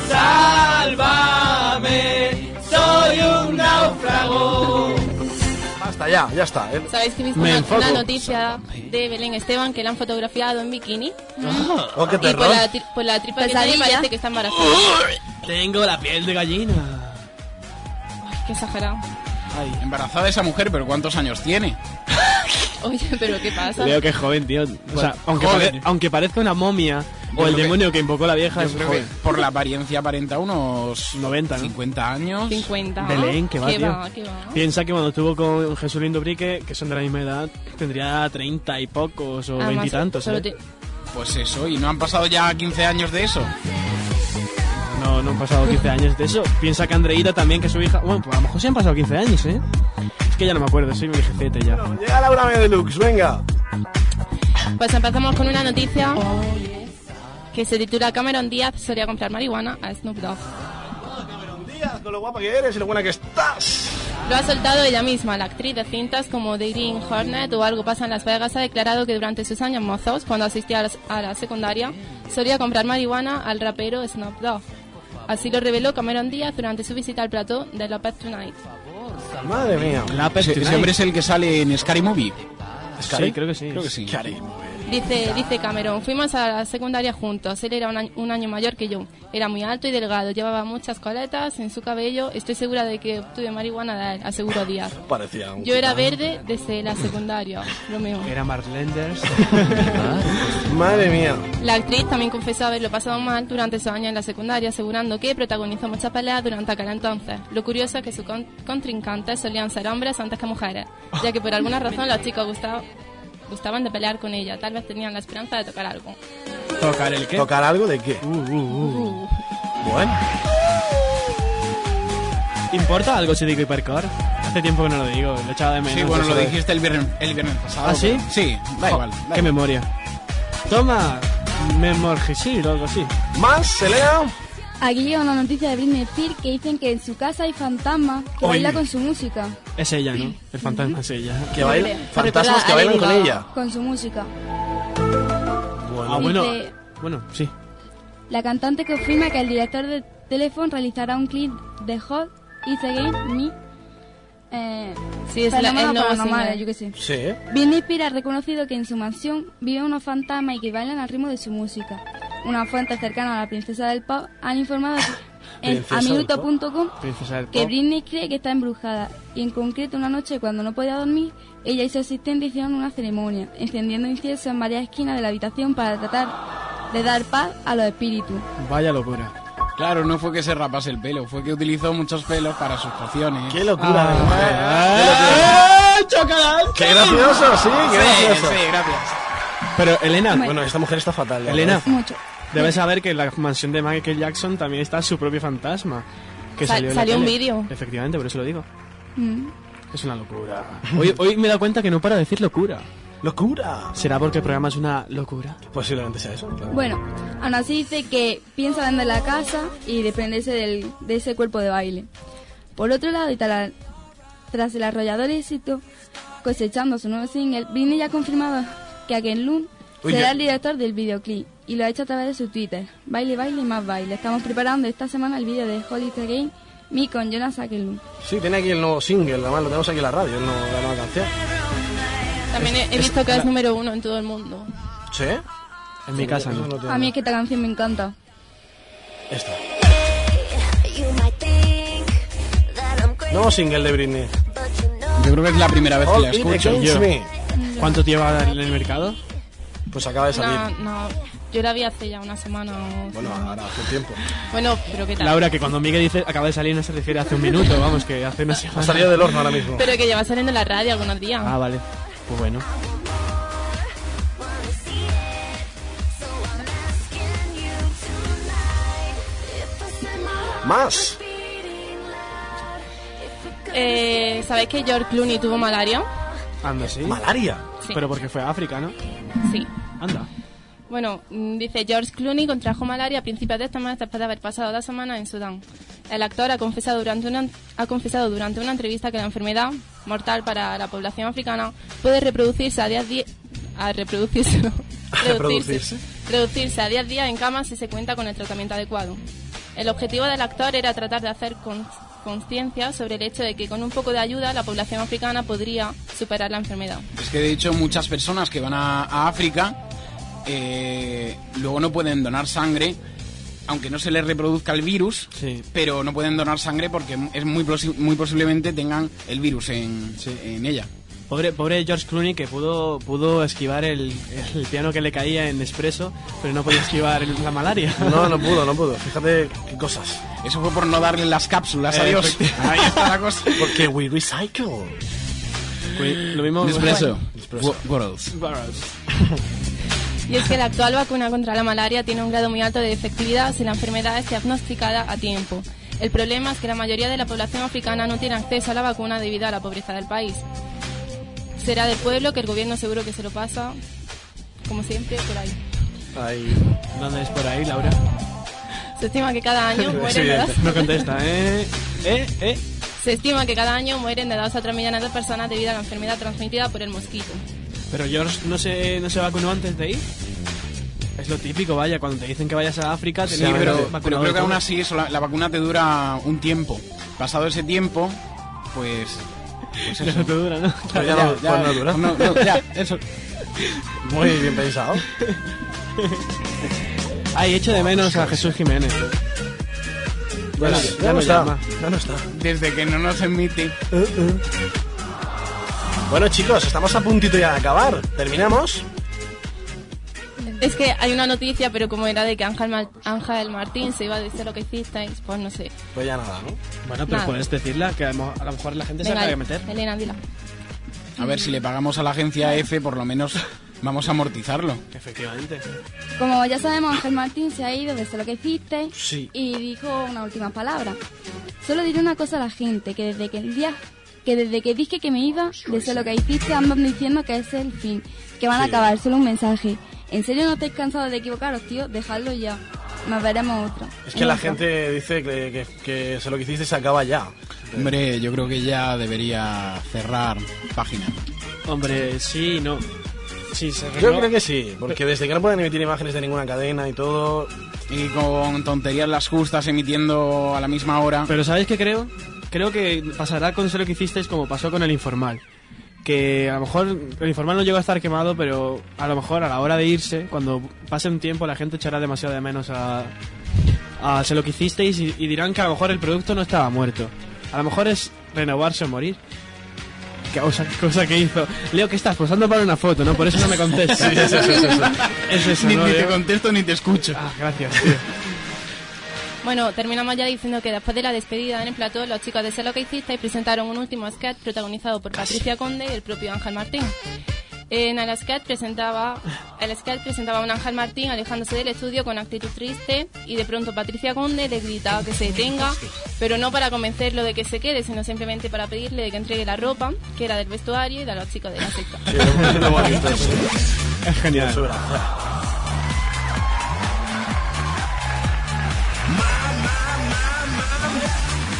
Sálvame, soy un náufrago.
Basta, ya, ya está. ¿eh?
¿Sabéis que he visto
Me
una,
enfoco.
una noticia de Belén Esteban que la han fotografiado en bikini?
Ah.
Oh, qué
y por
terror.
la, tri- por la tripa que tiene
Pesadilla.
parece que está embarazada.
Tengo la piel de gallina.
Qué exagerado.
Embarazada esa mujer, pero ¿cuántos años tiene?
Oye, pero ¿qué pasa?
Leo que es joven, tío. O sea, aunque,
joven.
pare- aunque parezca una momia o el
creo que-
demonio que invocó la vieja,
Yo
es
creo que
joven.
por la apariencia aparenta unos 90, 50 años.
50.
Belén, que va,
¿Qué
tío.
va? ¿Qué va?
Piensa que cuando estuvo con Jesús Lindo Brique, que son de la misma edad, tendría treinta y pocos
Ah,
o
Además,
veintitantos.
solo
¿eh?
te-
Pues eso, y no han pasado ya 15 años de eso.
No, no han pasado 15 años de eso. Piensa que Andreita también, que su hija. Bueno, pues a lo mejor sí han pasado 15 años, ¿eh? Es que ya no me acuerdo, soy un viejecete ya.
Llega Laura Me Deluxe, venga.
Pues empezamos con una noticia
Oh,
que se titula Cameron Díaz solía comprar marihuana a Snoop Dogg.
Díaz, con lo guapa que eres y lo buena que estás.
Lo ha soltado ella misma, la actriz de cintas como Dating Hornet o Algo pasa en Las Vegas ha declarado que durante sus años mozos, cuando asistía a la, a la secundaria, solía comprar marihuana al rapero Snoop Dogg. Así lo reveló Cameron Díaz durante su visita al plató de Lopez Tonight.
Madre mía.
La ese, ese hombre es el que sale en Scary Movie.
Sí, creo que sí.
Creo que sí.
Dice, dice Cameron, fuimos a la secundaria juntos, él era un año, un año mayor que yo, era muy alto y delgado, llevaba muchas coletas en su cabello, estoy segura de que obtuve marihuana de él, aseguró Díaz.
Parecía un
Yo era
cubano.
verde desde la secundaria, Romeo.
Era Marlenders.
Madre mía.
La actriz también confesó haberlo pasado mal durante esos años en la secundaria, asegurando que protagonizó muchas peleas durante aquel entonces. Lo curioso es que sus con- contrincantes solían ser hombres antes que mujeres, ya que por alguna razón los chicos gusta- gustaban de pelear con ella, tal vez tenían la esperanza de tocar algo.
¿Tocar el qué? Uh,
¿Tocar algo de qué? Bueno.
¿Importa algo si digo hipercore? Hace tiempo que no lo digo, lo echaba de menos.
Sí, bueno,
eso
lo
de-
dijiste el viernes, el viernes pasado.
¿Ah, sí?
Sí, da
Jo,
igual. da
Qué
igual.
memoria. Toma, memorgisil o algo así.
¿Más, Selena?
Aquí llega una noticia de Britney Spears que dicen que en su casa hay fantasmas que
Oy.
baila con su música.
Es ella, ¿no? El fantasma es ella.
Que baila- fantasmas que bailan con ella.
Con su música.
Ah, bueno.
Dice-
Bueno, sí.
La cantante confirma que el director de Telephone realizará un clip de Hot It's Again Me. Eh,
Sí, es la-
fenómeno
el nuevo
paranormal,
single.
yo qué sé.
Sí, ¿eh?
Britney Spears ha reconocido que en su mansión viven unos fantasmas y que bailan al ritmo de su música. Una fuente cercana a la princesa del pop han informado que en
Princesa del pop.
aminuto.com
Princesa del
que
pop.
Britney cree que está embrujada y en concreto una noche cuando no podía dormir, ella y su asistente hicieron una ceremonia, encendiendo incienso en varias esquinas de la habitación para tratar de dar paz a los espíritus.
Vaya locura.
Claro, no fue que se rapase el pelo, fue que utilizó muchos pelos para sus pociones. ¡Qué
locura
Ah,
de mujer!
eh,
¡Qué gracioso, sí! ¡Qué
Sí,
gracioso!
sí, gracias.
Pero Elena,
Bueno, esta mujer está fatal. la
Elena,
verdad.
debes saber que en la mansión de Michael Jackson también está su propio fantasma. Que
Sa-
salió, en la
salió un
tele.
vídeo.
Efectivamente, por eso lo digo.
Mm.
Es una locura. Hoy, hoy me he dado cuenta que no para de decir locura.
¡Locura!
¿Será porque el programa es una locura?
Posiblemente sea eso. claro.
Bueno, aún así dice que piensa vender la casa y desprenderse del- de ese cuerpo de baile. Por otro lado, y tala- tras el arrollador éxito, cosechando su nuevo single, Britney ya ha confirmado que Aken Lund
Uy,
será
ya.
el director del videoclip y lo ha hecho a través de su Twitter. Baile, baile, más baile. Estamos preparando esta semana el vídeo de Holy Game, Me con Jonas Aken Lund.
Sí, tiene aquí el nuevo single, además lo tenemos aquí en la radio, el nuevo- la nueva canción.
También he, he
es-
visto que es
la-
número uno en todo el mundo.
¿Sí?
En mi casa no.
Ah,
A mí es que esta canción me encanta.
Esta.
You might think that I'm
Nuevo single de Britney. Oh,
Yo creo que es la primera vez que
All
la
in
escucho.
against me.
¿Cuánto lleva en el mercado?
Pues acaba de salir.
No, no, yo la vi hace ya una semana o...
Bueno, ahora hace tiempo.
Bueno, pero ¿qué tal?
Laura, que cuando Miguel dice acaba de salir no se refiere a hace un minuto, vamos, que hace una semana.
Ha salido del horno ahora mismo.
Pero que lleva saliendo en la radio algunos días.
Ah, vale. Pues bueno.
Más.
Eh, ¿Sabéis que George Clooney tuvo malaria?
Anda, sí.
Malaria.
Sí.
Pero porque fue a África, ¿no?
Sí.
Anda.
Bueno, mm, dice George Clooney contrajo malaria a principios de esta semana después de haber pasado la semana en Sudán. El actor ha confesado durante una, ha confesado durante una entrevista que la enfermedad mortal para la población africana puede reproducirse a 10 días. A reproducirse, no.
Reproducirse.
reducirse a 10 días en cama si se cuenta con el tratamiento adecuado. El objetivo del actor era tratar de hacer con- conciencia sobre el hecho de que con un poco de ayuda la población africana podría superar la enfermedad.
Es que de hecho muchas personas que van a, a África eh, luego no pueden donar sangre, aunque no se les reproduzca el virus, pero no pueden donar sangre porque es muy, posi- muy posiblemente tengan el virus en, en ella.
Pobre, pobre George Clooney que pudo, pudo esquivar el, el piano que le caía en Expreso, pero no podía esquivar el- la malaria.
No, no pudo, no pudo. Fíjate qué cosas.
Eso fue por no darle las cápsulas, adiós. Ahí está la cosa.
Porque we recycle.
Lo mismo.
Nespresso.
Nespresso.
Wo- Worlds.
Y es que la actual vacuna contra la malaria tiene un grado muy alto de efectividad si la enfermedad es diagnosticada a tiempo. El problema es que la mayoría de la población africana no tiene acceso a la vacuna debido a la pobreza del país. Será del pueblo que el gobierno seguro que se lo pasa, como siempre, por ahí.
Ahí. ¿Dónde es por ahí, Laura?
Se estima que cada año
Es
mueren de dos,
evidente. No contesta, ¿eh? ¿Eh? ¿Eh?
se estima que cada año mueren de dos a tres millones de personas debido a la enfermedad transmitida por el mosquito.
Pero George no se, no se vacunó antes de ir. Es lo típico, vaya, cuando te dicen que vayas a África, te
Sí,
dicen,
pero,
vacunado
pero creo que
todo.
aún así eso, la, la vacuna te dura un tiempo. Pasado ese tiempo, pues... pues
Ya no te dura, ¿no?
Ya,
Ya no-
ya,
pues no dura.
no, no, ya, eso.
Muy bien pensado.
Ay, echo de menos a Jesús Jiménez.
Bueno,
Ya-
Pues, ya
ya
no
me
está,
llama.
ya no está.
Desde que no nos emite.
Bueno, chicos, estamos a puntito ya de acabar. ¿Terminamos?
Es que hay una noticia, pero como era de que Ángel, Mar- Ángel Martín se iba a decir lo que hicisteis, pues no sé.
Pues ya nada, ¿no?
Bueno, pero
Nada.
puedes decirla, que a lo a lo mejor la gente se
Venga,
acaba de meter.
Elena, dila.
A ver, si le pagamos a la agencia F, por lo menos vamos a amortizarlo.
Efectivamente.
Como ya sabemos, Ángel Martín se ha ido desde lo que hiciste
Sí.
y dijo una última palabra. Solo diré una cosa a la gente, que desde que el día que desde que dije que me iba, desde lo que hiciste andan diciendo que es el fin, que van a
Sí.
acabar, solo un mensaje. ¿En serio no estáis cansados de equivocaros, tío? Dejadlo ya. Nos veremos otra.
Es que la gente dice que, que, que se Eh, lo que hiciste se acaba ya.
Hombre, yo creo que ya debería cerrar página.
Hombre, Eh, sí, no. Sí, se
Yo creo que sí, porque desde que no pueden emitir imágenes de ninguna cadena y todo...
Y con tonterías las justas emitiendo a la misma hora.
Pero ¿sabéis qué creo? creo que pasará con sé lo que hicisteis como pasó con el informal. Que a lo mejor el informal no llegó a estar quemado, pero a lo mejor a la hora de irse, cuando pase un tiempo, la gente echará demasiado de menos a, a sé lo que hicisteis y, y dirán que a lo mejor el producto no estaba muerto. A lo mejor es renovarse o morir. Qué cosa, qué cosa que hizo. Leo, que estás posando para una foto, ¿no? Por eso no me contestas.
Sí, es eso, es eso.
Es eso,
Ni-
¿no,
ni te
Leo?
contesto ni te escucho.
Ah, gracias, tío.
Bueno, terminamos ya diciendo que después de la despedida en el plató, los chicos de Sé lo que hicisteis presentaron un último sketch protagonizado por Patricia Conde y el propio Ángel Martín. En el sketch presentaba, el sketch presentaba a un Ángel Martín alejándose del estudio con actitud triste y de pronto Patricia Conde le gritaba que se detenga, pero no para convencerlo de que se quede, sino simplemente para pedirle que entregue la ropa, que era del vestuario y de los chicos de la secta.
Es genial.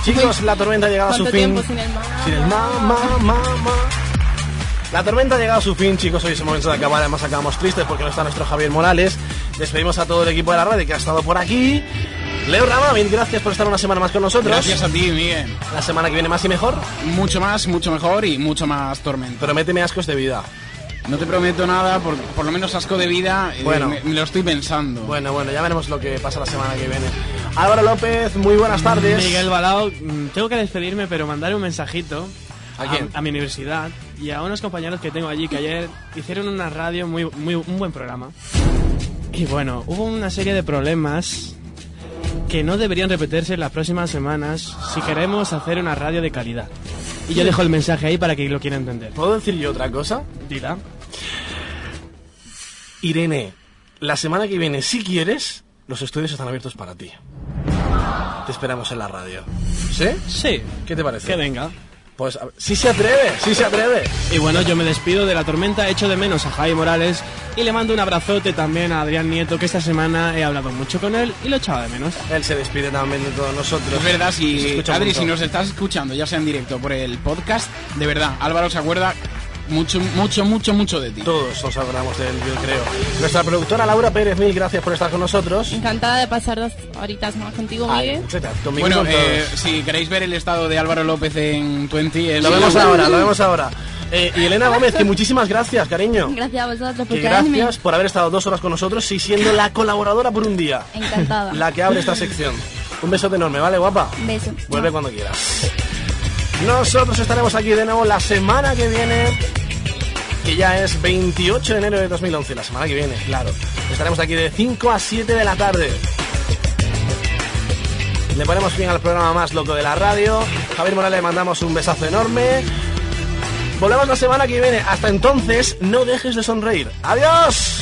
Chicos, la tormenta ha llegado a su
¿Cuánto
fin.
tiempo sin el mar?
Sin el ma, ma, ma, ma. La tormenta ha llegado a su fin, chicos. Hoy es el momento de acabar. Además, acabamos tristes porque no está nuestro Javier Morales. Despedimos a todo el equipo de la radio que ha estado por aquí. Leo Rama, mil gracias por estar una semana más con nosotros.
Gracias a ti, Miguel.
La semana que viene más y mejor.
Mucho más, mucho mejor y mucho más tormenta.
Prométeme ascos de vida.
No te prometo nada, por, por lo menos asco de vida. eh,
Bueno.
me, me lo estoy pensando.
Bueno, bueno, ya veremos lo que pasa la semana que viene. Álvaro López, muy buenas tardes.
Mm, Miguel Balao, mm, tengo que despedirme, pero mandar un mensajito
¿A quién?
A, mi universidad y a unos compañeros que tengo allí que ayer hicieron una radio, muy, muy, un buen programa. Y bueno, hubo una serie de problemas que no deberían repetirse en las próximas semanas si queremos hacer una radio de calidad. Y yo dejo el mensaje ahí para que lo quiera entender.
¿Puedo decir yo otra cosa?
Dila.
Irene, la semana que viene, si quieres, los estudios están abiertos para ti. Te esperamos en la radio. ¿Sí?
Sí.
¿Qué te parece?
Que venga.
Pues a ver, sí se atreve, sí se atreve.
Y bueno, yo me despido de la tormenta, echo de menos a Javi Morales y le mando un abrazote también a Adrián Nieto, que esta semana he hablado mucho con él y lo echaba de menos.
Él se despide también de todos nosotros.
Es verdad,
Se
si,
escucha un
Adri,
montón.
si nos estás escuchando, ya sea en directo o por el podcast, de verdad, Álvaro se acuerda mucho, mucho, mucho, mucho de ti.
Todos nos acordamos de él, yo creo. Nuestra productora Laura Pérez, mil gracias por estar con nosotros.
Encantada de pasar dos horitas más contigo, Miguel.
Muchas gracias, conmigo y
Bueno,
con
eh,
todos.
si queréis ver el estado de Álvaro López en 20... es-
Lo vemos ahora, lo vemos ahora. Eh, y Elena Gómez, que muchísimas gracias, cariño.
Gracias a vosotros por
Que
quedarme.
gracias por haber estado dos horas con nosotros y siendo la colaboradora por un día.
Encantada.
La que abre esta sección. Un besote enorme, ¿vale, guapa?
Beso.
Vuelve cuando quieras. Nosotros estaremos aquí de nuevo la semana que viene, que ya es 28 de enero de 2011, la semana que viene, claro. Estaremos aquí de 5 a 7 de la tarde. Le ponemos fin al programa más loco de la radio. Javier Morales le mandamos un besazo enorme. Volvemos la semana que viene. Hasta entonces, no dejes de sonreír. ¡Adiós!